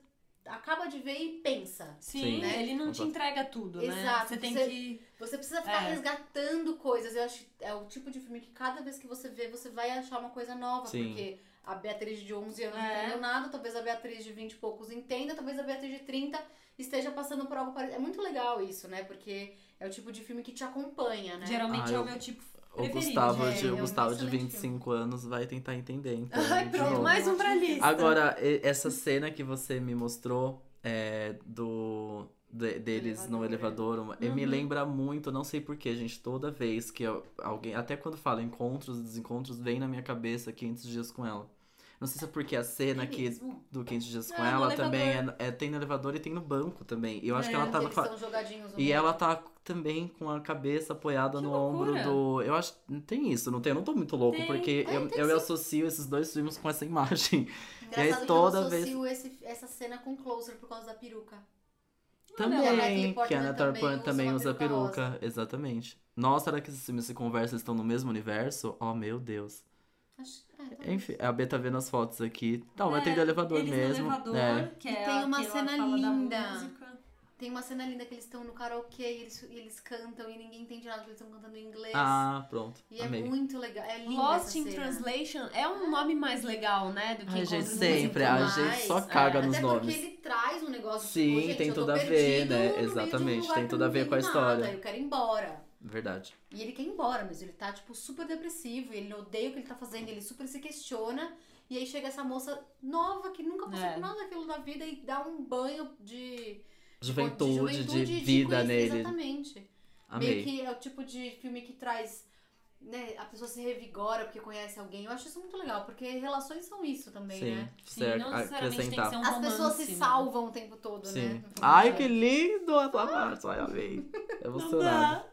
C: acaba de ver e pensa.
A: Sim,
B: Sim.
A: né? ele não te
B: Exato.
A: entrega tudo, né?
C: Exato,
A: Você tem
C: você-
A: que...
C: Você precisa ficar
A: É.
C: resgatando coisas. Eu acho que é o tipo de filme que cada vez que você vê, você vai achar uma coisa nova.
B: Sim.
C: Porque a Beatriz de 11 anos não
A: É.
C: entendeu nada, talvez a Beatriz de 20 e poucos entenda, talvez a Beatriz de 30 esteja passando por algo parecido. É muito legal isso, né? Porque é o tipo de filme que te acompanha, né?
A: Geralmente
B: Ah,
A: é o
B: eu-
A: meu tipo
B: O
A: preferido,
B: Gustavo,
C: é,
B: de,
C: é
B: o
C: um
B: Gustavo de
C: excelente filme.
B: 25 anos vai tentar entender, então.
C: Ai,
B: de
C: pronto,
B: novo.
A: mais um pra lista.
B: Agora, e- essa cena que você me mostrou é, do de- deles no
C: elevador.
B: elevador, uma- e me
A: Uhum.
B: lembra muito, não sei porquê, gente, toda vez que eu- alguém, até quando fala encontros e desencontros, vem na minha cabeça 500 dias com ela. Não sei se é porque a cena
C: É
B: que
C: mesmo?
B: do 500 dias
A: É,
B: com
A: no
B: ela também é, é- tem no elevador e tem no banco também. E eu acho
A: É,
B: que ela
C: Porque
B: tava
C: eles
B: com a-
C: são jogadinhos um
B: e
C: no
B: ela
C: outro.
B: tá também com a cabeça apoiada
A: Que
B: no
A: loucura.
B: ombro do. Eu acho. Tem isso, não tem? Eu não tô muito louco,
A: Tem. Ah,
B: porque
C: Tem,
B: eu,
C: tem
B: eu
C: sim.
B: associo esses dois filmes com essa imagem.
C: Engraçado
B: e aí
C: que eu
B: toda
C: associo esse- essa cena com Closer por causa da peruca.
A: E a
B: também.
C: né? Natalie
B: Que a
C: Portman
B: Natalie
C: também
B: Portman
C: usa
B: também
C: uma
B: usa
C: peruca
B: peruca. Exatamente. Nossa, será que esses filmes se conversam estão no mesmo universo? Oh, meu Deus.
C: Acho... ah, talvez.
B: Enfim, a B tá vendo as fotos aqui. Não, mas
A: É,
B: tem do elevador
A: eles
B: mesmo.
A: No elevador,
B: É.
A: que
C: E
A: é
C: tem
A: a-
C: uma
A: que ela
C: cena
A: fala da
C: linda.
A: música.
C: Tem uma cena linda que eles estão no karaokê e eles, e eles cantam e ninguém entende nada, porque eles estão cantando em inglês.
B: Ah, pronto.
C: e
B: Amei.
C: é muito legal. É linda
A: Lost
C: essa
A: in
C: cena.
A: Translation é um nome mais legal, né? Do que
B: Ai, gente,
A: Encontros
B: sempre.
A: Musicais.
B: A gente só
C: mais,
B: caga
A: é.
B: nos
C: Até
B: nomes.
C: porque ele traz um negócio tipo,
B: Sim,
C: gente,
B: tem
C: eu tô
B: tudo a ver,
C: perdido
B: né?
C: no meio de um
B: Exatamente,
C: lugar
B: tem
C: que
B: tudo a
C: não
B: ver com a
C: nada,
B: história.
C: Eu quero ir embora.
B: Verdade.
C: E ele quer ir embora, mas ele tá, tipo, super depressivo. Ele odeia o que ele tá fazendo, ele super se questiona. E aí chega essa moça nova que nunca passou
A: É.
C: por nada daquilo da vida e dá um banho de...
B: Juventude,
C: de,
B: de,
C: Tipo, juventude, de
B: vida
C: conhec-
B: nele.
C: Exatamente. Meio
B: Amei.
C: que é o tipo de filme que traz, né, a pessoa se revigora porque conhece alguém. Eu acho isso muito legal, porque relações são isso também,
B: Sim,
C: né?
A: Sim,
B: você
A: não necessariamente tem que
B: acrescentar.
A: ser um
C: As pessoas
A: romance,
C: se
A: né?
C: salvam o tempo todo, né?
B: Sim.
C: No filme,
B: Ai,
C: né?
B: que lindo a tua parte. Ai, amei. Emocionado.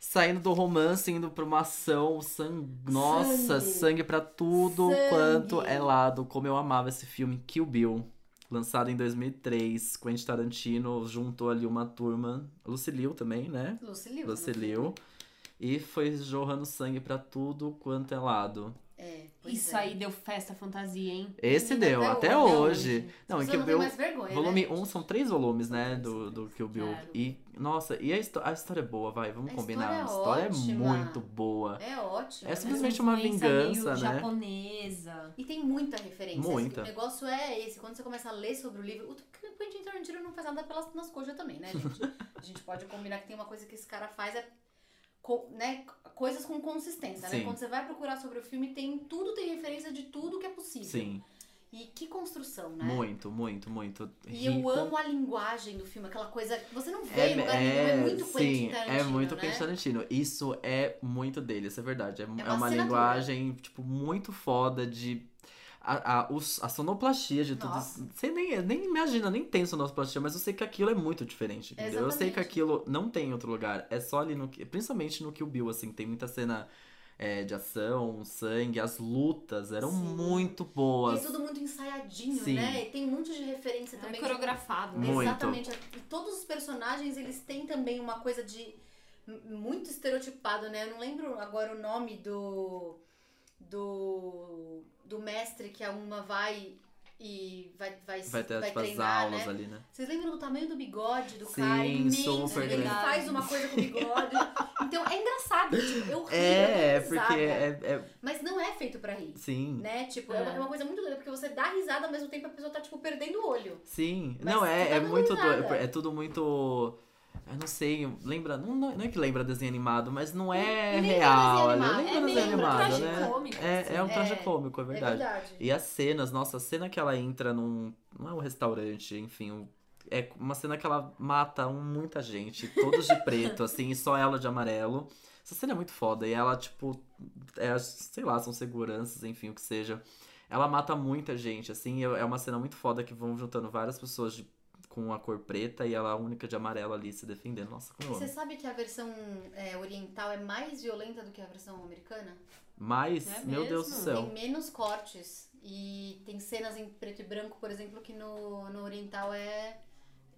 B: Saindo do romance, indo pra uma ação, sangue. Nossa,
C: Sangue.
B: sangue pra tudo
C: Sangue.
B: quanto é lado. Como eu amava esse filme, Kill Bill. Lançado em 2003, Quentin Tarantino juntou ali uma turma. Lucy Liu também, né?
C: Lucy Liu.
B: Lucy
C: né?
B: Liu. E foi jorrando sangue pra tudo quanto é lado.
C: É, Pois
A: Isso
C: é.
A: aí deu festa fantasia, hein?
B: Esse
C: Menina,
B: deu, até, hoje. Não,
C: As
B: e
C: pessoas
B: que
C: é. não têm
B: eu,
C: mais vergonha,
B: Volume
C: né?
B: 1 são três volumes, né? Do, do Kill Bill.
C: Claro.
B: E, nossa, e a, histó- a história é boa, vai, vamos
C: A
B: combinar.
C: história é
B: a história é
C: ótima.
B: muito boa.
C: É ótimo.
B: É
C: né?
B: simplesmente
A: Essa
B: uma
A: influência meio
B: vingança, né?
A: japonesa.
C: E tem muita referência. assim,
B: Muita.
C: O negócio é esse. Quando você começa a ler sobre o livro... O Quentin Tarantino não faz nada pelas nas coxas também, né, gente? a gente pode combinar que tem uma coisa que esse cara faz é... co- né, coisas com consistência,
B: Sim.
C: né? Quando você vai procurar sobre o filme, tem tudo, tem referência de tudo que é possível.
B: Sim,
C: E que construção, né?
B: muito, muito, muito.
C: E eu
B: rica.
C: amo a linguagem do filme, aquela coisa que você não vê
B: É,
C: em lugar nenhum, é muito
B: sim,
C: Quentin Tarantino,
B: é muito
C: né?
B: Quentin Tarantino. Isso é muito dele, isso é verdade. É, é uma,
C: assinatura.
B: linguagem, tipo, muito foda de. A, a, os- a sonoplastia de tudo.
C: Nossa.
B: Você nem, nem imagina, nem tem sonoplastia, mas eu sei que aquilo é muito diferente. Entendeu? Eu sei que
C: Exatamente.
B: aquilo não tem em outro lugar. É só ali no. que- Principalmente no Kill Bill, assim, tem muita cena. é, de ação, sangue, as lutas eram
C: Sim.
B: muito
C: E
B: boas.
C: é tudo muito ensaiadinho,
B: Sim.
C: né? E tem um monte de referência
A: É
C: também. de-
A: coreografado, né?
B: Muito.
C: Exatamente. E todos os personagens, eles têm também uma coisa de... m- Muito estereotipado, né? Eu não lembro agora o nome do... Do... Do mestre que a uma vai e vai, vai,
B: Vai ter,
C: vai
B: tipo, as
C: treinar,
B: aulas
C: né?
B: ali, né?
C: Vocês lembram do tamanho do bigode do
B: Sim,
C: cara? Imenso.
B: super
C: ele
A: grande.
C: faz uma coisa com o bigode. então é engraçado. Tipo, eu rio,
B: É,
C: eu dou
B: porque
C: risada.
B: é- é.
C: Mas não é feito pra rir.
B: Sim.
C: Né? Tipo, é. uma- é uma coisa muito doida, porque você dá risada ao mesmo tempo a pessoa tá, tipo, perdendo o olho.
B: Sim,
C: Mas
B: não, é,
C: você tá
B: é
C: dando
B: muito doido.
C: risada.
B: É tudo muito. Eu não sei, lembra. Não, não não é que lembra desenho animado, mas não é
C: Hum, Nem lembra
B: real.
C: desenho
B: olha,
C: animado,
B: Lembra
A: É meio
B: desenho
C: um
B: animado, né?
A: tragicômico.
B: É, é um
A: assim.
C: É,
B: tragicômico, é
C: É
B: verdade.
C: verdade.
B: E as cenas, nossa, a cena que ela entra num. Não é um restaurante, enfim. um- é uma cena que ela mata um- muita gente, todos de preto, assim, e só ela de amarelo. Essa cena é muito foda. E ela, tipo, é, sei lá, são seguranças, enfim, o que seja. Ela mata muita gente, assim, e é uma cena muito foda que vão juntando várias pessoas de- com a cor preta e ela é a única de amarelo ali se defendendo. Nossa, como
C: E
B: eu
C: você
B: amo.
C: sabe que a versão é, oriental é mais violenta do que a versão americana?
B: Mas,
A: É
B: meu Deus do
A: mesmo?
B: céu.
C: Tem menos cortes. E tem cenas em preto e branco, por exemplo, que no, no oriental é,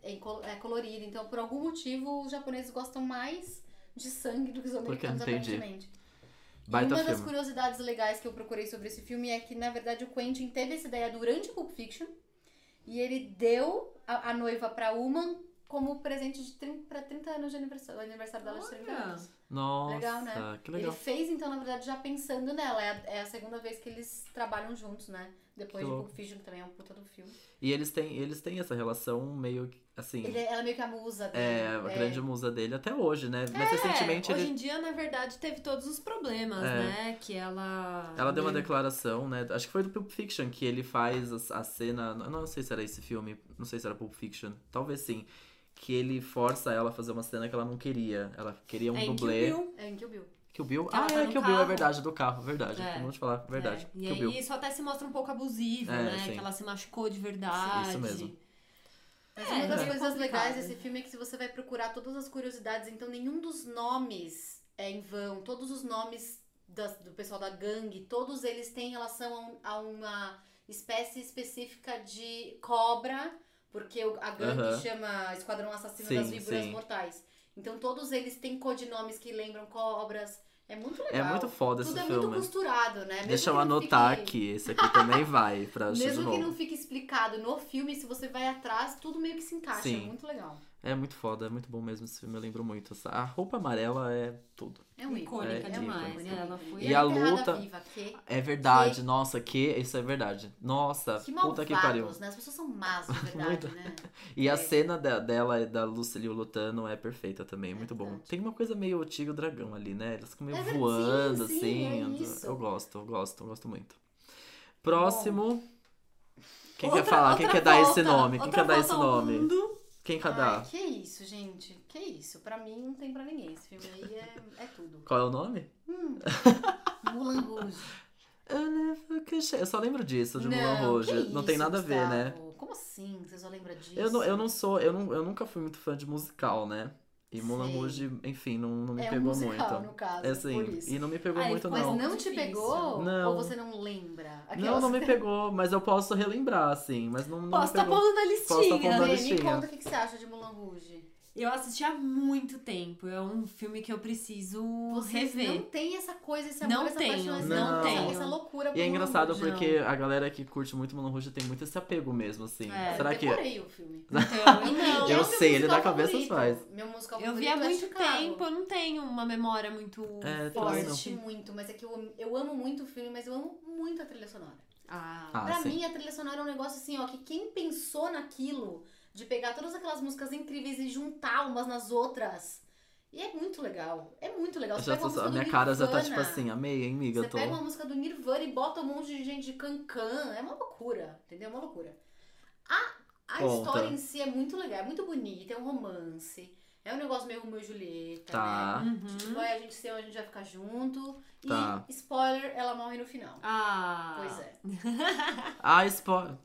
C: é, em col- é colorido. Então, por algum motivo, os japoneses gostam mais de sangue do que os
B: Porque
C: americanos,
B: entendi.
C: aparentemente. e
B: Baita
C: uma das
B: filme.
C: curiosidades legais que eu procurei sobre esse filme é que, na verdade, o Quentin teve essa ideia durante Pulp Fiction e ele deu a, a noiva pra Uma como presente de 30, pra 30 anos de aniversário, o aniversário dela de um. 30
A: Olha.
C: anos.
B: Nossa,
C: Legal, né?
B: que legal.
C: Ele fez, então, na verdade, já pensando nela. É a, é a segunda vez que eles trabalham juntos, né? Depois
B: Que
C: de
B: louco.
C: Pulp Fiction, que também é um puta do filme.
B: E eles têm, eles têm essa relação meio que, assim.
C: Ele, ela é meio que a musa dele.
B: É, a grande musa dele até hoje, né? Mas recentemente
A: É, hoje
B: ele,
A: em dia, na verdade, teve todos os problemas,
B: É.
A: né? Que ela.
B: ela deu uma declaração, né? Acho que foi do Pulp Fiction que ele faz as- a, cena. eu Não sei se era esse filme, não sei se era Pulp Fiction, talvez sim. Que ele força ela a fazer uma cena que ela não queria. Ela queria um
A: é, em Kill
B: dublê.
A: Bill.
C: É em Kill Bill.
B: Que o Bill.
A: Que
B: Ah,
A: ela tá
B: é,
A: no
B: que o Bill é
A: carro.
B: verdade, do carro, verdade.
A: É.
B: Vamos te falar, verdade.
A: É, E
B: que o Bill.
A: aí isso até se mostra um pouco abusivo,
B: É,
A: né?
B: sim.
A: Que ela se machucou de verdade.
B: Isso mesmo.
C: Mas
A: É,
C: uma das
A: é
C: coisas
A: complicado.
C: legais desse filme é que se você vai procurar todas as curiosidades, então nenhum dos nomes é em vão. Todos os nomes das- do pessoal da gangue, todos eles têm relação a, um- a uma espécie específica de cobra, porque o- a gangue
B: Aham.
C: chama Esquadrão Assassino
B: Sim,
C: das Víboras
B: sim.
C: Mortais. Então todos eles têm codinomes que lembram cobras. É muito
B: É
C: legal.
B: muito foda esse
C: Tudo é
B: filme.
C: muito costurado,
A: É
C: né? Mesmo
B: Deixa eu
C: que não
B: anotar
C: fique-
B: aqui. Esse aqui também vai pra assistir de
C: Mesmo que
B: novo.
C: não fique explicado no filme, se você vai atrás, tudo meio que se encaixa.
B: Sim.
C: É muito legal.
B: É muito foda, é muito bom mesmo esse filme, eu lembro muito. Essa- A roupa amarela é tudo.
C: É um ícone.
A: Icônica
B: É,
A: demais.
B: ícone.
A: né? Ela foi.
B: E a
C: Enterrada
B: luta-
C: Viva, que,
B: É verdade, nossa, que isso é verdade. Nossa,
C: que
B: Ah, puta
C: malvados,
B: que pariu.
C: né? As pessoas são más, de verdade,
B: Muito.
C: né?
B: E a
C: É.
B: cena de- dela e da Lucilio lutando é perfeita também,
C: É
B: muito bom.
C: verdade.
B: Tem uma coisa meio o Tigre e o Dragão ali, né? Eles ficam meio
C: É verdade,
B: voando,
C: sim,
B: assim.
C: é
B: eu-
C: isso.
B: Eu gosto, eu gosto, eu gosto muito. Próximo. Quem quer
A: Outra-
B: falar? Quem
A: outra
B: quer dar
A: volta-
B: esse nome? Quem
A: outra
B: quer dar esse
A: volta ao
B: nome?
A: mundo.
B: Quem quer
C: Ai,
B: dar?
C: que isso, gente. Que isso. Pra mim, não tem pra ninguém. Esse filme aí é, é tudo.
B: Qual é o nome?
C: Hum. Mulan Rouge.
B: Eu só lembro disso, de Mulan Rouge.
C: que
B: não tem
C: isso,
B: nada a ver, né?
C: Gustavo. Como assim? Você só lembra disso?
B: Eu não, eu não sou, eu, não, eu nunca fui muito fã de musical, né? E Mulan
C: Sei.
B: Rouge, enfim, não, não me
C: É um
B: pegou
C: musical,
B: muito.
C: no caso.
B: É assim,
C: por isso.
B: e não me pegou
A: Ah, ele
B: muito,
A: ficou
C: Mas
B: não.
C: não,
A: mais
C: te
A: Difícil.
C: pegou?
B: Não.
C: Ou você não lembra?
B: Não,
C: Aquelas-
B: não me pegou, mas eu posso relembrar, assim, mas não, não
A: Posso
B: me
A: tá
B: pegou.
A: pondo na
B: tá pondo
A: listinha.
B: na
A: né?
C: Lê, me
B: listinha.
C: conta o que que você acha de Mulan Rouge.
A: Eu assisti há muito tempo. É um filme que eu preciso
C: Vocês
A: rever.
C: não tem essa coisa, esse amor,
A: Não
C: essa
A: tenho,
C: paixão, esse
B: não
C: amor, essa-
A: tenho.
C: essa loucura
B: E é
C: pro
B: engraçado
C: mundo.
B: porque a galera que curte muito Moulin Rouge tem muito esse apego mesmo, assim.
A: É,
B: Será
C: eu
B: que...
C: decorei o filme.
A: Então, eu
C: Não,
A: não.
C: é
B: Eu
C: o meu
B: sei, ele
C: musical
B: na cabeça
C: favorito.
B: faz.
C: Meu musical
A: Eu vi
C: favorito
A: há
C: é
A: muito
C: Chicago.
A: tempo, eu não tenho uma memória muito
B: É, também não.
C: Forte
A: forte.
C: muito, mas é que eu, am- eu amo muito o filme, mas eu amo muito a trilha sonora.
A: Ah,
B: Ah,
C: pra
B: sim.
C: mim, a trilha sonora é um negócio assim, ó, que quem pensou naquilo, de pegar todas aquelas músicas incríveis e juntar umas nas outras. E é muito legal. É muito legal.
B: Eu
C: Você
B: já
C: pega uma
B: tô-
C: música
B: a
C: do
B: minha cara já tá
C: Nirvana,
B: tipo assim, amei, hein, miga?
C: né? Você
B: Tô...
C: pega uma música do Nirvana e bota um monte de gente de cancan. É uma loucura, entendeu? É uma loucura. A, a
B: Conta.
C: história em si é muito legal, é muito bonita, é um romance. É um negócio meio Romeu e Julieta, né?
B: Tá.
A: uhum.
C: Vai a gente ser onde a gente vai ficar junto.
B: Tá.
C: E, spoiler, ela morre no final.
A: ah.
C: Pois é.
B: Ah, spoiler.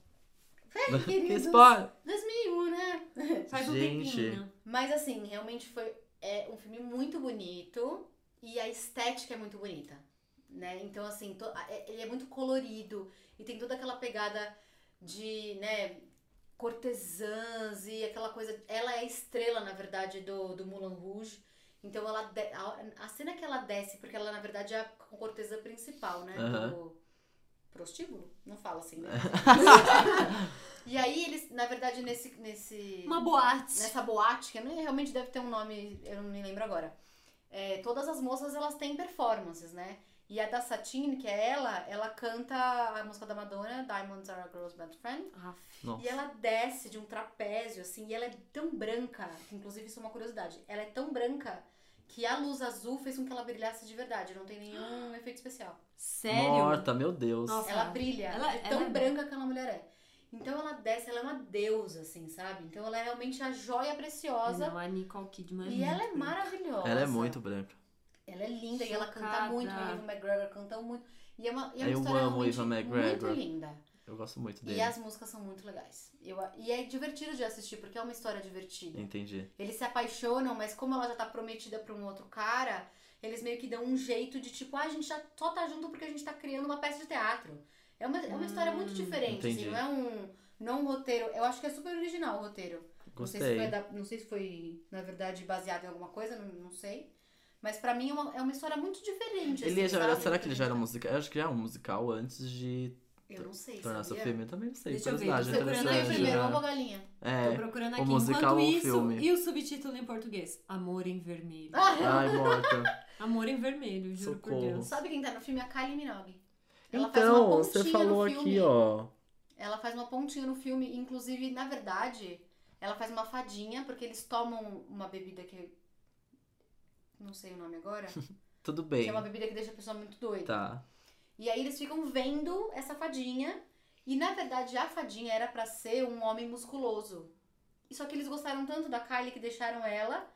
C: Vai,
B: Que
C: queridos.
B: spoiler.
C: 2001, né?
A: Faz um
B: Gente.
A: tempinho.
C: Mas assim, realmente foi é um filme muito bonito e a estética é muito bonita, né? Então assim, to- a- é- ele é muito colorido e tem toda aquela pegada de, né, cortesãs e aquela coisa, ela é a estrela, na verdade, do do Moulin Rouge. Então ela de- a, a cena que ela desce, porque ela na verdade é a cortesã principal, né,
B: Aham.
C: do prostíbulo? Não fala assim, né? e aí eles, na verdade, nesse nesse
A: Uma boate.
C: nessa boate, que eu não- realmente deve ter um nome, eu não me lembro agora. É, todas as moças elas têm performances, né? E a da Satine, que é ela, ela canta a música da Madonna, Diamonds Are a Girl's Best Friend.
A: Aff.
B: Nossa.
C: E ela desce de um trapézio, assim, e ela é tão branca, que, inclusive isso é uma curiosidade, ela é tão branca que a luz azul fez com que ela brilhasse de verdade, não tem nenhum efeito especial.
A: Sério?
B: Morta, meu Deus.
A: Nossa.
C: Ela brilha.
A: Ela-
C: é
A: ela
C: tão
A: é-
C: branca que aquela mulher é. Então ela desce, ela é uma deusa, assim, sabe? Então ela é realmente a joia preciosa.
A: Não, a Nicole Kidman.
C: E ela é
A: muito bonita.
C: maravilhosa.
B: Ela é muito branca.
C: Ela é linda e ela canta
A: Chocada.
C: muito. A Eva McGregor canta muito. E é uma, e é uma
B: Eu
C: história
B: amo
C: realmente
B: Ava McGregor.
C: muito linda.
B: Eu gosto muito
C: E assim,
B: dele.
C: as músicas são muito legais. Eu, a- e é divertido de assistir, porque é uma história divertida.
B: Entendi.
C: Eles se apaixonam, mas como ela já tá prometida pra um outro cara, eles meio que dão um jeito de tipo, ah, a gente já só tá junto porque a gente tá criando uma peça de teatro. É uma, é uma
A: Hum,
C: história muito diferente, assim,
B: entendi.
C: não é um. Não é um roteiro. Eu acho que é super original o roteiro. Não sei, se
B: Gostei.
C: foi da- não sei se foi, na verdade, baseado em alguma coisa, não, não sei. Mas pra mim é uma, é uma história muito diferente.
B: Ele
C: assim,
B: já era,
C: sabe?
B: será que ele já era musical? Eu acho que já é um musical antes de
C: Eu não sei.
B: tornar seu
C: sabia?
B: filme. Eu também não sei.
A: Deixa eu ver,
B: curiosidade,
A: tô procurando
C: Segurando
A: aí
C: aí
B: interessante.
C: o primeiro,
B: né?
C: uma galinha.
A: Tô
B: É.
A: procurando
B: o
A: aqui.
B: musical
A: Enquanto
B: ou o
A: isso,
B: filme?
A: e o subtítulo em português: Amor em Vermelho.
C: Ah,
B: Ai, morta.
A: Amor em Vermelho, juro por
B: Socorro.
A: Deus.
C: sabe quem tá no filme? A Kylie Minogue. Ela faz uma
B: Então,
C: pontinha
B: você falou
C: no filme.
B: aqui, ó.
C: Ela faz uma pontinha no filme. Inclusive, na verdade, ela faz uma fadinha, porque eles tomam uma bebida que. é- Não sei o nome agora.
B: Tudo
C: que
B: bem.
C: é uma bebida que deixa a pessoa muito doida.
B: Tá.
C: E aí eles ficam vendo essa fadinha. E na verdade a fadinha era pra ser um homem musculoso. E Só que eles gostaram tanto da Kylie que deixaram ela.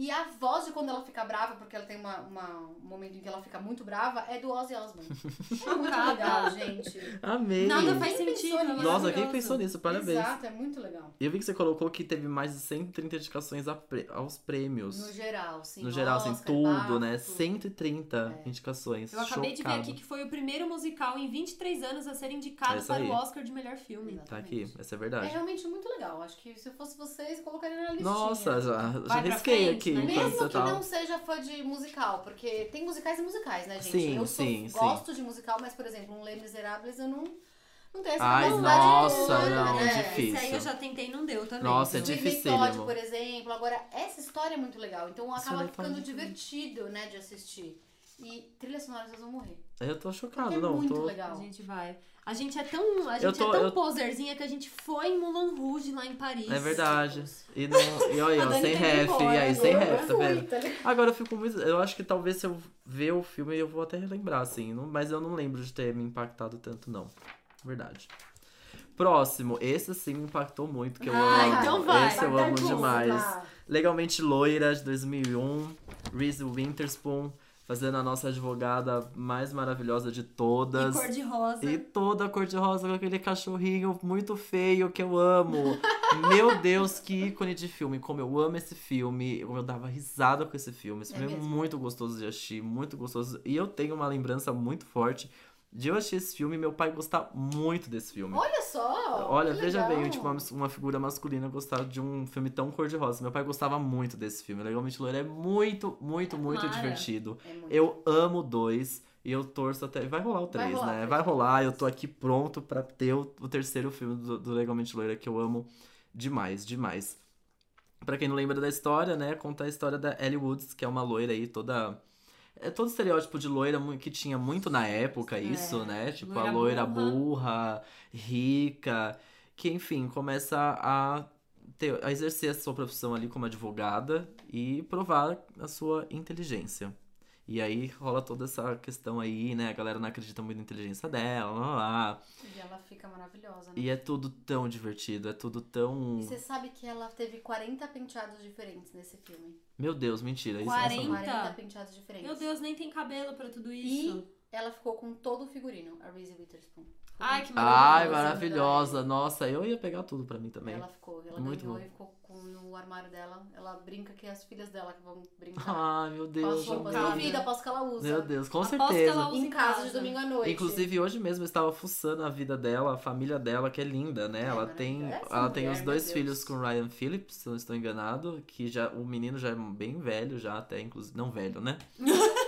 C: E a voz de quando ela fica brava, porque ela tem uma, uma- um momento em que ela fica muito brava, é do Ozzy Osbourne. É muito
A: Chocada.
C: legal, gente.
B: Amei.
A: Nada faz
C: Quem
A: sentido.
C: pensou
A: é
C: nisso?
B: Nossa,
A: maravilhoso.
B: quem pensou nisso? Parabéns.
C: Exato, é muito legal.
B: Eu vi que você colocou que teve mais de 130 indicações a pre- aos prêmios.
C: No geral, sim.
B: No geral, assim,
C: Oscar,
B: tudo, né?
C: bafo. É.
B: 130 indicações.
A: Eu acabei de ver
B: Chocado.
A: aqui que foi o primeiro musical em 23 anos a ser indicado
B: É isso
A: para
B: aí.
A: o Oscar de melhor filme.
C: Exatamente.
B: Tá aqui, essa é
C: É
B: verdade.
C: realmente muito legal. Acho que se eu fosse vocês, colocaria na listinha.
B: Nossa, já, já
A: Vai pra
B: risquei
A: frente,
B: aqui
A: né?
B: enquanto
C: Mesmo
B: você
C: que
B: tava.
C: não seja fã de musical, porque tem musicais e musicais, né, gente?
B: Sim,
C: eu
B: sim, sim.
C: sou, gosto de musical, mas, por exemplo, um Les Miserables eu não, não tenho essa
B: Ai,
C: capacidade
B: nossa,
C: de-
B: não,
C: né?
B: difícil.
A: É, Esse aí eu já tentei e não deu também.
B: Nossa, é
A: então.
C: Tive
B: dificílimo.
C: Todd, por exemplo. Agora, essa história é muito legal, então
B: Isso
C: acaba
B: é legal
C: ficando
B: demais.
C: divertido, né, de assistir. E trilhas sonoras vocês vão morrer.
B: Eu tô
C: Porque
B: chocado,
C: é
B: Ah, não.
C: muito
B: Tô...
A: A
C: legal.
A: gente vai. A gente é tão, a
B: Eu
A: gente
B: tô-
A: é tão
B: eu-
A: poserzinha que a gente foi em Moulin Rouge lá em Paris.
B: É verdade. E, não... e aí,
A: A
B: ó,
A: Dani
B: sem
A: tá indo
B: ref, e
A: embora
B: aí, sem
A: agora.
B: ref, tá vendo?
C: Tá ligado?
B: Agora eu fico muito. Eu acho que talvez se eu ver o filme eu vou até relembrar, assim. não- Mas eu não lembro de ter me impactado tanto, não. Verdade. Próximo, esse sim me impactou muito, que eu
A: Ah,
B: amo.
A: então vai.
B: Esse eu
C: Vai
B: amo
C: dar
B: demais.
C: tudo, tá?
B: Legalmente Loira, de 2001. Reese Winterspoon, fazendo a nossa advogada mais maravilhosa de
A: E
B: todas.
A: cor de rosa.
B: E toda cor-de-rosa com aquele cachorrinho muito feio que eu amo. Meu Deus, que ícone de filme. Como eu amo esse filme. Eu dava risada com esse filme. Esse
C: É
B: filme é
C: mesmo?
B: muito gostoso de assistir, muito gostoso. E eu tenho uma lembrança muito forte De eu assistir esse filme e meu pai gostar muito desse filme.
C: Olha só!
B: Olha,
C: que
B: veja
C: legal. É
B: bem, tipo, uma, uma figura masculina gostar de um filme tão cor-de-rosa. Meu pai gostava muito desse filme. Legalmente Loira é muito, muito, muito
A: Mara.
B: divertido.
C: É muito-
B: Eu amo o dois e eu torço até. Vai rolar o
C: Vai
B: três,
C: rolar,
B: né?
C: vai
B: Vai
C: rolar.
B: rolar. Eu tô aqui pronto pra ter o, o terceiro filme do, do Legalmente Loira que eu amo demais, demais. Pra quem não lembra da história, né? Conta a história da Ellie Woods, que é uma loira aí toda. É todo estereótipo de loira mu- que tinha muito na época, isso,
C: É,
B: né? Tipo, a
A: loira
B: loira
A: burra.
B: burra, rica, que enfim, começa a, ter- a exercer a sua profissão ali como advogada e provar a sua inteligência. E aí rola toda essa questão aí, né? A galera não acredita muito na inteligência dela, lá, lá, lá.
C: E ela fica maravilhosa, né?
B: E é tudo tão divertido, é tudo tão.
C: E você sabe que ela teve 40 penteados diferentes nesse filme.
B: Meu Deus, mentira. Isso, é essa não.
A: 40?
C: 40 penteados diferentes.
A: Meu Deus, nem tem cabelo pra tudo isso.
C: Ela ficou com todo o figurino, a Reese Witherspoon.
A: Ai, que
B: Ai,
A: maravilhoso.
B: maravilhosa. Nossa, eu ia pegar tudo pra mim também.
C: Ela ficou, ela
B: Muito
C: ganhou
B: bom.
C: e ficou com, no armário dela. Ela brinca que é as filhas dela que vão brincar.
B: Ai, meu
C: com
B: Ah, Deus.
C: as
A: sou
C: roupas
B: amei.
C: da
A: cara.
C: vida, após que ela usa.
B: Meu Deus, com
A: Aposto que
B: certeza.
A: ela usa
C: Em casa de domingo à noite.
B: Inclusive, hoje mesmo eu estava fuçando a vida dela, a família dela, que é linda, né?
C: É
B: ela tem,
C: maravilhosa. Essa
B: ela tem
C: mulher,
B: os
C: meu
B: dois
C: Deus.
B: filhos com o Ryan Phillips, se eu não estou enganado, que já o menino já é bem velho, já até, inclusive. Não velho, né?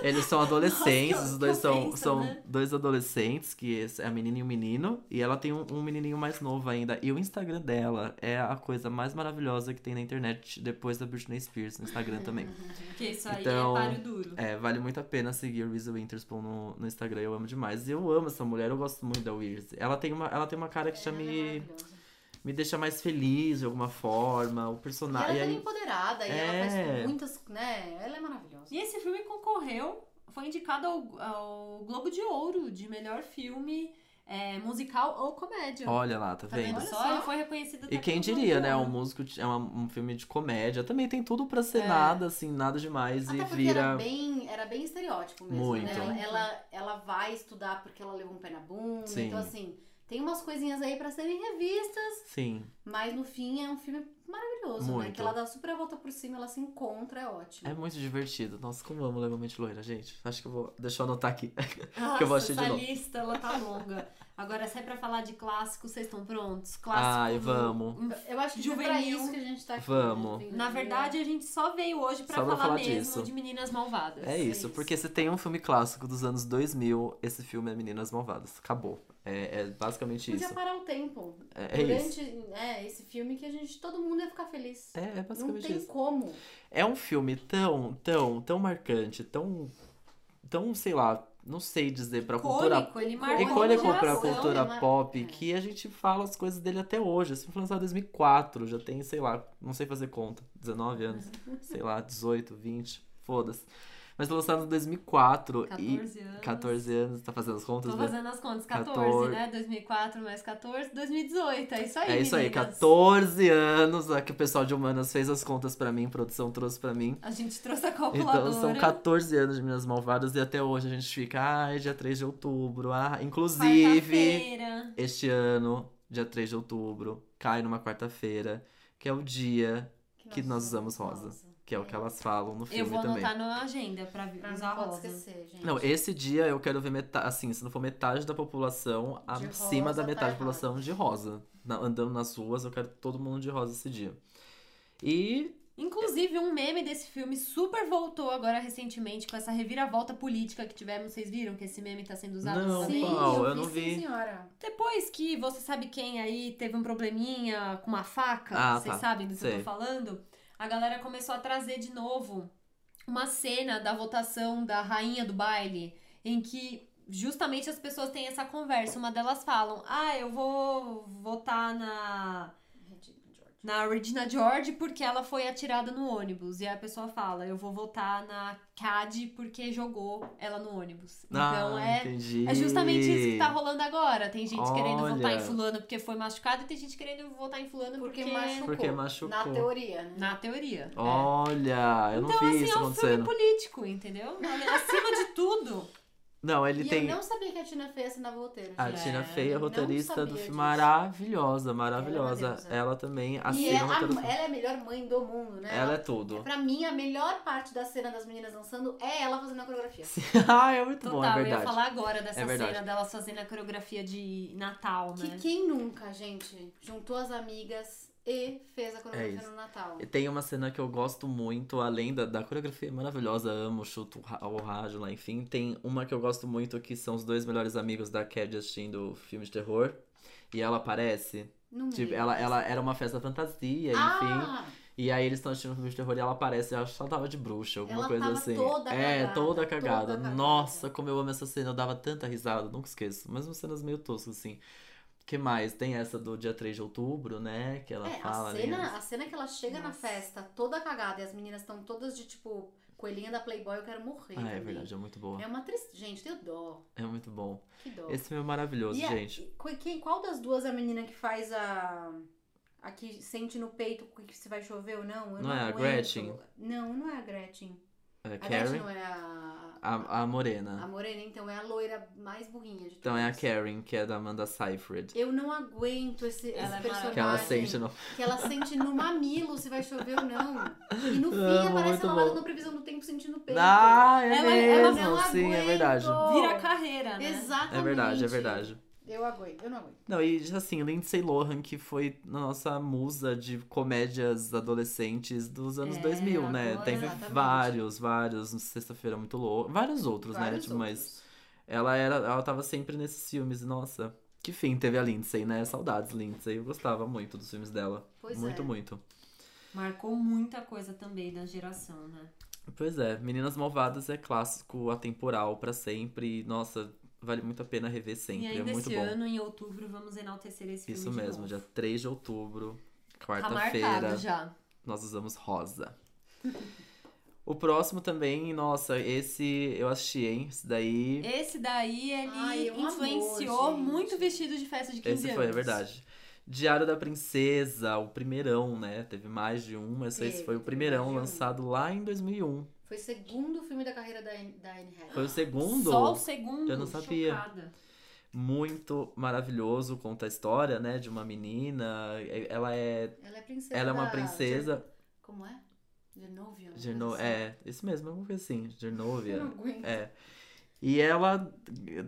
B: Eles são adolescentes,
A: Nossa,
B: os
A: que
B: dois são,
A: ofensa,
B: são
A: né?
B: dois adolescentes, que esse é a menina e o menino, e ela tem um, um menininho mais novo ainda. E o Instagram dela é a coisa mais maravilhosa que tem na internet, depois da Britney Spears no Instagram também.
A: Porque isso aí
B: Então,
A: é páreo duro.
B: É, vale muito a pena seguir a Reese Witherspoon no, no Instagram, eu amo demais. E eu amo essa mulher, eu gosto muito da Reese. Ela tem uma, ela tem uma cara que já
C: Ela é
B: me,
C: maravilhosa.
B: me deixa mais feliz de alguma forma, o
C: E
B: personagem.
C: ela é
B: Ah, e
C: toda
B: aí-
C: empoderada e
B: É.
C: ela faz muitas, né? Ela é maravilhosa.
A: E esse filme concorreu, foi indicado ao, ao Globo de Ouro de melhor filme é, musical ou comédia.
B: Olha lá, tá
C: Tá
A: Olha
B: vendo?
C: Olha tá
A: só,
C: só.
A: ele foi reconhecido
B: E
A: até
B: quem
A: pelo Globo
B: diria,
A: de
B: né? Um
A: Ouro.
B: músico é uma- um filme de comédia. Também tem tudo pra ser
A: É.
B: nada, assim, nada demais. e
C: Até porque
B: vira.
C: era, bem, era bem estereótipo mesmo,
B: Muito.
C: né? Ela, ela, ela vai estudar porque ela levou um pé na bunda.
B: Sim.
C: Então, assim, tem umas coisinhas aí pra serem revistas.
B: Sim.
C: Mas, no fim, é um filme maravilhoso, né?
B: Muito.
C: Que ela dá super a volta por cima, ela se encontra, é ótimo.
B: É muito divertido. Nossa, como eu amo legalmente loira, gente. Acho que eu vou. Deixa eu anotar aqui.
A: Nossa,
B: que eu vou assistir de
A: essa
B: novo.
A: lista, ela tá longa. Agora, se é pra falar de clássicos, vocês estão prontos? Clássico
B: Ai,
A: do-
B: vamos.
C: Eu acho que é pra
A: Juvenil.
C: isso que a gente tá aqui.
B: Vamos.
C: né?
A: Na verdade, a gente só veio hoje pra
B: Só pra
A: falar,
B: falar
A: mesmo
B: disso.
A: de Meninas Malvadas.
B: É isso, porque se tem um filme clássico dos anos 2000, esse filme é Meninas Malvadas. Acabou. É, é basicamente
C: Podia
B: isso.
C: parar o tempo.
B: É, é isso.
C: Durante é, esse filme que a gente, todo mundo ia ficar feliz.
B: É, é
C: Não
B: basicamente
C: tem
B: isso.
C: como.
B: É um filme tão, tão, tão marcante, tão, tão, sei lá, não sei dizer pra cultura
A: Icônico, ele marcou
B: icônico
A: uma
B: pra
A: geração.
B: cultura
C: né?
B: pop
C: É.
B: que a gente fala as coisas dele até hoje. Esse filme foi lançado em 2004, já tem, sei lá, não sei fazer conta, 19 anos, sei lá, 18, 20, foda-se. Mas foi lançado em 2004 e
A: 14 anos.
B: 14 anos, tá fazendo as contas,
A: Tô
B: né?
A: fazendo as contas. 14,
B: 14.
A: né? 2004 mais 14, 2018. É isso aí,
B: É isso aí,
A: meninas.
B: 14 anos a que o pessoal de humanas fez as contas pra mim, produção trouxe pra mim.
A: A gente trouxe a
B: Então
A: calculadora.
B: são 14 anos de Minas Malvadas e até hoje a gente fica, ai, dia 3 de outubro. Ah, inclusive,
A: Quarta-feira.
B: este ano, dia 3 de outubro, cai numa quarta-feira, que é o dia Que nós usamos rosa. que é o que elas falam no
A: Eu
B: filme
A: vou
B: também.
A: anotar na agenda pra vi-
C: Pra
A: usar
C: não pode
A: rosa.
C: esquecer, gente.
B: Não, esse dia eu quero ver metade, assim, se não for metade da população,
C: De
B: acima
C: rosa
B: da metade
C: tá
B: da
C: errado.
B: população de rosa. Na- andando nas ruas, eu quero todo mundo de rosa esse dia. E
A: Inclusive, um meme desse filme super voltou agora recentemente com essa reviravolta política que tivemos. Vocês viram que esse meme tá sendo usado?
B: Não,
A: ultimamente?
C: Sim,
B: qual?
C: eu,
B: Eu não
C: vi.
B: vi.
C: Sim, senhora.
A: Depois que você sabe quem aí teve um probleminha com uma faca,
B: Ah,
A: vocês
B: tá.
A: sabem do que eu tô
B: Sei.
A: falando, a galera começou a trazer de novo uma cena da votação da rainha do baile, em que justamente as pessoas têm essa conversa. Uma delas falam, ah, eu vou votar na,
C: Regina George.
A: na Regina George porque ela foi atirada no ônibus. E a pessoa fala, eu vou votar na Cad porque jogou ela no ônibus. Então
B: ah,
A: é
B: entendi.
A: é justamente isso que tá rolando agora. Tem gente querendo
B: Olha.
A: votar em fulano porque foi machucado e tem gente querendo votar em fulano porque,
C: Porque machucou.
B: Porque machucou.
C: Na teoria, né?
A: Na teoria.
B: Olha, eu não
A: então,
B: vi
A: assim,
B: isso
A: é um filme
B: acontecendo.
A: político, entendeu? Acima de tudo,
B: Não, ele
C: e
B: tem.
C: eu não sabia que a Tina Fey assinava o roteiro.
B: A
C: gente.
B: Tina
A: É,
B: Fey é
C: não
B: roteirista
C: sabia
B: do
C: disso.
B: filme. Maravilhosa, maravilhosa.
C: Ela é uma deusa.
B: Ela, também
C: E
B: assina
C: é
B: o
C: a-
B: roteiro do filme.
C: ela é a melhor mãe do mundo, né?
B: Assim, Ela é tudo.
C: Pra mim, a melhor parte da cena das meninas dançando é ela fazendo a coreografia.
B: ah, é muito bom, é
A: Total, eu ia
B: verdade.
A: falar agora dessa
B: É verdade.
A: cena delas fazendo a coreografia de Natal, né?
C: Que quem nunca, gente, juntou as amigas e fez a coreografia
B: É isso.
C: no Natal.
B: E Tem uma cena que eu gosto muito, além da, da coreografia maravilhosa, amo, chuto o ra- o rádio lá, enfim. Tem uma que eu gosto muito, que são os dois melhores amigos da Cad Justin do filme de terror. E ela aparece.
C: Não me
B: Tipo,
C: lembro.
B: ela, ela era uma festa fantasia, enfim.
C: Ah,
B: E aí eles estão assistindo o filme de terror e ela aparece, eu acho que ela tava de bruxa, alguma
C: Ela
B: coisa
C: tava
B: assim.
C: toda
B: é,
C: cagada,
B: toda
C: toda
B: cagada.
C: cagada.
B: Nossa, como eu amo essa cena, eu dava tanta risada, nunca esqueço. Mas umas cenas meio toscas, assim. que mais? Tem essa do dia 3 de outubro, né? Ah, Que ela
C: é,
B: fala
C: a
B: ali,
C: cena, a cena que ela chega na
A: Nossa.
C: festa toda cagada e as meninas estão todas de tipo, coelhinha da Playboy, eu quero morrer.
B: Ah, é
C: também.
B: verdade, é muito boa.
C: É uma tristeza. Gente, deu dó.
B: É muito bom.
C: Que dó.
B: Esse filme é maravilhoso,
C: E a-
B: gente.
C: qu- quem, qual das duas é a menina que faz a. A que sente no peito que se vai chover ou não? Eu
B: Não é a
C: aguento.
B: Gretchen?
C: Não, não é a Gretchen.
B: É
C: A Gretchen
B: Karen,
C: não é a.
B: a, a
C: a
B: Morena.
C: morena, então, é a loira mais burrinha de todas.
B: Então é a Karen, que é da Amanda Seyfried.
C: Eu não aguento esse,
A: Ela
C: esse
A: é
C: personagem.
B: Que ela sente no.
C: que ela sente no mamilo se vai chover ou não. E no fim
B: Amo,
C: aparece
B: É, muito
C: ela lá
B: bom.
C: dando previsão do tempo sentindo o peito.
B: Ah, é
A: Ela- ela
B: mesmo.
A: não
B: Sim, é verdade.
C: aguento.
A: Vira carreira, né?
C: Exatamente.
B: É verdade, é verdade.
C: Eu aguento, eu não aguento.
B: Não, e assim, Lindsay Lohan, que foi a nossa musa de comédias adolescentes dos anos
C: É,
B: 2000, né?
C: adoro,
B: Tem
C: exatamente.
B: vários, vários, Sexta-feira Muito Louca, vários outros, né?
C: Vários
B: Tipo, mas
C: outros.
B: ela era, ela tava sempre nesses filmes, nossa. Que fim teve a Lindsay, né? Saudades, Lindsay. Eu gostava muito dos filmes dela.
C: Pois
B: muito,
C: é.
B: muito.
A: Marcou muita coisa também da geração, né?
B: Pois é, Meninas Malvadas é clássico, atemporal pra sempre. Nossa, vale muito a pena rever sempre.
A: e
B: É
A: ainda
B: muito
A: esse
B: bom.
A: ano, em outubro, vamos enaltecer esse
B: Isso
A: filme. de
B: mesmo,
A: novo.
B: dia 3 de outubro,
A: Tá
B: quarta-feira.
A: marcado já.
B: nós usamos rosa. O próximo também, nossa, esse eu assisti, hein? Esse daí.
A: Esse daí, ele
C: Ai, é um
A: influenciou
C: amor, gente.
A: muito vestido de festa de 15
B: Esse
A: anos.
B: foi, é verdade. Diário da Princesa, o primeirão, né? Teve mais de um, mas esse
C: Teve,
B: foi o
C: teve
B: primeirão
C: mais de um.
B: lançado lá em 2001.
C: Foi o segundo filme da carreira da Anne da Anne Hathaway.
B: Foi o segundo.
A: Só o segundo.
B: Eu não sabia.
A: Chocada.
B: Muito maravilhoso, conta a história, né? De uma menina. Ela é,
C: Ela é princesa.
B: ela é uma
C: da-
B: princesa.
C: Como é? Genovia? uma
B: Geno...
C: coisa assim.
B: É, isso mesmo, alguma coisa assim. Genovia.
C: Eu não aguento.
B: É. E ela,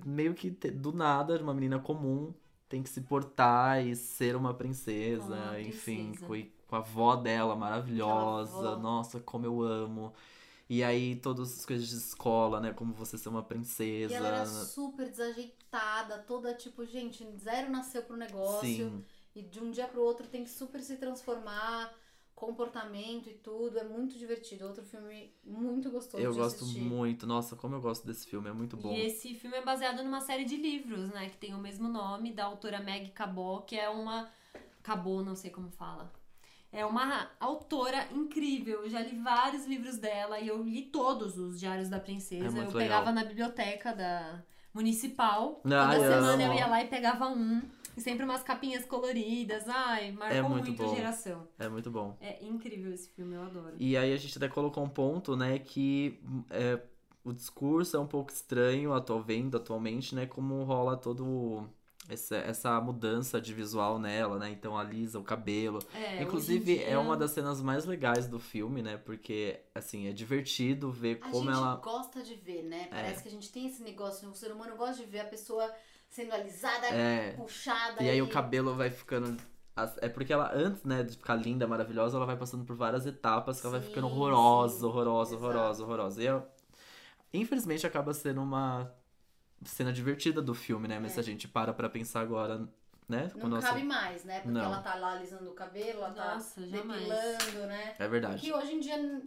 B: meio que te- do nada, de uma menina comum, tem que se portar e ser uma princesa,
A: Como uma
B: enfim,
A: princesa.
B: com, e- com a avó dela maravilhosa.
C: Aquela avó.
B: Nossa, como eu amo. E aí, todas as coisas de escola, né? Como você ser uma
C: E
B: princesa.
C: ela era super desajeitada, toda tipo, gente, zero nasceu pro negócio.
B: Sim,
C: E de um dia pro outro tem que super se transformar, comportamento e tudo. É muito divertido. Outro filme muito gostoso
B: eu
C: de
B: gosto
C: assistir.
B: muito. Nossa, como eu gosto desse filme, é muito bom.
A: E esse filme é baseado numa série de livros, né? Que tem o mesmo nome, da autora Meg Cabot, que é uma. Cabot, não sei como fala. É uma autora incrível. Eu já li vários livros dela e eu li todos os Diários da Princesa.
B: É
A: eu
B: muito
A: pegava
B: legal.
A: na biblioteca da municipal.
B: Ah,
A: Toda
B: eu
A: semana eu
B: amo.
A: ia lá e pegava um. E sempre umas capinhas coloridas. Ai, marcou
B: É muito
A: muito a
B: bom.
A: geração.
B: É muito bom.
A: É incrível esse filme, eu adoro.
B: E aí a gente até colocou um ponto, né, que é, o discurso é um pouco estranho, atual, vendo atualmente, né, como rola todo essa, essa mudança de visual nela, né, então alisa o cabelo.
A: É, hoje em
B: Inclusive, é
A: dia-
B: uma das cenas mais legais do filme, né, porque, assim, é divertido ver
C: A
B: como
C: gente
B: ela... É.
C: gosta de ver, né? Parece que a gente tem esse negócio. O ser humano gosta de ver a pessoa sendo alisada,
B: É,
C: puxada.
B: e aí o cabelo vai ficando... as- É porque ela, antes, né, de ficar linda, maravilhosa, ela vai passando por várias etapas que ela vai
C: Sim,
B: ficando horrorosa,
C: sim.
B: horrorosa,
C: Exato.
B: horrorosa, horrorosa. E eu... Infelizmente acaba sendo uma cena divertida do filme, né? Mas se a gente para pra pensar agora, né? com
C: É. Não
B: o nosso-
C: cabe mais, né? Porque
B: Não.
C: ela tá lá alisando o cabelo, ela tá
A: Nossa, jamais.
C: depilando, né?
B: É verdade.
C: Que hoje em dia n-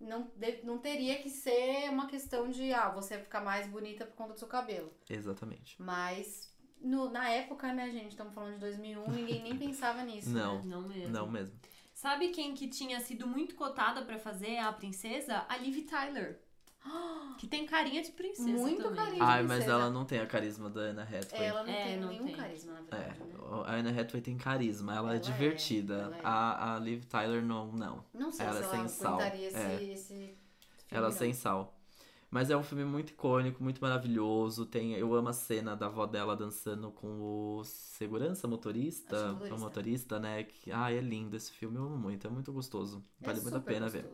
C: não, de- não teria que ser uma questão de, ah, você ficar mais bonita por conta do seu cabelo.
B: Exatamente.
C: Mas no- na época, né, gente? Estamos falando de 2001, ninguém nem pensava nisso.
B: Não.
C: né?
A: Não mesmo.
B: Não mesmo.
A: Sabe quem que tinha sido muito cotada pra fazer a princesa? A Liv Tyler. Que tem carinha de princesa
C: Muito
A: também. né?
C: carinha.
B: Ai, mas
C: princesa.
B: ela não tem a carisma da Anna Hathaway.
C: tá Ela não
A: É,
C: tem
A: não
C: nenhum
A: tem.
C: carisma, na
B: É,
C: verdade. né?
B: a Anna Hathaway tem carisma, ela,
C: Ela
B: é
C: é,
B: divertida.
C: ela é.
B: A, a Liv Tyler não, não.
C: Não sei
B: Ela
C: se
B: é
C: ela
B: sem sal,
C: aguentaria esse,
B: é.
C: esse filme,
B: Ela
C: não.
B: sem sal. Mas é um filme muito icônico, muito maravilhoso. Tem, eu amo a cena da avó dela dançando com o segurança, motorista,
C: Acho que é
B: o
C: motorista.
B: motorista, né? Que, ai, é lindo esse filme, eu amo muito, é muito gostoso. Vale muito a pena ver.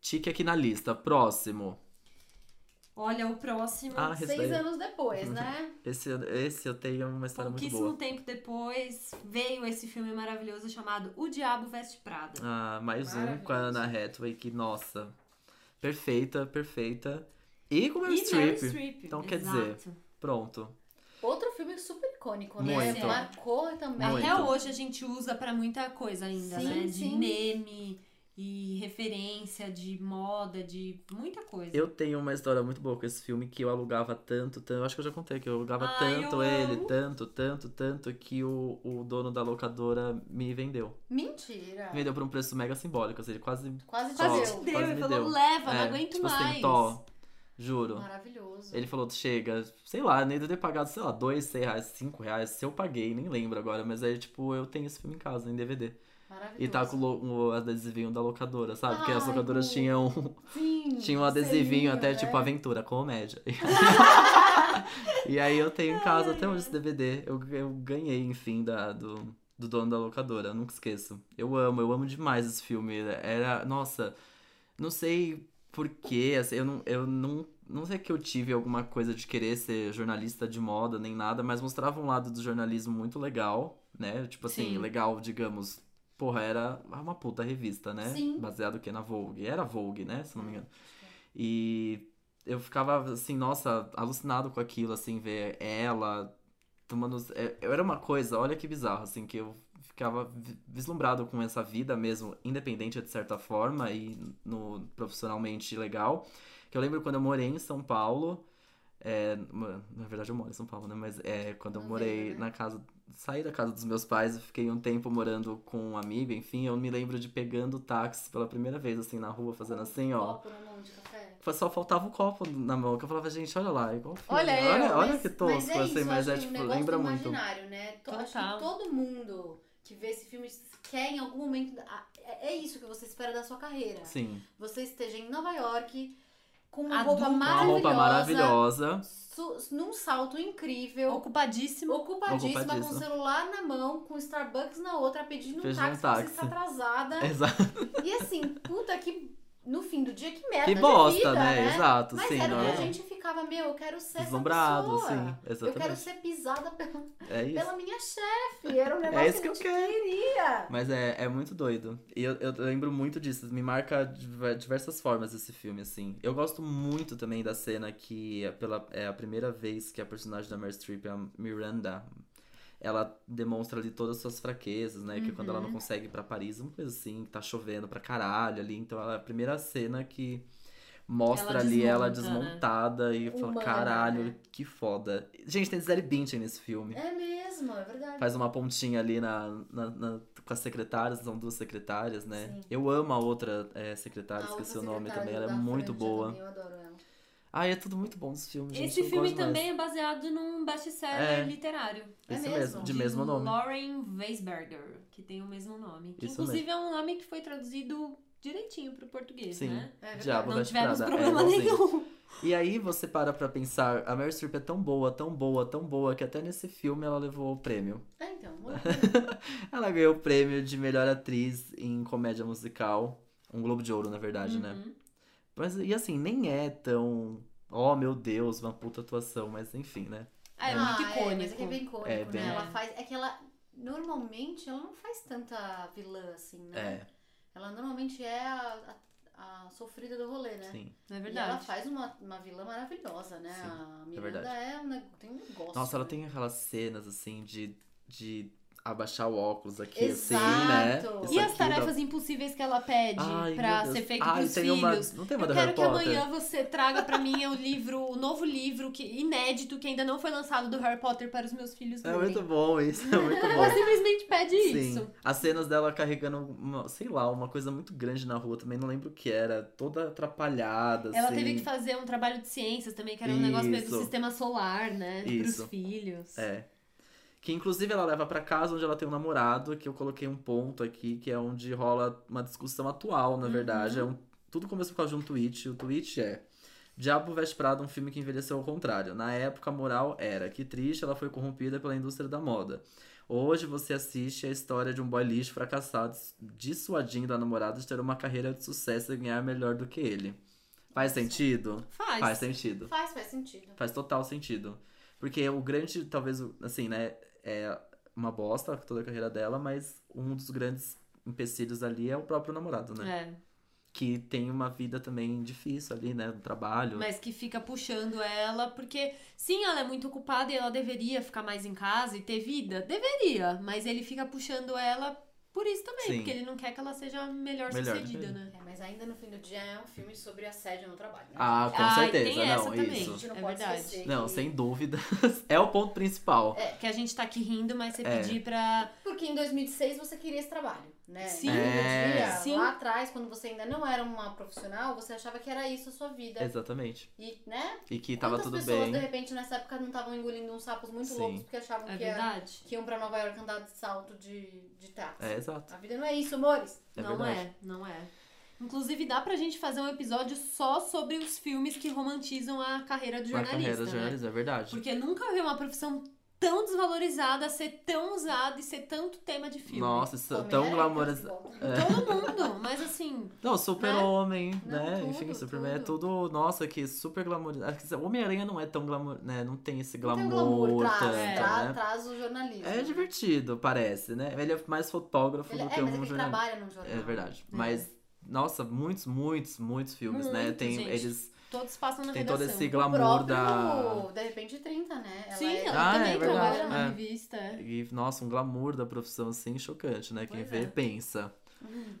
B: Tique aqui na lista. Próximo.
A: Olha, o próximo.
B: Ah, esse
C: Seis
B: daí.
C: anos depois, né?
B: Esse, esse eu tenho uma história muito
A: Pouquíssimo
B: boa.
A: tempo depois, veio esse filme maravilhoso chamado O Diabo Veste Prada.
B: Ah, mais um com a
C: Maravilhoso.
B: Ana Hathaway, que, nossa, perfeita, perfeita. E com o Meryl
A: E Meryl
B: Streep.
A: Streep.
B: Então, quer
A: exato.
B: Pronto.
C: Outro filme super icônico, né?
B: Muito.
C: Marcou também.
B: Muito.
A: Até hoje a gente usa pra muita coisa ainda,
C: Sim,
A: né? De
C: sim.
A: meme e referência de moda, de muita coisa.
B: Eu tenho uma história muito boa com esse filme que eu alugava tanto, tanto. Acho que eu já contei que eu alugava
A: Ai,
B: tanto
A: eu
B: ele,
A: amo.
B: tanto, tanto, tanto, que o, o dono da locadora me vendeu.
C: Mentira.
B: Me vendeu por um preço mega simbólico, assim, ele quase.
C: Quase te
A: Quase
B: Só-
A: te
C: deu.
A: deu
B: quase
A: e
B: me
A: falou,
B: deu.
A: leva, não
B: é,
A: aguento
B: tipo
A: mais. Ah,
B: assim, Tó, juro.
C: Maravilhoso.
B: Ele falou, chega, sei lá, nem de ter pagado, sei lá, dois, seis reais, cinco reais, se eu paguei, nem lembro agora, mas aí, tipo, eu tenho esse filme em casa, em DVD.
C: Maravilhoso.
B: E tá com o lo- o adesivinho da locadora, sabe? Porque as
C: Ai,
B: locadoras
C: Gu.
B: tinham,
C: Sim,
B: tinham um adesivinho
C: selinho,
B: até,
C: né?
B: tipo, aventura, comédia. e aí eu tenho em casa até hoje esse DVD. Eu, eu ganhei, enfim, da, do, do dono da locadora, eu nunca esqueço. Eu amo, eu amo demais esse filme. Era, nossa, não sei porquê, assim, eu não. Eu não não sei que eu tive alguma coisa de querer ser jornalista de moda nem nada, mas mostrava um lado do jornalismo muito legal, né? Tipo assim,
A: Sim.
B: legal, digamos. Porra, era uma puta revista, né?
C: Sim.
B: Baseado o quê? Na Vogue. Era Vogue, né? Se não me engano. E eu ficava assim, nossa, alucinado com aquilo, assim, ver ela tomando. é, Era uma coisa, olha que bizarro, assim, que eu ficava vi- vislumbrado com essa vida mesmo, independente de certa forma e no profissionalmente legal. Que eu lembro quando eu morei em São Paulo. é, ma- na verdade, eu moro em São Paulo, né? Mas é, quando eu
C: Não
B: morei
C: lembro, né?
B: na casa. Saí da casa dos meus pais, eu fiquei um tempo morando com um amigo, enfim. Eu me lembro de pegando táxi pela primeira vez, assim, na rua, fazendo assim, ó.
C: Copo na mão de café.
B: Foi- Só faltava o copo na mão, que eu falava, gente, olha lá, é igual filme.
C: Olha, eu,
B: olha, olha
C: mas-
B: que tosco,
C: mas é
B: assim,
C: isso,
B: mas
C: acho
B: é
C: que o
B: tipo,
C: negócio
B: lembra
C: do
B: muito.
C: imaginário, né? To- Acho
A: Total.
C: que todo mundo que vê esse filme quer em algum momento. a- É é isso que você espera da sua carreira.
B: Sim.
C: Você esteja em Nova York com uma
A: Adulto.
C: roupa
B: Uma
C: maravilhosa,
B: roupa maravilhosa.
C: su- num salto incrível,
A: Ocupadíssimo.
C: ocupadíssima, com
B: Ocupadíssima.
C: o celular na mão, com o Starbucks na outra, pedindo um
B: Fez um
C: táxi,
B: táxi. É.
C: porque você está atrasada.
B: Exato.
C: E assim, puta que no fim do dia que merda.
B: Que
C: de
B: bosta,
C: vida,
B: né? Exato,
C: É Mas
B: sim.
C: era o
B: não
C: que a
B: é?
C: gente ficava, meu, eu quero ser essa
B: Deslumbrado,
C: pessoa.
B: sim.
C: Eu quero
B: Exatamente.
C: ser pisada pela,
B: É isso.
C: pela minha chefe. Era um negócio
B: É isso que
C: a
B: eu
C: gente
B: quero.
C: queria.
B: Mas é, é muito doido. E eu, eu lembro muito disso. Me marca diver- diversas formas esse filme, assim. Eu gosto muito também da cena que é, pela, é a primeira vez que a personagem da Meryl Streep, é a Miranda, ela demonstra ali todas as suas fraquezas, né? Que quando ela
A: Uhum.
B: não consegue ir pra Paris, uma coisa assim, que tá chovendo pra caralho ali. Então ela é a primeira cena que mostra
A: Ela
B: ali ela
A: desmonta, né? é.
B: desmontada e fala,
C: Humana,
B: caralho,
C: né?"
B: que foda. Gente, tem Gisele Bündchen nesse filme.
C: É mesmo, é verdade.
B: Faz uma pontinha ali na, na- na- com as secretárias, são duas secretárias, né?
C: Sim.
B: Eu amo a outra eh, secretária,
C: A Ah, outra
B: esqueci o nome
C: secretária
B: também, ela é
C: da
B: muito
C: Franja
B: boa.
C: também, eu adoro ela.
B: Ai, é tudo muito bom dos filmes, gente.
A: Esse
B: eu
A: filme
B: gosto mais.
A: também é baseado num best-seller
B: É.
A: literário.
C: é
B: Esse
C: mesmo?
B: mesmo, de
A: de
B: mesmo nome.
A: Lauren Weisberger, que tem o mesmo nome. Que,
B: Isso
A: inclusive é um nome que foi traduzido direitinho pro português,
B: Sim.
A: né?
C: É verdade.
B: Diabo
A: Não
B: da
A: tivemos
B: Estrada, é
A: problema
B: igualzinho.
A: nenhum.
B: E aí você para pra pensar, a Meryl Streep é tão boa, tão boa, tão boa, que até nesse filme ela levou o prêmio.
C: É, então,
B: Ela ganhou o prêmio de melhor atriz em comédia musical. Um Globo de Ouro, na verdade, né?
A: Uhum.
B: Mas, e assim, nem é tão. Oh, meu Deus, uma puta atuação, mas enfim, né?
A: Ah, é
C: Ah,
A: muito
C: mas é que é
A: icônico.
C: bem icônico,
B: É bem-
C: né? Ela faz. É que ela. Normalmente ela não faz tanta vilã assim, né?
B: É,
C: Ela normalmente é a, a- a sofrida do rolê, né?
B: sim.
A: Não é
C: E ela
A: verdade.
C: faz uma, uma vilã maravilhosa, né?
B: Sim,
C: a
B: verdade.
C: Miranda é, um neg- tem um negócio.
B: Nossa, ela
C: né?
B: tem aquelas cenas assim de, de abaixar o óculos aqui, assim,
C: Exato.
B: né?
C: E
A: E
B: Isso
A: as
B: aqui
A: tarefas impossíveis que ela pede
B: dá- Ai,
A: pra
B: meu
A: ser
B: Deus.
A: feito
B: Ai,
A: pros
B: tem
A: filhos?
B: uma- Não tem uma
A: Eu quero
B: da Harry
A: que
B: Potter?
A: amanhã você traga pra mim o livro, o novo livro que, inédito que ainda não foi lançado do Harry Potter para os meus filhos
B: É
A: lerem.
B: muito bom isso, é muito
A: Ela
B: bom.
A: simplesmente pede
B: Sim.
A: isso.
B: As cenas dela carregando, uma, sei lá, uma coisa muito grande na rua também, não lembro o que era. Toda atrapalhada,
A: Ela
B: assim.
A: teve que fazer um trabalho de ciências também, que era um negócio meio do
B: Isso.
A: sistema solar, né?
B: Isso.
A: Pros filhos.
B: É. Que inclusive ela leva pra casa onde ela tem um namorado, que eu coloquei um ponto aqui, que é onde rola uma discussão atual, na verdade. É um tudo começou por causa de um tweet. O tweet é. Diabo Veste Prada, um filme que envelheceu ao contrário. Na época, a moral era que triste ela foi corrompida pela indústria da moda. Hoje você assiste a história de um boy lixo fracassado dissuadindo a namorada de ter uma carreira de sucesso e ganhar melhor do que ele. Faz
C: Nossa.
B: sentido?
A: Faz.
B: Faz sentido.
C: Faz, faz sentido.
B: Faz total sentido. Porque o grande, talvez, o- assim, né? É uma bosta toda a carreira dela, mas um dos grandes empecilhos ali é o próprio namorado, né?
A: É,
B: Que tem uma vida também difícil ali, né? Do trabalho.
A: mas que fica puxando ela, porque sim, ela é muito ocupada e ela deveria ficar mais em casa e ter vida. Deveria, mas ele fica puxando ela por isso também,
B: Sim.
A: porque ele não quer que ela seja melhor,
B: Melhor
A: sucedida,
B: sucedida.
A: né?
C: É, mas ainda no fim do dia é um filme sobre assédio no trabalho. né?
B: Ah, com
A: Ah, e
B: certeza,
A: tem essa
B: não,
A: também.
C: a
B: isso.
C: gente não
A: é
C: pode
A: verdade.
C: esquecer.
B: Não,
C: que-
B: sem dúvida. é o ponto principal.
A: Que a gente tá aqui rindo, mas você
B: É.
A: pedir pra.
C: Porque em 2006 você queria esse trabalho, né?
A: Sim.
C: No fim do
B: É.
C: dia,
A: Sim.
C: Lá atrás, quando você ainda não era uma profissional, você achava que era isso a sua vida.
B: Exatamente.
C: E, né?
B: E que É. tava
C: Quantas
B: tudo
C: pessoas,
B: bem.
C: de repente, nessa época não estavam engolindo uns sapos muito
B: Sim.
C: loucos porque achavam
A: É
C: que, era,
A: verdade?
C: que iam pra Nova York andar de salto de, de táxi.
B: É, exato.
C: A vida não é isso, amores.
B: É
A: não
B: verdade.
A: é, não é. Inclusive, dá pra gente fazer um episódio só sobre os filmes que romantizam a carreira do
B: Uma
A: jornalista.
B: carreira
A: né?
B: de jornalista, é verdade.
A: Porque nunca vi uma profissão tão desvalorizada ser tão usada e ser tanto tema de filme.
B: Nossa, isso é
C: Homem
B: tão
C: era
B: glamouroso.
C: igual.
A: Todo mundo, mas assim,
B: Não, super-homem,
C: Não,
B: né?
C: tudo,
B: Enfim, Superman é
C: tudo.
B: tudo. Nossa, que super glamourizado. Acho que Homem-Aranha não é tão glamour, né? Não tem esse
C: Não
B: glamour,
C: tem o glamour, traz,
B: tanto,
A: é,
C: traz,
B: né?
C: traz o jornalismo.
B: É divertido, parece, né? Ele é mais fotógrafo
C: Ele,
B: do
C: é,
B: que
C: mas
B: um
C: ele
B: jornalista.
C: trabalha né? num jornal.
B: É verdade. Mas, nossa, muitos, muitos, muitos filmes, né?
A: Muito,
B: Tem,
A: gente.
B: eles
A: todos passam na
B: têm todo
A: redação.
B: esse
C: O
B: glamour
C: próprio,
B: da.
C: de repente, 30, né? Ela
A: Sim,
C: é-
A: ela
B: Ah,
A: também
B: é
A: trabalha
B: verdade,
A: na
B: é.
A: revista. é.
B: E, nossa, um glamour da profissão, assim, chocante, né? Quem
A: Pois
B: vê,
A: é.
B: pensa.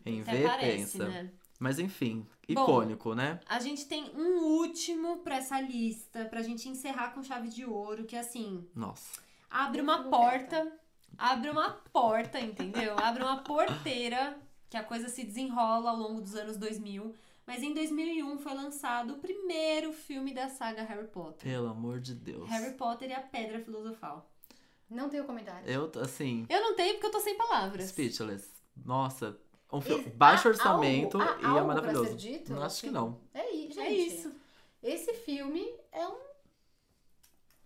B: Quem
A: Até
B: vê,
A: parece,
B: pensa.
A: né?
B: Mas, enfim,
A: Bom,
B: icônico, né?
A: A gente tem um último pra essa lista, pra gente encerrar com chave de ouro, que é assim,
B: Nossa.
A: abre uma
C: Como
A: porta,
C: então.
A: abre uma porta, entendeu? Abre uma porteira, que a coisa se desenrola ao longo dos anos 2000. Mas em 2001 foi lançado o primeiro filme da saga Harry Potter.
B: Pelo amor de Deus.
A: Harry Potter e a Pedra Filosofal.
C: Não tenho comentário.
B: Eu, assim.
A: Eu não tenho porque eu tô sem palavras.
B: Speechless. Nossa, um filme
C: Ex-
B: baixo
C: há
B: orçamento
C: algo- há
B: e é
C: algo pra
B: maravilhoso.
C: ser dito?
B: Não, acho que não.
C: É, i- gente,
A: É isso.
C: Esse filme é um.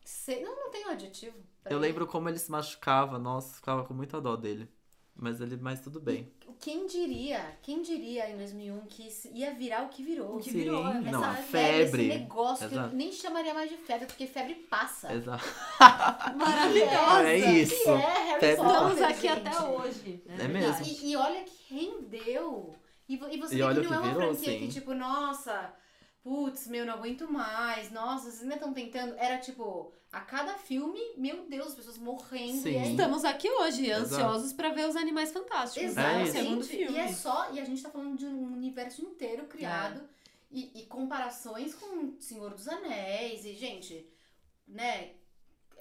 C: Se- Não, não tem um adjetivo. pra
B: Eu
C: ele.
B: lembro como ele se machucava, nossa, ficava com muita dó dele. Mas ele, mas tudo bem.
C: Quem diria, quem diria em 2001 que isso ia virar o que virou?
A: O que virou, é
B: não, a
A: verdade.
B: febre.
C: Esse negócio que eu
B: Exato.
C: nem chamaria mais de febre, porque febre passa.
B: Exato.
A: Maravilhosa!
B: Ah, É isso.
C: Que é Harry
B: Febre
C: Potter,
A: Estamos aqui
C: gente.
A: até hoje. né?
B: É mesmo.
A: Verdade.
C: E, e olha que rendeu. E, vo- e você
B: E
C: vê
B: olha
C: que
B: o
C: não é
B: que
C: uma
B: virou,
C: franquia que,
B: sim.
C: tipo, nossa, putz, meu, não aguento mais. Nossa, vocês ainda estão tentando. Era tipo, a cada filme, meu Deus, as pessoas morrendo. E
B: Sim.
C: é aí,
A: Estamos aqui hoje,
B: Exato.
A: ansiosos pra ver os Animais Fantásticos.
C: Exato,
A: né? o
B: É isso.
A: segundo filme. É.
C: E é só. E a gente tá falando de um universo inteiro criado. E, e comparações com Senhor dos Anéis. E, gente, né?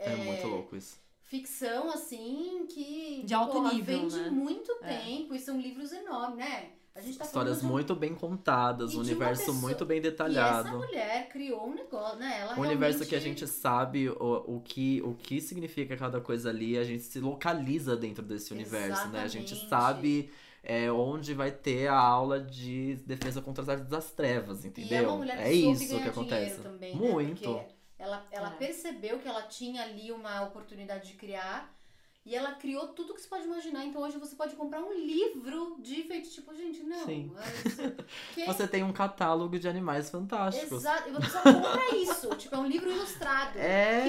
B: É muito louco isso.
C: ficção, assim, que
A: De alto
C: porra,
A: nível,
C: vende
A: né?
C: muito
A: É.
C: tempo e são livros enormes, né? A gente tá
B: Histórias
C: falando de um-
B: muito bem contadas,
C: e
B: um
C: de uma
B: universo
C: pessoa-
B: muito bem
C: E essa
B: detalhado.
C: mulher criou um negócio, né? Ela
B: Um universo
C: realmente-
B: que a gente sabe o, o, que, o que significa cada coisa ali, a gente se localiza dentro desse universo, né? A gente
C: Exatamente.
B: sabe é, onde vai ter a aula de defesa contra as artes das trevas,
C: E é
B: entendeu?
C: uma mulher que
B: é
C: soube
B: isso
C: ganhar
B: que acontece.
C: dinheiro também,
B: Muito.
C: né? Porque ela, ela
A: É.
C: percebeu que ela tinha ali uma oportunidade de criar e ela criou tudo que você pode imaginar. Então hoje você pode comprar um livro de feito tipo, gente, não.
B: Sim.
C: é- que-
B: Você tem um catálogo de animais fantásticos.
C: Exato, e você só compra isso. tipo, é um livro ilustrado. Que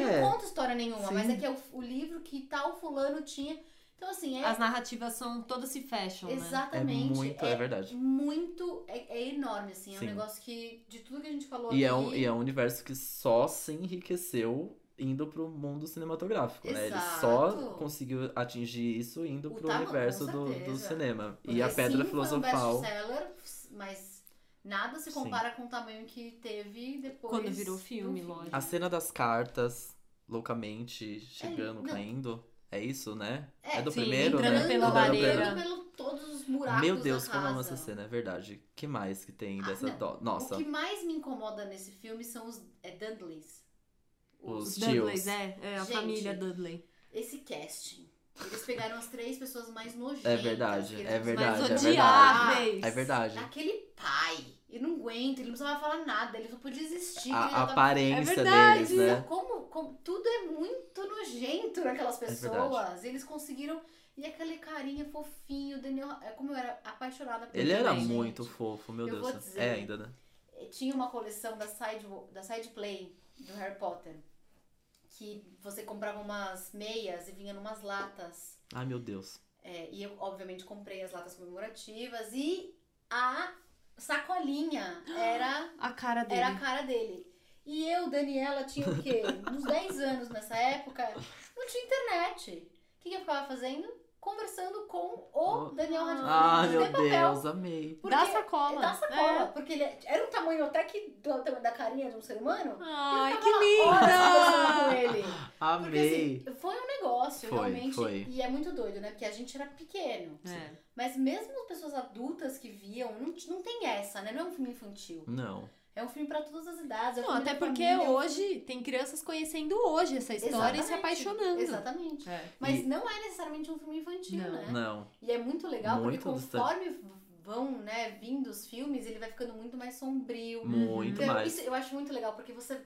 C: não
B: É.
C: conta história nenhuma,
B: Sim.
C: mas é que é o, o livro que tal fulano tinha. Então, assim, é
A: As narrativas são todas se fecham, né?
B: É
C: exatamente.
B: muito, é, verdade.
C: muito- é- é enorme, assim. É
B: Sim.
C: um negócio que, de tudo que a gente falou
B: E
C: aqui.
B: é, um, e é um universo que só se enriqueceu indo pro mundo cinematográfico, né? Ele só
C: Exato.
B: conseguiu atingir isso indo
C: O
B: pro
C: tamanho,
B: universo
C: com
B: do, do
C: certeza.
B: cinema.
C: Porque,
B: um, E a Pedra
C: sim,
B: Filosofal.
C: Foi um best-seller, mas nada se
B: Sim.
C: compara com o tamanho que teve depois.
A: Quando virou
C: do
A: filme, lógico.
B: A cena das cartas, loucamente chegando,
C: É, não.
B: caindo. É isso, né? É,
C: É,
B: do
A: sim,
B: primeiro,
A: entrando
B: né?
A: pela
B: Do primeiro.
A: lareira.
C: Entrando pelo todos os buracos
B: Meu Deus,
C: da
B: como eu amo
C: casa.
B: essa cena, é verdade. que mais que tem
C: Ah,
B: dessa
C: não.
B: dó?
C: O
B: Nossa,
C: que mais me incomoda nesse filme são os é Dudleys.
B: os
A: Dudleys,
B: tios.
C: né?
A: é, é a
C: Gente.
A: família Dudley.
C: Esse casting. Eles pegaram as três pessoas mais nojentas.
B: verdade,
C: que eles
B: é
C: mais
B: verdade, é
A: Mas
B: verdade.
A: odiáveis.
B: É verdade.
C: Daquele pai. Ele não aguenta, ele não precisava falar nada, ele só podia existir.
B: A,
C: ele
B: a
C: tava-
B: aparência
A: É verdade.
B: deles, né?
C: como, como- tudo é muito nojento naquelas
B: É
C: pessoas. Eles conseguiram. E aquele carinha fofinho, o Daniel. é Como eu era apaixonada por
B: Ele era
C: gente.
B: muito fofo, meu
C: Eu
B: Deus.
C: vou
B: do céu.
C: dizer.
B: É ainda, né?
C: Tinha uma coleção da Side, da Side Play do Harry Potter. Que você comprava umas meias e vinha numas latas.
B: Ai, meu Deus.
C: É, e eu, obviamente, comprei as latas comemorativas e a sacolinha era,
A: A cara dele.
C: era a cara dele. E eu, Daniela, tinha o quê? Uns 10 anos nessa época. Não tinha internet. O que, que eu ficava fazendo? Conversando com o
B: Oh.
C: Daniel Radcliffe
B: Ai,
C: de
B: meu
C: Ah, papel.
B: Deus, amei.
C: Porque-
A: Da sacola.
C: Da sacola.
A: É.
C: Porque ele era um tamanho até que do tamanho da carinha de um ser humano.
A: Ai, que
C: Eu ficava lá horas
A: linda!
C: conversando com ele. Porque
B: Amei.
C: assim, foi um negócio,
B: Foi,
C: realmente.
B: foi.
C: E é muito doido, né? Porque a gente era pequeno.
A: É.
C: Mas mesmo as pessoas adultas que viam, não, t- não tem essa, né? Não é um filme infantil.
B: Não.
C: É um filme pra todas as idades. É um
A: Não,
C: filme
A: até
C: da
A: porque
C: família, é um filme-
A: hoje tem crianças conhecendo hoje essa história e se
C: Exatamente,
A: apaixonando.
C: Exatamente.
A: É.
C: Mas não é necessariamente um filme infantil,
A: Não.
C: né?
B: Não.
C: E é muito legal
B: Muito
C: porque conforme vão, né, vindo os filmes, ele vai ficando muito mais sombrio.
B: Muito
C: Então,
B: mais.
C: isso eu acho muito legal, porque você,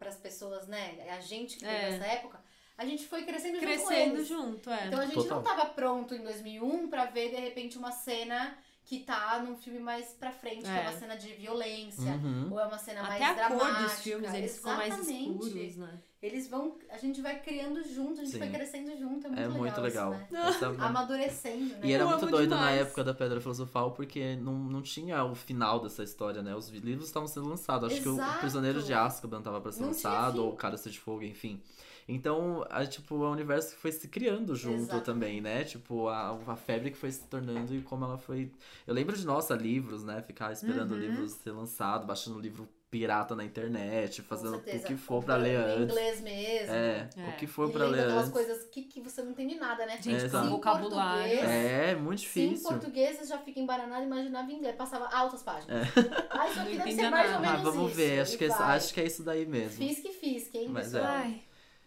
C: para as pessoas, né, a gente que
A: É.
C: teve essa época, a gente foi crescendo, junto com
A: Crescendo
C: eles.
A: junto, é.
C: Então a gente
B: Total.
C: não tava pronto em 2001 pra ver, de repente, uma cena que tá num filme mais pra frente, que é
A: É.
C: uma cena de violência.
B: Uhum.
C: Ou é uma cena mais
A: Até a
C: dramática.
A: cor dos filmes, eles ficam mais
C: Exatamente.
A: escuros, né?
C: Eles vão... A gente vai criando junto, a gente
B: Sim.
C: vai crescendo junto. É muito
B: É
C: legal
B: muito legal.
C: isso, né?
B: Essa-
C: Amadurecendo, né?
B: E era
A: Eu
B: muito
A: amo
B: doido na
A: demais.
B: época da Pedra Filosofal, porque não, não tinha o final dessa história, né? Os livros estavam sendo lançados. Acho que o
C: Exato.
B: Prisioneiro de Azkaban tava pra ser
C: Não tinha
B: lançado,
C: fim.
B: ou o Cálice de Fogo, enfim. Então, a, tipo, o universo que foi se criando junto
C: Exatamente.
B: também, né? Tipo, a, a febre que foi se tornando e como ela foi... Eu lembro de, nossa, livros, né? Ficar esperando o
A: Uhum.
B: livro ser lançado, baixando livro pirata na internet,
C: Com
B: fazendo o
C: certeza.
B: que for pra ler
C: Em
B: antes.
C: inglês mesmo.
B: É,
A: É.
B: o que for
C: e
B: pra
C: lendo
B: ler
C: aquelas
B: antes.
C: coisas que, que você não entende nada, né?
A: Gente,
B: É,
A: com
B: exato.
A: vocabulário.
C: português.
B: É, muito
C: Sim,
B: difícil.
C: em português eu já fica embananado, imaginava em inglês. Passava altas páginas. Ah, isso
A: Não
C: aqui deve
A: entendia
C: ser mais ou
A: nada.
B: É. Ah,
C: menos
B: vamos
C: isso.
B: ver,
C: E
B: acho que, é, isso-
C: vai.
B: acho que é isso daí mesmo.
C: Fisque, fisque, hein,
B: Mas é.
C: pessoal?
A: Ai,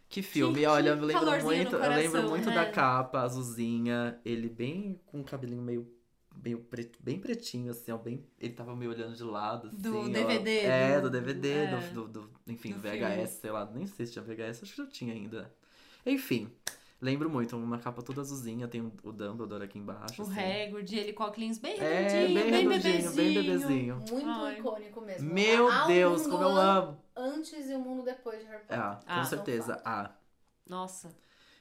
B: Que filme,
A: Que-
B: olha, eu
A: que
B: me lembro
A: um calorzinho
B: muito,
A: no
B: eu lembro
A: coração,
B: muito
A: né?
B: da capa, azulzinha, ele bem com o cabelinho meio meio preto, bem pretinho assim, ó, bem, ele tava meio olhando de lado assim,
A: Do
B: ó.
A: DVD,
B: É,
A: do-
B: do DVD,
A: é.
B: do, do- do- enfim,
A: Do
B: do VHS, sei lá, nem sei se tinha VHS, acho que já tinha ainda. Enfim, lembro muito, uma capa toda azulzinha, tem o Dumbledore aqui embaixo,
A: o
B: assim.
A: Hagrid, ele com óculos bem
B: É, bem
A: redondinho, bem,
B: redondinho, bem
A: bebezinho. Ah,
B: bebezinho.
C: Muito
A: Ai.
C: icônico mesmo.
B: Meu
C: Há- há um
B: Deus,
C: mundo
B: como eu amo.
C: Antes e o mundo depois de Harry Potter.
B: Ah, com
A: Ah,
B: certeza. Ah,
A: Nossa.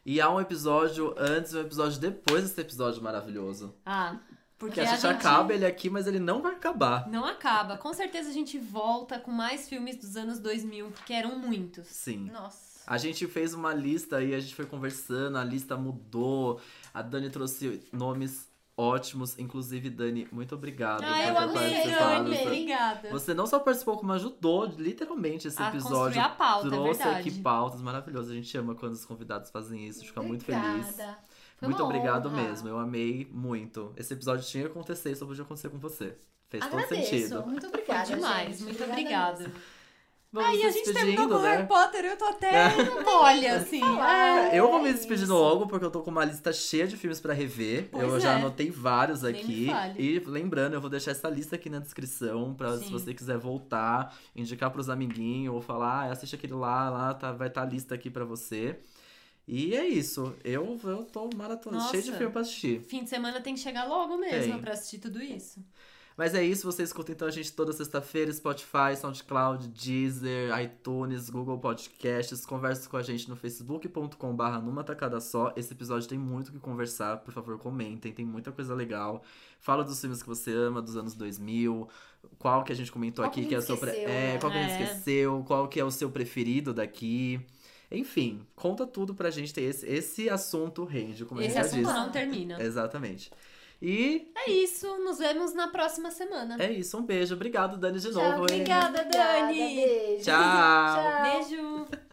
B: E há um episódio antes e um episódio depois desse episódio maravilhoso.
A: Ah, porque
B: Porque a gente, acaba ele aqui, mas ele não vai acabar.
A: Não acaba. Com certeza a gente volta com mais filmes dos anos 2000, porque eram muitos.
B: Sim.
C: Nossa.
B: A gente fez uma lista e a gente foi conversando, a lista mudou. A Dani trouxe nomes ótimos. Inclusive, Dani, muito obrigado
A: Ah, eu
B: ter
A: amei,
B: participado.
A: Dani. Obrigada.
B: Você não só participou, como ajudou literalmente esse
A: a construir
B: episódio.
A: a pauta, é
B: trouxe
A: verdade.
B: aqui pautas maravilhosas. A gente ama quando os convidados fazem isso, a gente fica muito feliz.
C: Obrigada. Foi
B: Muito
C: uma
B: obrigado
C: honra.
B: mesmo, eu amei muito. Esse episódio tinha que acontecer, só podia acontecer com você. Fez todo
C: Agradeço.
B: sentido.
C: Muito
A: Foi
C: obrigada.
A: demais,
C: gente.
A: muito obrigada.
C: mesmo.
B: Vamos
A: Aí
B: se
A: a gente terminou com
B: despedindo,
A: o Harry
B: né? É.
A: Potter, eu tô até molha, assim.
C: falar.
B: Eu vou
C: É
B: me despedir
C: isso.
B: logo, porque eu tô com uma lista cheia de filmes pra rever.
A: Pois
B: eu já
A: é.
B: anotei vários
A: Nem me
B: aqui.
A: fale.
B: E lembrando, eu vou deixar essa lista aqui na descrição, pra se
A: Sim.
B: você quiser voltar, indicar pros amiguinhos, ou falar, ah, assiste aquele lá, lá tá- vai estar a lista aqui pra você. E é isso. Eu, eu tô maratona, cheio de
A: Nossa.
B: filme pra assistir.
A: Fim de semana tem que chegar logo mesmo
B: Tem.
A: pra assistir tudo isso.
B: Mas é isso, você escuta então a gente toda sexta-feira, Spotify, SoundCloud, Deezer, iTunes, Google Podcasts, conversa com a gente no facebook.com/barra numa tacada só. Esse episódio tem muito o que conversar, por favor, comentem, tem muita coisa legal. Fala dos filmes que você ama dos anos 2000, qual que a gente comentou
C: Qual que
B: aqui
C: a
B: que é o
C: gente
B: seu pre-
C: esqueceu,
B: é,
C: né?
B: qual que a gente
A: É.
B: esqueceu, qual que é o seu preferido daqui. Enfim, conta tudo pra gente ter esse, esse assunto rende, como
A: Esse
B: a
A: assunto
B: gente já
A: não termina.
B: disse. Exatamente. E
A: É isso, nos vemos na próxima semana.
B: é isso, um beijo. Obrigado, Dani, de
C: Tchau,
B: novo, hein?
A: obrigada, Dani.
C: Beijo.
B: Tchau.
A: Beijo!